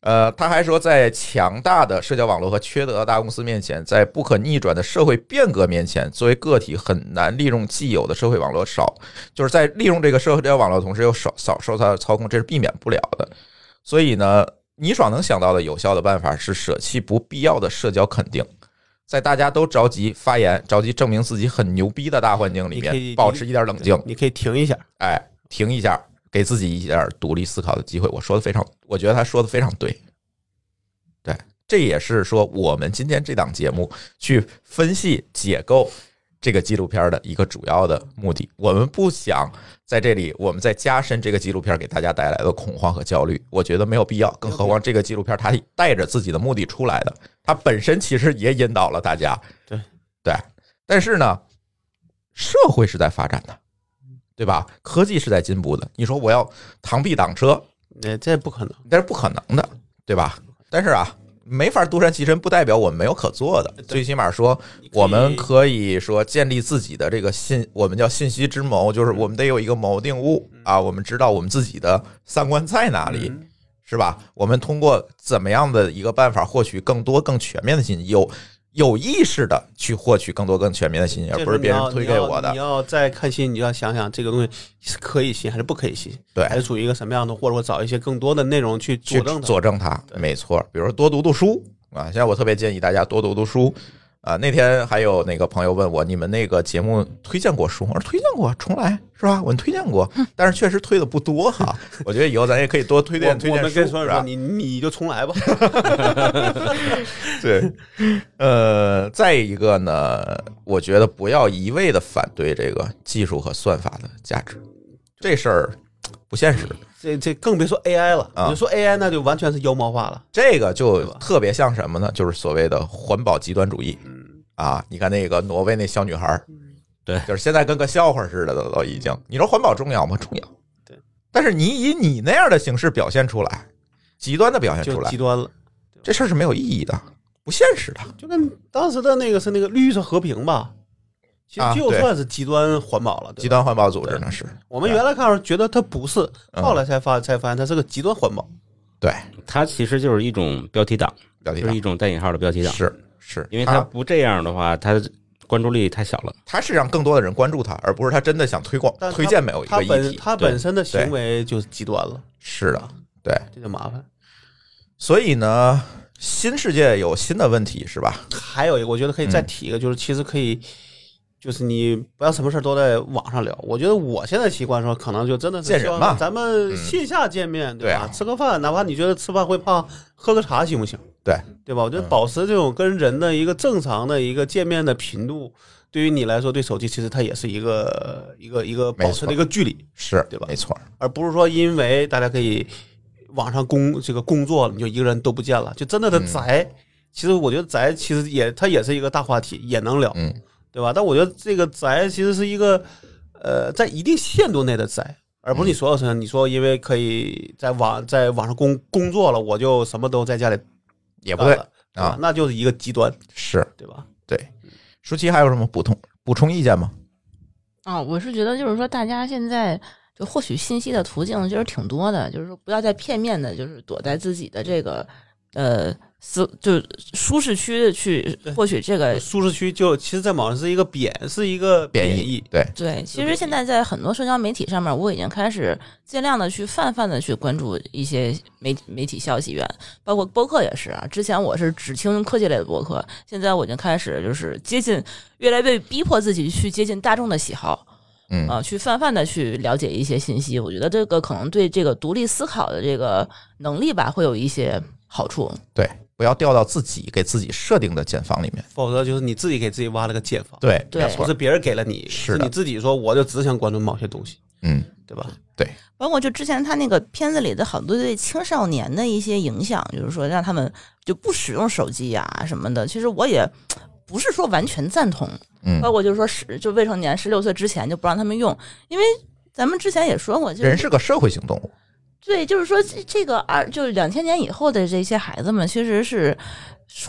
呃，他还说，在强大的社交网络和缺德的大公司面前，在不可逆转的社会变革面前，作为个体很难利用既有的社会网络少，就是在利用这个社交网络的同时，又少少受它的操控，这是避免不了的。所以呢，倪爽能想到的有效的办法是舍弃不必要的社交肯定。在大家都着急发言、着急证明自己很牛逼的大环境里
你可以
面，保持一点冷静，
你可以停一下。
哎，停一下，给自己一点儿独立思考的机会。我说的非常，我觉得他说的非常对。对，这也是说我们今天这档节目去分析解构这个纪录片的一个主要的目的。我们不想在这里，我们再加深这个纪录片给大家带来的恐慌和焦虑，我觉得没有必要。更何况这个纪录片它带着自己的目的出来的，它本身其实也引导了大家。
对
对，但是呢，社会是在发展的。对吧？科技是在进步的，你说我要螳臂挡车，
那这不可能，
那是不可能的，对吧？但是啊，没法独善其身，不代表我们没有可做的。最起码说，我们可以说建立自己的这个信，我们叫信息之谋，就是我们得有一个锚定物啊，我们知道我们自己的三观在哪里，是吧？我们通过怎么样的一个办法获取更多、更全面的信息，有有意识的去获取更多、更全面的信息，而
这
不是别人
你要
推给我
你
的。
要你要再看新，你就要想想这个东西是可以信还是不可以信，
对
还是处于一个什么样的，或者我找一些更多的内容去
去
佐证它。
佐证它，没错。比如说多读读书啊，现在我特别建议大家多读读书啊。那天还有那个朋友问我，你们那个节目推荐过书吗？我说推荐过，重来是吧？我们推荐过，但是确实推的不多 哈。我觉得以后咱也可以多推
我
荐推
我
荐
们
书，
跟
是
所有人
吧
说，？你你就重来吧。
对，呃，再一个呢，我觉得不要一味的反对这个技术和算法的价值，这事儿不现实。
这这更别说 AI 了，
啊
你就说 AI 那就完全是妖魔化了。
这个就
对吧
特别像什么呢？就是所谓的环保极端主义。
嗯
啊，你看那个挪威那小女孩儿，
对
就是现在跟个笑话似的，都都已经。你说环保重要吗？重要。
嗯对，
但是你以你那样的形式表现出来，极端的表哎现出
就
来
极，端了，
这事儿是没有意义的，不现实的。
就跟当时的那个是那个绿色和平吧，其
啊
实就
对
算是极端环保了，对吧
极。端环保组织那是
我们原来看时候觉得它不是，
嗯
后来才发才发现它是个极端环保。
对
他其实就是一种标题党，
标题
就是
党
一种带引号的标题党，
是是，
因为他
他
不这样的话，他关注力太小了。
他是让更多的人关注他，而不是他真的想推广
但它
推荐某一
它
个议
本
题。
它本身的行为就是极端了，
是的，对。
这就麻烦。
所以呢，新世界有新的问题是吧？
还有一个，我觉得可以
嗯
再提一个，就是其实可以，就是你不要什么事儿都在网上聊。我觉得我现在习惯说，可能就真的是
见
希
人
望
嘛
咱们线下见面，
对
对吧？
啊
吃个饭，哪怕你觉得吃饭会胖，喝个茶行不行？
对
对吧？我
嗯
觉得保持这种跟人的一个正常的一个见面的频度，对于你来说，对手机其实它也是一个一个一个
没
保持
错
的一个距离。
是，
对吧
没错，
而不是说因为大家可以网上工这个工作了，你就一个人都不见了，就真的
嗯
的宅。其实我觉得宅其实也它也是一个大话题，也能聊，
嗯
对吧？但我觉得这个宅其实是一个呃，在一定限度内的宅，而不是
嗯
你所有事情。你说因为可以在网在网上工工作了，我就什么都在家里
也
也
不对
啊
啊，，
那就是一个极端，
是
对吧？
对。
嗯
舒淇还有什么补充补充意见吗？
啊、我是觉得就是说，大家现在就获取信息的途径就是挺多的，就是说不要再片面的，就是躲在自己的这个呃思就是舒适区的去获取这个。
舒适区就其实，在网上是一个贬，是一个
贬
义
义，，对，
对，其实现在在很多社交媒体上面，我已经开始尽量的去泛泛的去关注一些媒媒体消息源，包括播客也是啊。之前我是只听科技类的播客，现在我已经开始就是接近，越来越逼迫自己去接近大众的喜好。
嗯
啊，去泛泛的去了解一些信息，我觉得这个可能对这个独立思考的这个能力吧，会有一些好处。
对，不要掉到自己给自己设定的茧房里面。
否则就是你自己给自己挖了个茧房。
对，
对
没
不
错
是，别人给了你，
是
是
的
你自己说，我就只想关注某些东西，
嗯，
对吧？
对，
包括就之前他那个片子里的好多对青少年的一些影响，就是说让他们就不使用手机呀、什么的。其实我也不是说完全赞同，
嗯
包括就是说十就未成年十六岁之前就不让他们用，因为咱们之前也说过，就是
人是个社会性动物，
对，就是说这这个二就是两千年以后的这些孩子们，其实是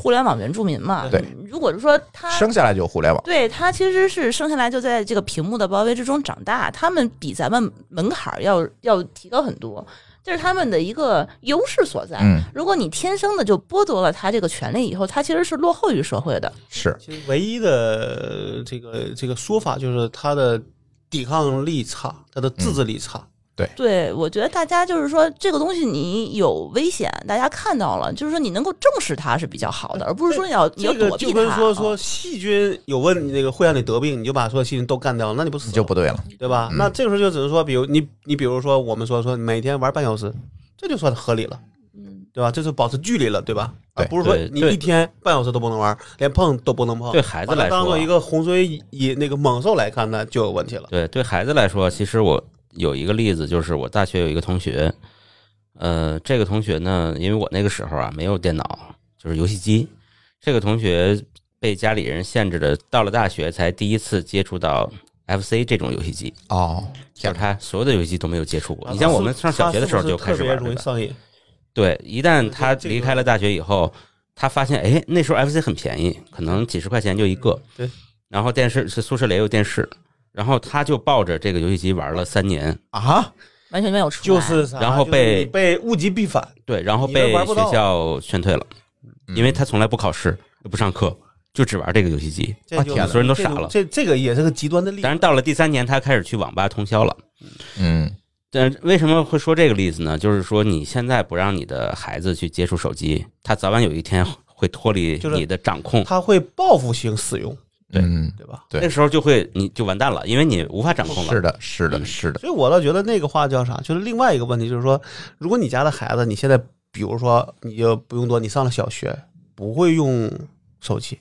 互联网原住民嘛。
对，
如果是说他
生下来就有互联网。
对他其实是生下来就在这个屏幕的包围之中长大，他们比咱们门槛儿要要提高很多，这是他们的一个优势所在。
嗯，
如果你天生的就剥夺了他这个权利以后，他其实是落后于社会的。
是
其实唯一的这个这个说法就是他的抵抗力差，他的自制力差。
对，我觉得大家就是说这个东西你有危险，大家看到了，就是说你能够正视它是比较好的，而不是说你要你要
呃这个
躲
就
避
跟
它。
说
嗯
说细菌有问你那个会让你得病，你就把所有细菌都干掉了，那你不死嗯
你
了
就不对了。
对吧？那这个时候就只能说，比如你你比如说我们说说每天玩半小时，这就算合理了，
嗯
对吧？这是保持距离了，对吧？
对
而不是说
对
你
对
一天半小时都不能玩，连碰都不能
哦
碰。
对孩子
把它
来说啊
当做一个洪水以那个猛兽来看，那就有问题了。
对，对孩子来说，其实我有一个例子，就是我大学有一个同学，呃，这个同学呢，因为我那个时候啊没有电脑，就是游戏机，这个同学被家里人限制的，到了大学才第一次接触到 FC 这种游戏机，
哦，
就
天
是
哪
他所有的游戏机都没有接触过。
啊
你像我们
它是
上小学的时候就开始
它是
玩这
不是特别容易
个，
上瘾，
对，一旦
对
他
这个
离开了大学以后，他发现，哎，那时候 FC 很便宜，可能几十块钱就一个。
嗯对，
然后电视是宿舍里也有电视，然后他就抱着这个游戏机玩了三年，
啊！
完全没有出来，
就是啥
哎然后
就是
被
你被物极必反，
对，然后
你们
被
玩不
学
到嗯
校劝退了，因为他从来不考试，不上课，就只玩这个游戏机。
这
啊
就
天哪
这
所有人都
这
傻
种
了
这这个也是个极端的例子
当。然，到了第三年，他开始去网吧通宵了。
嗯，
但为什么会说这个例子呢？就是说，你现在不让你的孩子去接触手机，他早晚有一天会脱离
就是
你的掌控。
它会报复性使用，
对，
对吧？
对
那时候就会，你就完蛋了，因为你无法掌控了。
是的，是的，是的，
所以我倒觉得那个话叫啥，就是另外一个问题，就是说，如果你家的孩子，你现在比如说你就不用多，你上了小学不会用手机，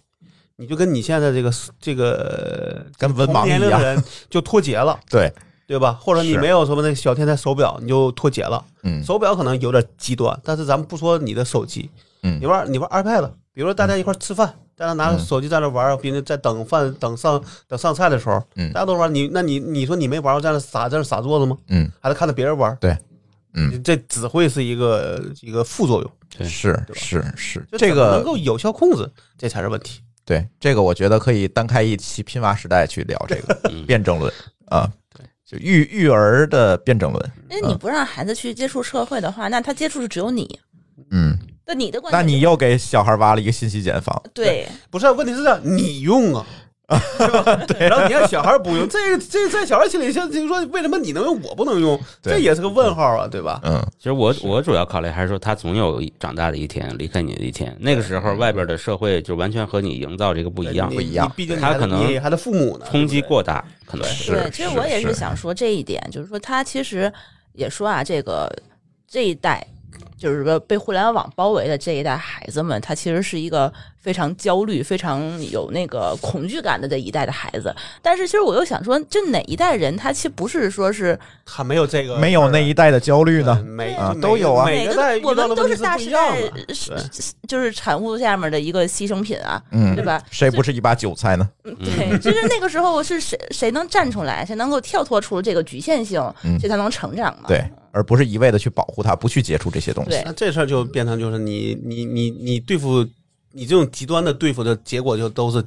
你就跟你现在这个这个
跟文
同
盲一
年龄的
样。
人就脱节了，
对，
对吧？或者你
是
没有什么那个小天才手表，你就脱节了。
嗯
手表可能有点极端，但是咱们不说你的手机，
嗯
你玩你玩 iPad，比如说大家一块儿吃饭，大家拿
嗯
手机在那玩，别人在等饭等上等上菜的时候，
嗯
大家都玩，你那你你说你没玩，在那傻在那傻坐着吗？
嗯，
还是看着别人玩？
对，嗯，
这只会是一个一个副作用。
对
是
对吧
是是，
就
这
怎么能
个
够有效控制，这才是问题。
对这个，我觉得可以单开一期拼娃时代去聊这个辩证论啊，就育育儿的辩证论。
因为
呃
你不让孩子去接触社会的话，那他接触的只有你，
嗯，
那你的观
那你又给小孩挖了一个信息茧房。
对
不是，问题是这样，你用啊。是吧？ 对，然啊后你看小孩不用，这个这个在小孩心里，像就是说，为什么你能用，我不能用？
对
这也是个问号啊，对吧？
嗯，
其实我我主要考虑还是说，他总有长大的一天，离开你的一天。那个时候，外边的社会就完全和你营造这个不一样
你，
不一样
你毕竟你
他
还是
可能
你还是父母呢，
冲击
对不对
过大，可能
是
对，其实我也
是
是想说这一点，就是说他其实也说啊，这个这一代。就是说被互联网包围的这一代孩子们，他其实是一个非常焦虑、非常有那个恐惧感的这一代的孩子。但是，其实我又想说，这哪一代人他其实不是说是
他没有这个，啊
没有那一代的焦虑
对
呢。
每
啊
每
都有啊
每
每个代遇
我
到
们
的
都
问题
是
是
大
不
时
一样
代
的，
是
对
是就是产物下面的一个牺牲品啊，
嗯
对，吧？
谁不是一把韭菜呢？
对，就是那个时候是谁谁能站出来，谁能够跳脱出这个局限性
嗯，
这才能成长嘛。
对，而不是一味的去保护他，不去接触这些东西。
对
那这事儿就变成就是你你你你对付你这种极端的对付的结果就都是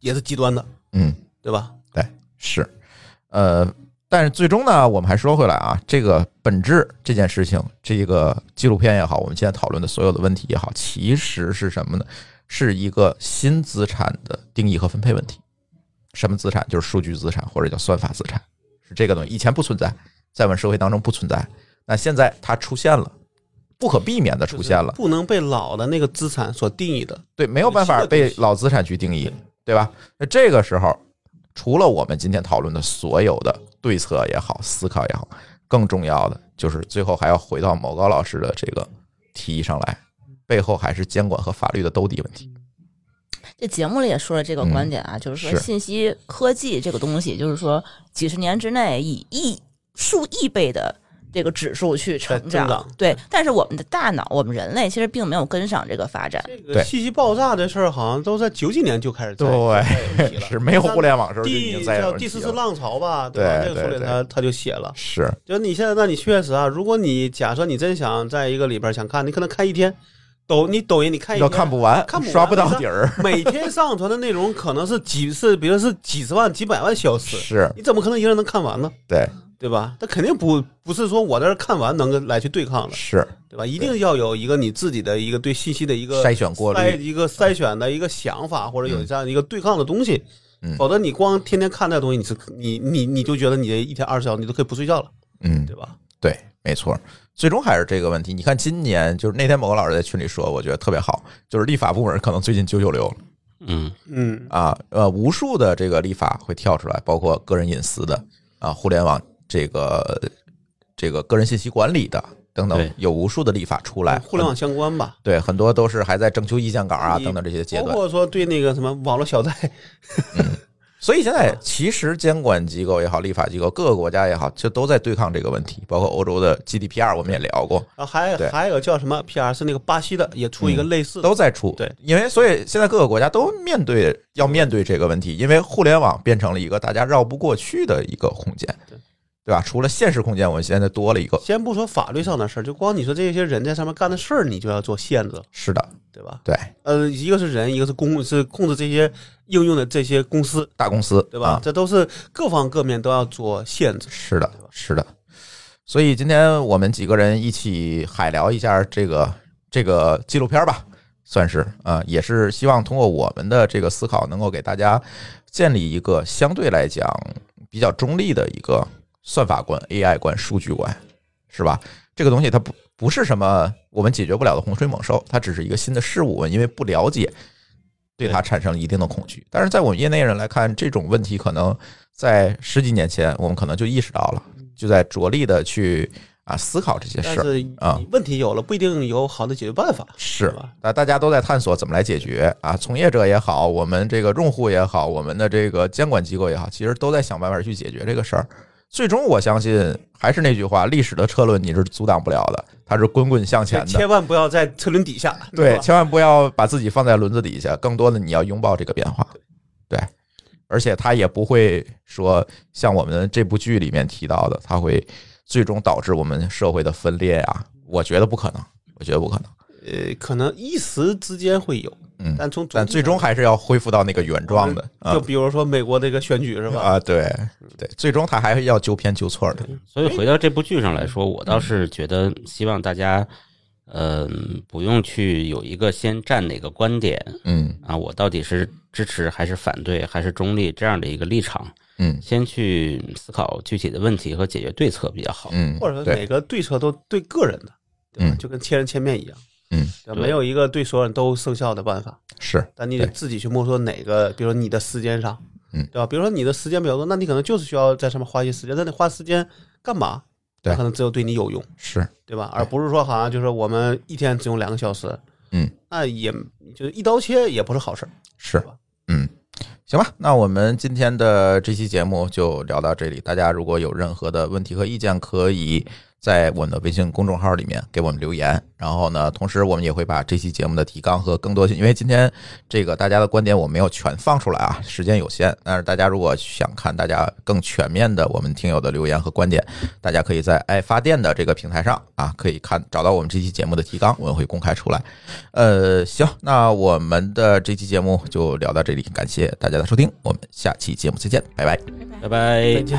也是极端的，
嗯，
对吧？
对，是，呃，但是最终呢，我们还说回来啊，这个本质这件事情，这个纪录片也好，我们现在讨论的所有的问题也好，其实是什么呢？是一个新资产的定义和分配问题。什么资产？就是数据资产或者叫算法资产，是这个东西，以前不存在，在我们社会当中不存在，那现在它出现了，不可避免的出现了。
不能被老的那个资产所定义的。
对，没有办法
新的东
被
西
老资产去定义，对吧？那这个时候，除了我们今天讨论的所有的对策也好、思考也好，更重要的就是最后还要回到某高老师的这个提议上来，背后还是监管和法律的兜底问题。
这节目里也说了这个观点啊，就是说
是
信息科技这个东西，就是说几十年之内以亿数亿倍的。这个指数去成
在
长。
增长
对，但是我们的大脑，我们人类其实并没有跟上这个发展。
这个
对
信息爆炸这事儿，好像都在九几年就开始在在提
对，
了
是没有互联网的时候就已
第
经在有
叫
人
第
提
四次
了
浪潮吧，
对
吧？这个
对
书里
对
他他就写了，
是
就你现在，那你确实啊，如果你假设你真想在一个里边想看，你可能看一天，抖你抖音你看一
要
天
看不完，
看不完
刷不到底儿，
每天上传的内容可能是几是，比如是几十万、几百万小时，
是
你怎么可能一个人能看完呢？
对，
对吧？他肯定不不是说我在这看完能够来去对抗的，
是
对吧？一定要有一个你自己的一个对信息的一个
筛选过
筛
滤，
一个筛选的一个想法，或者有这样一个对抗的东西，
嗯
否则你光天天看那东西，你是你你你就觉得你这一天二十小时你都可以不睡觉了，
嗯
对，吧？
对，没错，最终还是这个问题。你看今年就是那天某个老师在群里说，我觉得特别好，就是立法部门可能最近九九六了
嗯，
嗯，
啊，呃，无数的这个立法会跳出来，包括个人隐私的啊，互联网这个这个个人信息管理的等等
对，
有无数的立法出来，
哎互联网相关吧。
对很多都是还在征求意见稿啊
你
等等这些阶
包
段。
括说对那个什么网络小贷，
所以现在其实监管机构也好，立法机构各个国家也好，就都在对抗这个问题。包括欧洲的 GDPR，我们也聊过，
然后啊还
对嗯
还有叫什么 PR 是那个巴西的，也出一个类似的。
都在出。
对，
因为所以现在各个国家都面对要面对这个问题，因为互联网变成了一个大家绕不过去的一个空间，
对
对吧？除了现实空间，我们现在多了一个。
先不说法律上的事儿，就光你说这些人在上面干的事儿，你就要做限制，
是的，
对吧？
对，
呃，一个是人，一个是公是控制这些应用的这些公司，
大公司，
对吧？
啊
这都是各方各面都要做限制。
是的，是的。所以今天我们几个人一起海聊一下这个这个纪录片吧，算是啊、呃也是希望通过我们的这个思考，能够给大家建立一个相对来讲比较中立的一个算法观、AI 观、数据观，是吧？这个东西它不不是什么我们解决不了的洪水猛兽，它只是一个新的事物，我们因为不了解，对它产生了一定的恐惧。但是在我们业内人来看，这种问题可能在十几年前，我们可能就意识到了，就在着力的去啊思考这些
但
事儿。
是
啊
问题有了，不一定有好的解决办法。
是
吧，
那大家都在探索怎么来解决啊，从业者也好，我们这个用户也好，我们的这个监管机构也好，其实都在想办法去解决这个事儿。最终，我相信还是那句话，历史的车轮你是阻挡不了的，它是滚滚向前的。
千万不要在车轮底下。
对，
吧
千万不要把自己放在轮子底下，更多的你要拥抱这个变化。对，而且他也不会说像我们这部剧里面提到的，他会最终导致我们社会的分裂啊！我觉得不可能，我觉得不可能。
呃，可能一时之间会有，
嗯
但从总
但
体
最终还是要恢复到那个原状的啊
上，就比如说美国这个选举是吧？
啊！对对，最终他还是要纠偏纠错的。
所以回到这部剧上来说，我倒是觉得希望大家，嗯、不用去有一个先站哪个观点
嗯
啊，我到底是支持还是反对还是中立这样的一个立场，
嗯
先去思考具体的问题和解决对策比较好。
嗯，
或者说
对
每个对策都对个人的，对吧？
嗯
就跟千人千面一样，
嗯
对吧，
对
没有一个对所有人都生效的办法，
是
但你得
对
自己去摸索哪个，比如说你的时间上，
嗯
对吧？比如说你的时间比较多，那你可能就是需要在上面花一些时间，那你花时间干嘛？
对
那可能只有对你有用，
是
对吧？而不是说好像就是我们一天只用两个小时，
嗯，
那也就是一刀切也不是好事儿。
是，嗯，行吧，那我们今天的这期节目就聊到这里。大家如果有任何的问题和意见，可以在我们的微信公众号里面给我们留言。然后呢，同时我们也会把这期节目的提纲和更多信，因为今天这个大家的观点我没有全放出来啊，时间有限。但是大家如果想看大家更全面的我们听友的留言和观点，大家可以在爱发电的这个平台上啊，可以看找到我们这期节目的提纲，我们会公开出来。呃，行，那我们的这期节目就聊到这里，感谢大家的收听，我们下期节目再见，拜拜。
拜拜
再。见。